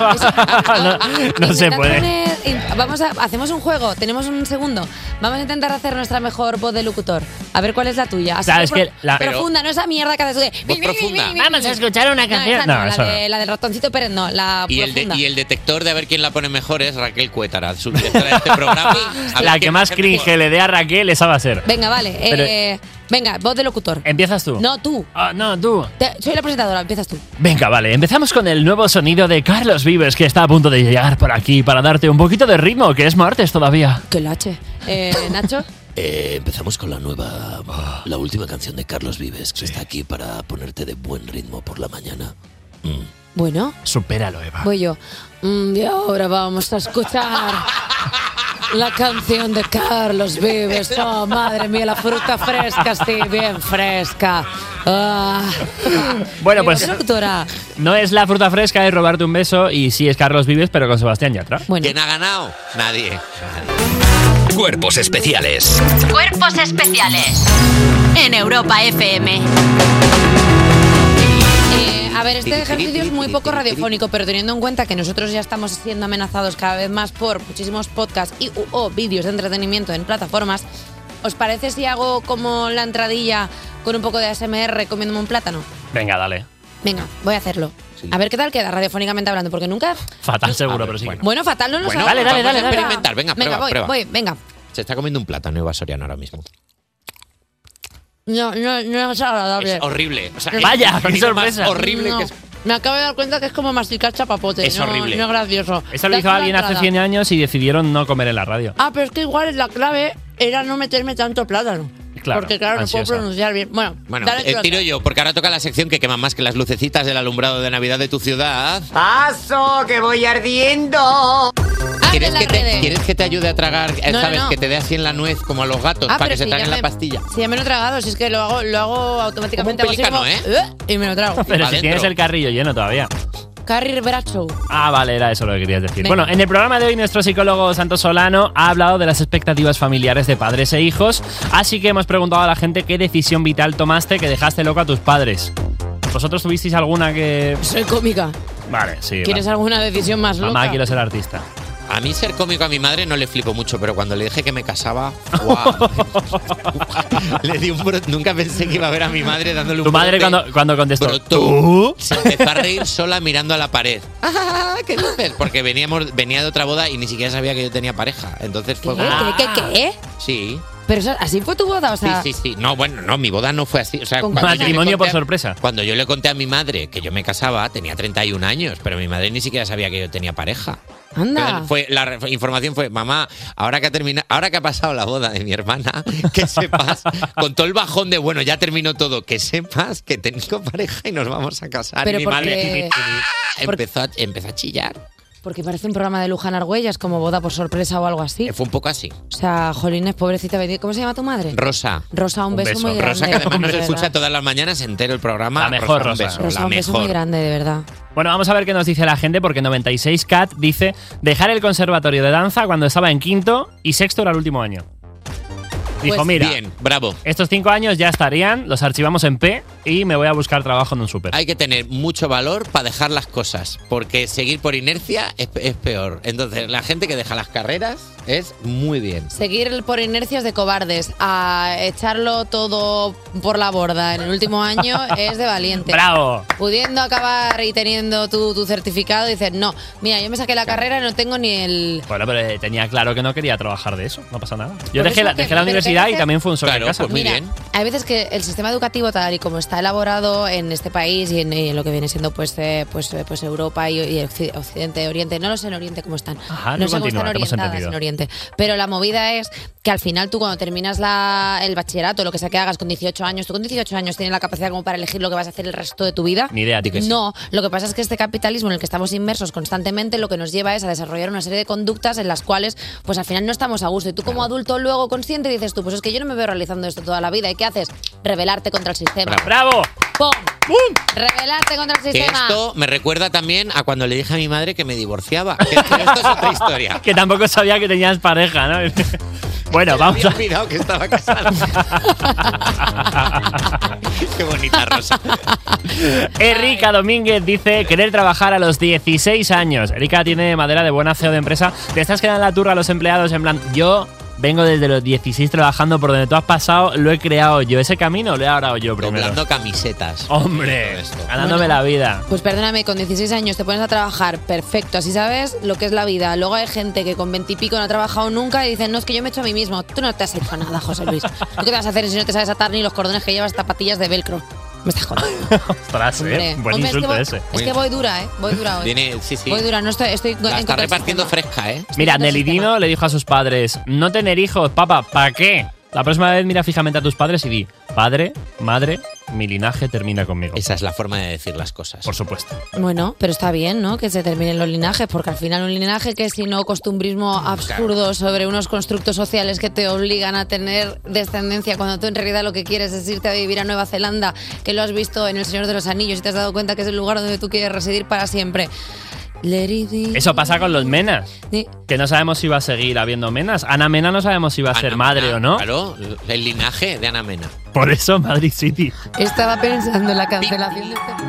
Speaker 20: no no se
Speaker 3: Intentad
Speaker 20: puede.
Speaker 3: poner- in- vamos a, hacemos un juego, tenemos un segundo. Vamos a intentar hacer nuestra mejor voz de locutor. A ver cuál es la tuya. Así
Speaker 20: Claro, es que la-
Speaker 3: pero- profunda, no esa mierda que haces tú de-
Speaker 4: Voz profunda.
Speaker 20: Vamos a escuchar una canción.
Speaker 3: No, esa no,
Speaker 20: No,
Speaker 3: la,
Speaker 20: eso
Speaker 3: de-
Speaker 20: no.
Speaker 3: la del ratoncito Pérez, no, la
Speaker 4: Y el, de-
Speaker 3: profunda.
Speaker 4: y el detector de a ver quién la pone mejor es Raquel Cuétara,
Speaker 20: *laughs*
Speaker 4: subdirectora de este programa. A ver
Speaker 20: La
Speaker 4: quién
Speaker 20: que más
Speaker 4: la pone mejor.
Speaker 20: cringe le dé a Raquel, esa va a ser.
Speaker 3: Venga, vale.
Speaker 20: Pero-
Speaker 3: eh, venga, voz de locutor.
Speaker 20: ¿Empiezas tú?
Speaker 3: No, tú.
Speaker 20: Ah, no, tú.
Speaker 3: Te- soy la presentadora, empiezas tú.
Speaker 20: Venga, vale, empezamos con el nuevo sonido de Carlos Vives que está a punto de llegar por aquí para darte un poquito de ritmo, que es martes todavía.
Speaker 3: Que lache.
Speaker 20: *laughs*
Speaker 3: Eh, Nacho.
Speaker 23: Eh, empezamos con la nueva, la última canción de Carlos Vives, que está aquí para ponerte de buen ritmo por la mañana.
Speaker 3: Bueno,
Speaker 20: Supéralo, Eva.
Speaker 3: voy yo. Mm, y ahora vamos a escuchar La canción de Carlos
Speaker 20: *laughs*
Speaker 3: Vives. Oh, madre mía, la fruta fresca, sí, bien fresca. Ah. Eh, Mira,
Speaker 20: Bueno, pues-
Speaker 3: productora.
Speaker 20: No es la fruta fresca, es robarte un beso y sí es Carlos Vives, pero con Sebastián Yatra.
Speaker 4: ¿Quién ha ganado? Nadie.
Speaker 1: Cuerpos especiales.
Speaker 2: Cuerpos especiales. En Europa FM.
Speaker 3: Eh, a ver, este ejercicio es muy poco radiofónico, pero teniendo en cuenta que nosotros ya estamos siendo amenazados cada vez más por muchísimos podcasts y u- o vídeos de entretenimiento en plataformas, ¿os parece si hago como la entradilla con un poco de ASMR comiéndome un plátano?
Speaker 20: Venga, dale.
Speaker 3: Venga, voy a hacerlo. A ver qué tal queda radiofónicamente hablando, porque nunca...
Speaker 20: Fatal seguro, pero sí.
Speaker 3: Bueno, fatal no lo
Speaker 4: Bueno,
Speaker 3: sabemos.
Speaker 4: dale, dale,
Speaker 3: Vamos
Speaker 4: dale,
Speaker 3: a
Speaker 4: dale.
Speaker 3: empezar.
Speaker 4: Experimentar, venga, prueba,
Speaker 3: voy,
Speaker 4: prueba.
Speaker 3: voy, venga.
Speaker 4: Se está comiendo un plátano Eva Soriano ahora mismo.
Speaker 3: No, no, no es agradable.
Speaker 4: Es horrible. O sea,
Speaker 3: No.
Speaker 4: es el sonido más horrible
Speaker 3: No,
Speaker 4: que es.
Speaker 3: Me acabo de dar cuenta que es como masticar chapapote.
Speaker 20: Es
Speaker 3: no,
Speaker 20: horrible.
Speaker 3: No es gracioso.
Speaker 20: Eso lo
Speaker 3: Ya
Speaker 20: hizo
Speaker 3: está la
Speaker 20: alguien hace
Speaker 3: entrada.
Speaker 20: 100 años y decidieron no comer en la radio.
Speaker 3: Ah, pero es que igual la clave era no meterme tanto plátano.
Speaker 4: Claro,
Speaker 3: porque claro, no
Speaker 4: ansiosa.
Speaker 3: puedo pronunciar bien. Bueno,
Speaker 4: Bueno,
Speaker 3: dale
Speaker 4: eh,
Speaker 3: trote.
Speaker 4: tiro yo, porque ahora toca la sección que quema más que las lucecitas del alumbrado de Navidad de tu ciudad.
Speaker 9: ¡Paso, que voy
Speaker 3: Ah,
Speaker 9: ardiendo!
Speaker 4: ¿Quieres que, te, quieres que te ayude a tragar, eh,
Speaker 3: No, no,
Speaker 4: sabes,
Speaker 3: no.
Speaker 4: que te dé así en la nuez como a los gatos
Speaker 3: Ah, pero
Speaker 4: para que se
Speaker 3: si ya
Speaker 4: traguen la
Speaker 3: me-
Speaker 4: pastilla?
Speaker 3: Si ya me lo he tragado, si es que lo hago, lo hago automáticamente.
Speaker 4: Como un
Speaker 3: hago así
Speaker 4: pelícano,
Speaker 3: "Eh", Y me lo trago.
Speaker 20: Pero si tienes el carrillo lleno todavía.
Speaker 3: Carrie Bradshaw.
Speaker 20: Ah, vale, era eso lo que querías decir.
Speaker 3: Venga.
Speaker 20: Bueno, en el programa de hoy nuestro psicólogo Santos Solano ha hablado de las expectativas familiares de padres e hijos, así que hemos preguntado a la gente qué decisión vital tomaste que dejaste loco a tus padres. ¿Vosotros tuvisteis alguna que...?
Speaker 3: Soy cómica.
Speaker 20: Vale, sí.
Speaker 3: ¿Quieres
Speaker 20: va.
Speaker 3: alguna decisión más loca? *laughs*
Speaker 20: Mamá, quiero ser artista.
Speaker 4: A mí ser cómico a mi madre no le flipo mucho, pero cuando le dije que me casaba,
Speaker 20: *laughs*
Speaker 4: ¡guau! le di un bro- Nunca pensé que iba a ver a mi madre dándole un
Speaker 20: Tu madre
Speaker 4: brote.
Speaker 20: cuando, cuando contestó...
Speaker 4: ¿Tú? Se empezó a reír sola mirando a la pared.
Speaker 3: Ah,
Speaker 4: ¿Qué dices? Porque veníamos, venía de otra boda y ni siquiera sabía que yo tenía pareja. Entonces fue
Speaker 3: ¿Qué?
Speaker 4: como- "Ah,
Speaker 3: ¿Qué? ¿Qué? ¿Qué?
Speaker 4: Sí.
Speaker 3: Pero eso- así fue tu boda, o
Speaker 4: Sí,
Speaker 3: sea.
Speaker 4: sí, sí. No, bueno, no, mi boda no fue así. O sea,
Speaker 3: Con
Speaker 4: cuando yo le
Speaker 20: Matrimonio por
Speaker 4: conté a-
Speaker 20: sorpresa.
Speaker 4: Cuando yo le conté a mi madre que yo me casaba, tenía 31 años, pero mi madre ni siquiera sabía que yo tenía pareja.
Speaker 3: Anda.
Speaker 4: Entonces Fue, la re- información fue, mamá, ahora que ha terminado, ahora que ha pasado la boda de mi hermana,
Speaker 3: *laughs*
Speaker 4: que sepas, con todo el bajón de, bueno, ya terminó todo, que sepas que tengo pareja y nos vamos a casar.
Speaker 3: Pero
Speaker 4: y mi
Speaker 3: porque-
Speaker 4: *laughs* madre ¡Ah! empezó a, empezó a chillar.
Speaker 3: Porque parece un programa de Luján Argüelles, como boda por sorpresa o algo así.
Speaker 4: Fue un poco así.
Speaker 3: O sea, Jolines, pobrecita. bendita. ¿Cómo se llama tu madre?
Speaker 4: Rosa.
Speaker 3: Rosa, un, beso, muy grande.
Speaker 4: Rosa, que además nos
Speaker 3: de verdad.
Speaker 4: escucha todas las mañanas entero el programa. La
Speaker 20: mejor,
Speaker 4: un
Speaker 20: Rosa.
Speaker 4: beso,
Speaker 3: Rosa,
Speaker 4: la
Speaker 3: un beso muy
Speaker 4: mejor.
Speaker 3: grande, de verdad.
Speaker 20: Bueno, vamos a ver qué nos dice la gente, porque 96cat dice dejar el conservatorio de danza cuando estaba en quinto y sexto era el último año. Dijo,
Speaker 4: Pues-
Speaker 20: mira,
Speaker 4: Bien, bravo.
Speaker 20: estos cinco años ya estarían, los archivamos en P y me voy a buscar trabajo en un súper.
Speaker 4: Hay que tener mucho valor para dejar las cosas, porque seguir por inercia es, es peor. Entonces, la gente que deja las carreras es muy bien.
Speaker 3: Seguir por inercias de cobardes, a echarlo todo por la borda en el último
Speaker 20: *laughs*
Speaker 3: año es de valiente.
Speaker 20: ¡Bravo!
Speaker 3: Pudiendo acabar y teniendo tu, tu certificado, dices, no, mira, yo me saqué la carrera y no tengo ni el...
Speaker 20: Bueno, pero eh, tenía claro que no quería trabajar de eso, no pasa nada. Yo
Speaker 3: Por
Speaker 20: dejé
Speaker 3: eso
Speaker 20: la,
Speaker 3: que-
Speaker 20: dejé
Speaker 3: pero
Speaker 20: la
Speaker 3: que
Speaker 20: universidad y
Speaker 3: dices-
Speaker 20: también fue un sobre
Speaker 4: Claro,
Speaker 20: casa.
Speaker 4: pues muy bien.
Speaker 3: Hay veces que el sistema educativo tal y como está elaborado en este país y en, y en lo que viene siendo pues eh, pues eh, pues Europa y, y Occ- Occidente, Oriente, no lo sé en Oriente cómo están,
Speaker 20: Ajá,
Speaker 3: no
Speaker 20: tú
Speaker 3: sé cómo están
Speaker 20: continúa, te hemos
Speaker 3: orientadas
Speaker 20: entendido.
Speaker 3: en Oriente, pero la movida es que al final tú cuando terminas la- el bachillerato, lo que sea que hagas con 18 años, tú con 18 años tienes la capacidad como para elegir lo que vas a hacer el resto de tu vida.
Speaker 20: Ni idea, di que sí.
Speaker 3: No, lo que pasa es que este capitalismo en el que estamos inmersos constantemente lo que nos lleva es a desarrollar una serie de conductas en las cuales pues al final no estamos a gusto. Y tú como adulto luego consciente dices tú, pues es que yo no me veo realizando esto toda la vida. ¿Y qué haces? Rebelarte contra el sistema.
Speaker 20: ¡Bravo!
Speaker 3: ¡Pum! Rebelarte contra el
Speaker 4: Que
Speaker 3: sistema.
Speaker 4: esto me recuerda también a cuando le dije a mi madre que me divorciaba. Que esto es otra historia.
Speaker 20: Que tampoco sabía que tenías pareja, ¿no? *laughs* bueno, vamos
Speaker 4: Había
Speaker 20: a...
Speaker 4: olvidado que estaba casada. *laughs* Qué bonita Rosa.
Speaker 20: *laughs* Erika Domínguez dice querer trabajar a los 16 años. Erika tiene madera de buena CEO de empresa. Te estás quedando la turra a los empleados en plan, yo vengo desde los 16 trabajando por donde tú has pasado, lo he creado yo. Ese camino lo he ahorrado yo primero.
Speaker 4: Doblando camisetas.
Speaker 20: Hombre, ganándome
Speaker 3: Bueno.
Speaker 20: la vida. *laughs*
Speaker 3: Pues perdóname, con 16 años te pones a trabajar, perfecto, así sabes lo que es la vida. Luego hay gente que con 20 y pico no ha trabajado nunca y dicen, no, es que yo me he hecho a mí mismo. Tú no te has hecho nada, José Luis. ¿Tú qué te vas a hacer si no te sabes atar ni los cordones que llevas zapatillas de velcro?
Speaker 20: Ostras,
Speaker 3: Hombre,
Speaker 20: eh. Buen
Speaker 3: hombre,
Speaker 20: insulto
Speaker 3: es que
Speaker 20: ese.
Speaker 3: voy, Es que voy dura, ¿eh? *laughs* Voy dura hoy.
Speaker 4: Viene, sí, sí.
Speaker 3: Voy dura, no estoy, estoy
Speaker 4: La
Speaker 3: en
Speaker 4: está
Speaker 3: contra del
Speaker 4: repartiendo fresca, ¿eh?
Speaker 20: Mira, Nelidino le dijo a sus padres, no tener hijos, papá, ¿para qué? La próxima vez mira fijamente a tus padres y di, padre, madre, Mi linaje termina conmigo.
Speaker 4: Esa es la forma de decir las cosas.
Speaker 20: Por supuesto.
Speaker 3: Bueno, pero está bien, ¿no? Que se terminen los linajes, porque al final un linaje que es sino costumbrismo absurdo sobre unos constructos sociales que te obligan a tener descendencia cuando tú en realidad lo que quieres es irte a vivir a Nueva Zelanda, que lo has visto en El Señor de los Anillos y te has dado cuenta que es el lugar donde tú quieres residir para siempre. Let it be.
Speaker 20: Eso pasa con los menas.
Speaker 3: Sí.
Speaker 20: Que no sabemos si va a seguir habiendo menas. Ana Mena no sabemos si va a ser madre o no.
Speaker 4: Claro, el linaje de Ana Mena.
Speaker 20: Por eso Madrid City.
Speaker 3: Estaba pensando en la cancelación de este...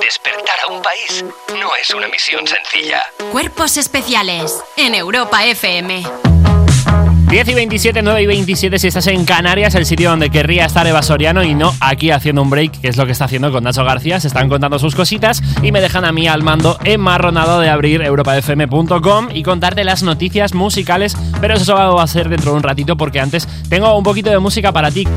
Speaker 1: Despertar a un país no es una misión sencilla.
Speaker 2: Cuerpos especiales en Europa FM.
Speaker 20: 10 y 27, 9 y 27 si estás en Canarias, el sitio donde querría estar Eva Soriano y no aquí haciendo un break, que es lo que está haciendo con Nacho García. Se están contando sus cositas y me dejan a mí al mando enmarronado de abrir europafm.com y contarte las noticias musicales, pero eso solo va a ser dentro de un ratito porque antes tengo un poquito de música para ti.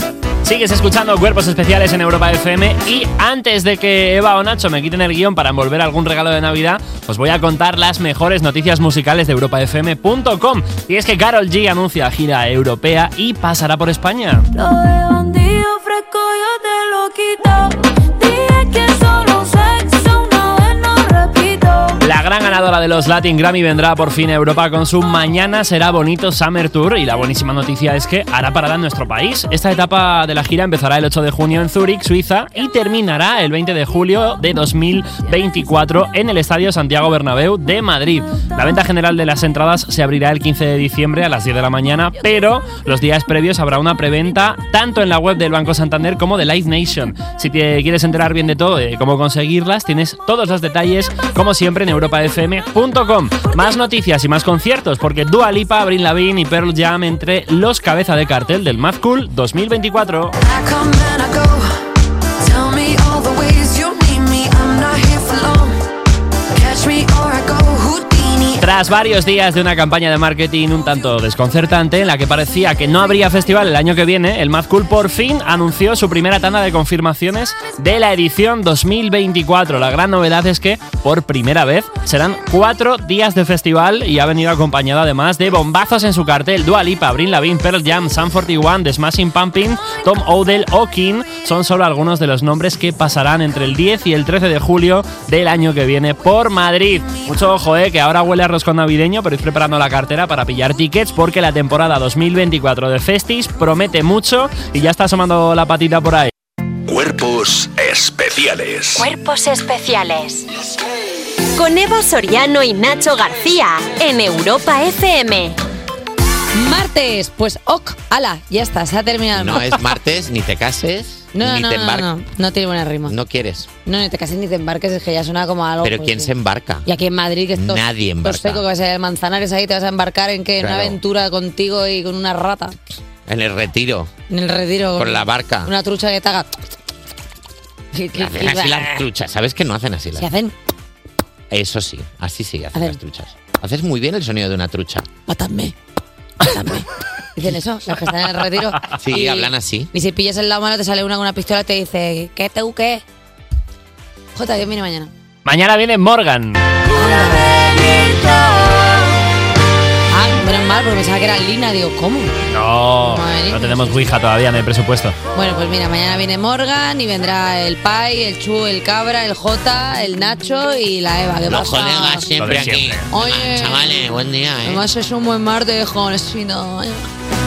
Speaker 20: Sigues escuchando Cuerpos Especiales en Europa FM y antes de que Eva o Nacho me quiten el guión para envolver algún regalo de Navidad, os voy a contar las mejores noticias musicales de europafm.com. Y es que Carol G anuncia gira europea y pasará por España.
Speaker 11: Lo de bandido fresco yo te lo quito. Dije que solo un sexo una vez no repito.
Speaker 20: La gran ganadora de los Latin Grammy vendrá por fin a Europa con su Mañana será bonito Summer Tour y la buenísima noticia es que hará parada en nuestro país. Esta etapa de la gira empezará el 8 de junio en Zúrich, Suiza y terminará el 20 de julio de 2024 en el Estadio Santiago Bernabéu de Madrid. La venta general de las entradas se abrirá el 15 de diciembre a las 10 de la mañana, pero los días previos habrá una preventa tanto en la web del Banco Santander como de Live Nation. Si te quieres enterar bien de todo, de cómo conseguirlas, tienes todos los detalles como siempre en europafm.com. Más noticias y más conciertos porque Dua Lipa, Avril Lavigne y Pearl Jam entre los cabeza de cartel del Mad Cool 2024.
Speaker 11: I come and I go. Tell me all the ways you need me. I'm not here for long. Catch me or I go Houdini.
Speaker 20: Tras varios días de una campaña de marketing un tanto desconcertante, en la que parecía que no habría festival el año que viene, el Mad Cool por fin anunció su primera tanda de confirmaciones de la edición 2024. La gran novedad es que, por primera vez, serán cuatro días de festival y ha venido acompañado además de bombazos en su cartel. Dua Lipa, Avril Lavigne, Pearl Jam, Sam 41, The Smashing Pumpkins, Tom Odell o King son solo algunos de los nombres que pasarán entre el 10 y el 13 de julio del año que viene por Madrid. Mucho ojo, eh, que ahora huele a roscón navideño, pero ir preparando la cartera para pillar tickets porque la temporada 2024 de Festis promete mucho y ya está asomando la patita por ahí.
Speaker 7: Cuerpos especiales.
Speaker 2: Cuerpos especiales. Con Eva Soriano y Nacho García en Europa FM.
Speaker 3: Martes, pues ok, ala, ya está, se ha terminado.
Speaker 4: No es martes, ni te cases,
Speaker 3: Ah, *laughs* No,
Speaker 4: ni
Speaker 3: no,
Speaker 4: te
Speaker 3: no, no,
Speaker 4: embarques.
Speaker 3: no, no tiene buena rima.
Speaker 4: No quieres.
Speaker 3: No, ni te cases ni te embarques, es que ya suena como algo.
Speaker 4: Pero
Speaker 3: pues,
Speaker 4: ¿quién
Speaker 3: sí. pues
Speaker 4: se embarca?
Speaker 3: Y aquí en Madrid, que es todo,
Speaker 4: Nadie
Speaker 3: todo
Speaker 4: embarca.
Speaker 3: seco, que vas a ir a Manzanares ahí, te vas a embarcar en que en una
Speaker 4: Claro.
Speaker 3: aventura contigo y con una rata,
Speaker 4: En el retiro.
Speaker 3: en el retiro.
Speaker 4: Con la barca.
Speaker 3: Una trucha que te haga. *laughs* Que- que-
Speaker 4: Hacen así las truchas. ¿Sabes que no hacen así las
Speaker 3: Se hacen.
Speaker 4: Eso sí, así sí hacen
Speaker 3: Hacen.
Speaker 4: las truchas. Haces muy bien el sonido de una trucha.
Speaker 3: Dicen eso, los que están en el retiro.
Speaker 4: Sí,
Speaker 3: Y-
Speaker 4: hablan así.
Speaker 3: Y si pillas el lado malo, te sale una con una pistola y te dice, ¿qué te qué? Jota, Dios viene mañana.
Speaker 20: Mañana viene Morgan.
Speaker 3: Ah, menos mal, porque pensaba que era Lina. Digo, ¿cómo?
Speaker 20: No, no tenemos Ouija todavía, no hay presupuesto.
Speaker 3: Bueno, pues mira, mañana viene Morgan y vendrá el Pai, el Chu, el Cabra, el Jota, el Nacho y la Eva. ¿Qué
Speaker 4: Los
Speaker 3: pasa?
Speaker 4: colegas siempre aquí.
Speaker 3: Oye.
Speaker 4: Chavales, buen día, ¿eh?
Speaker 3: Además es un buen martes con el chino. ¿eh?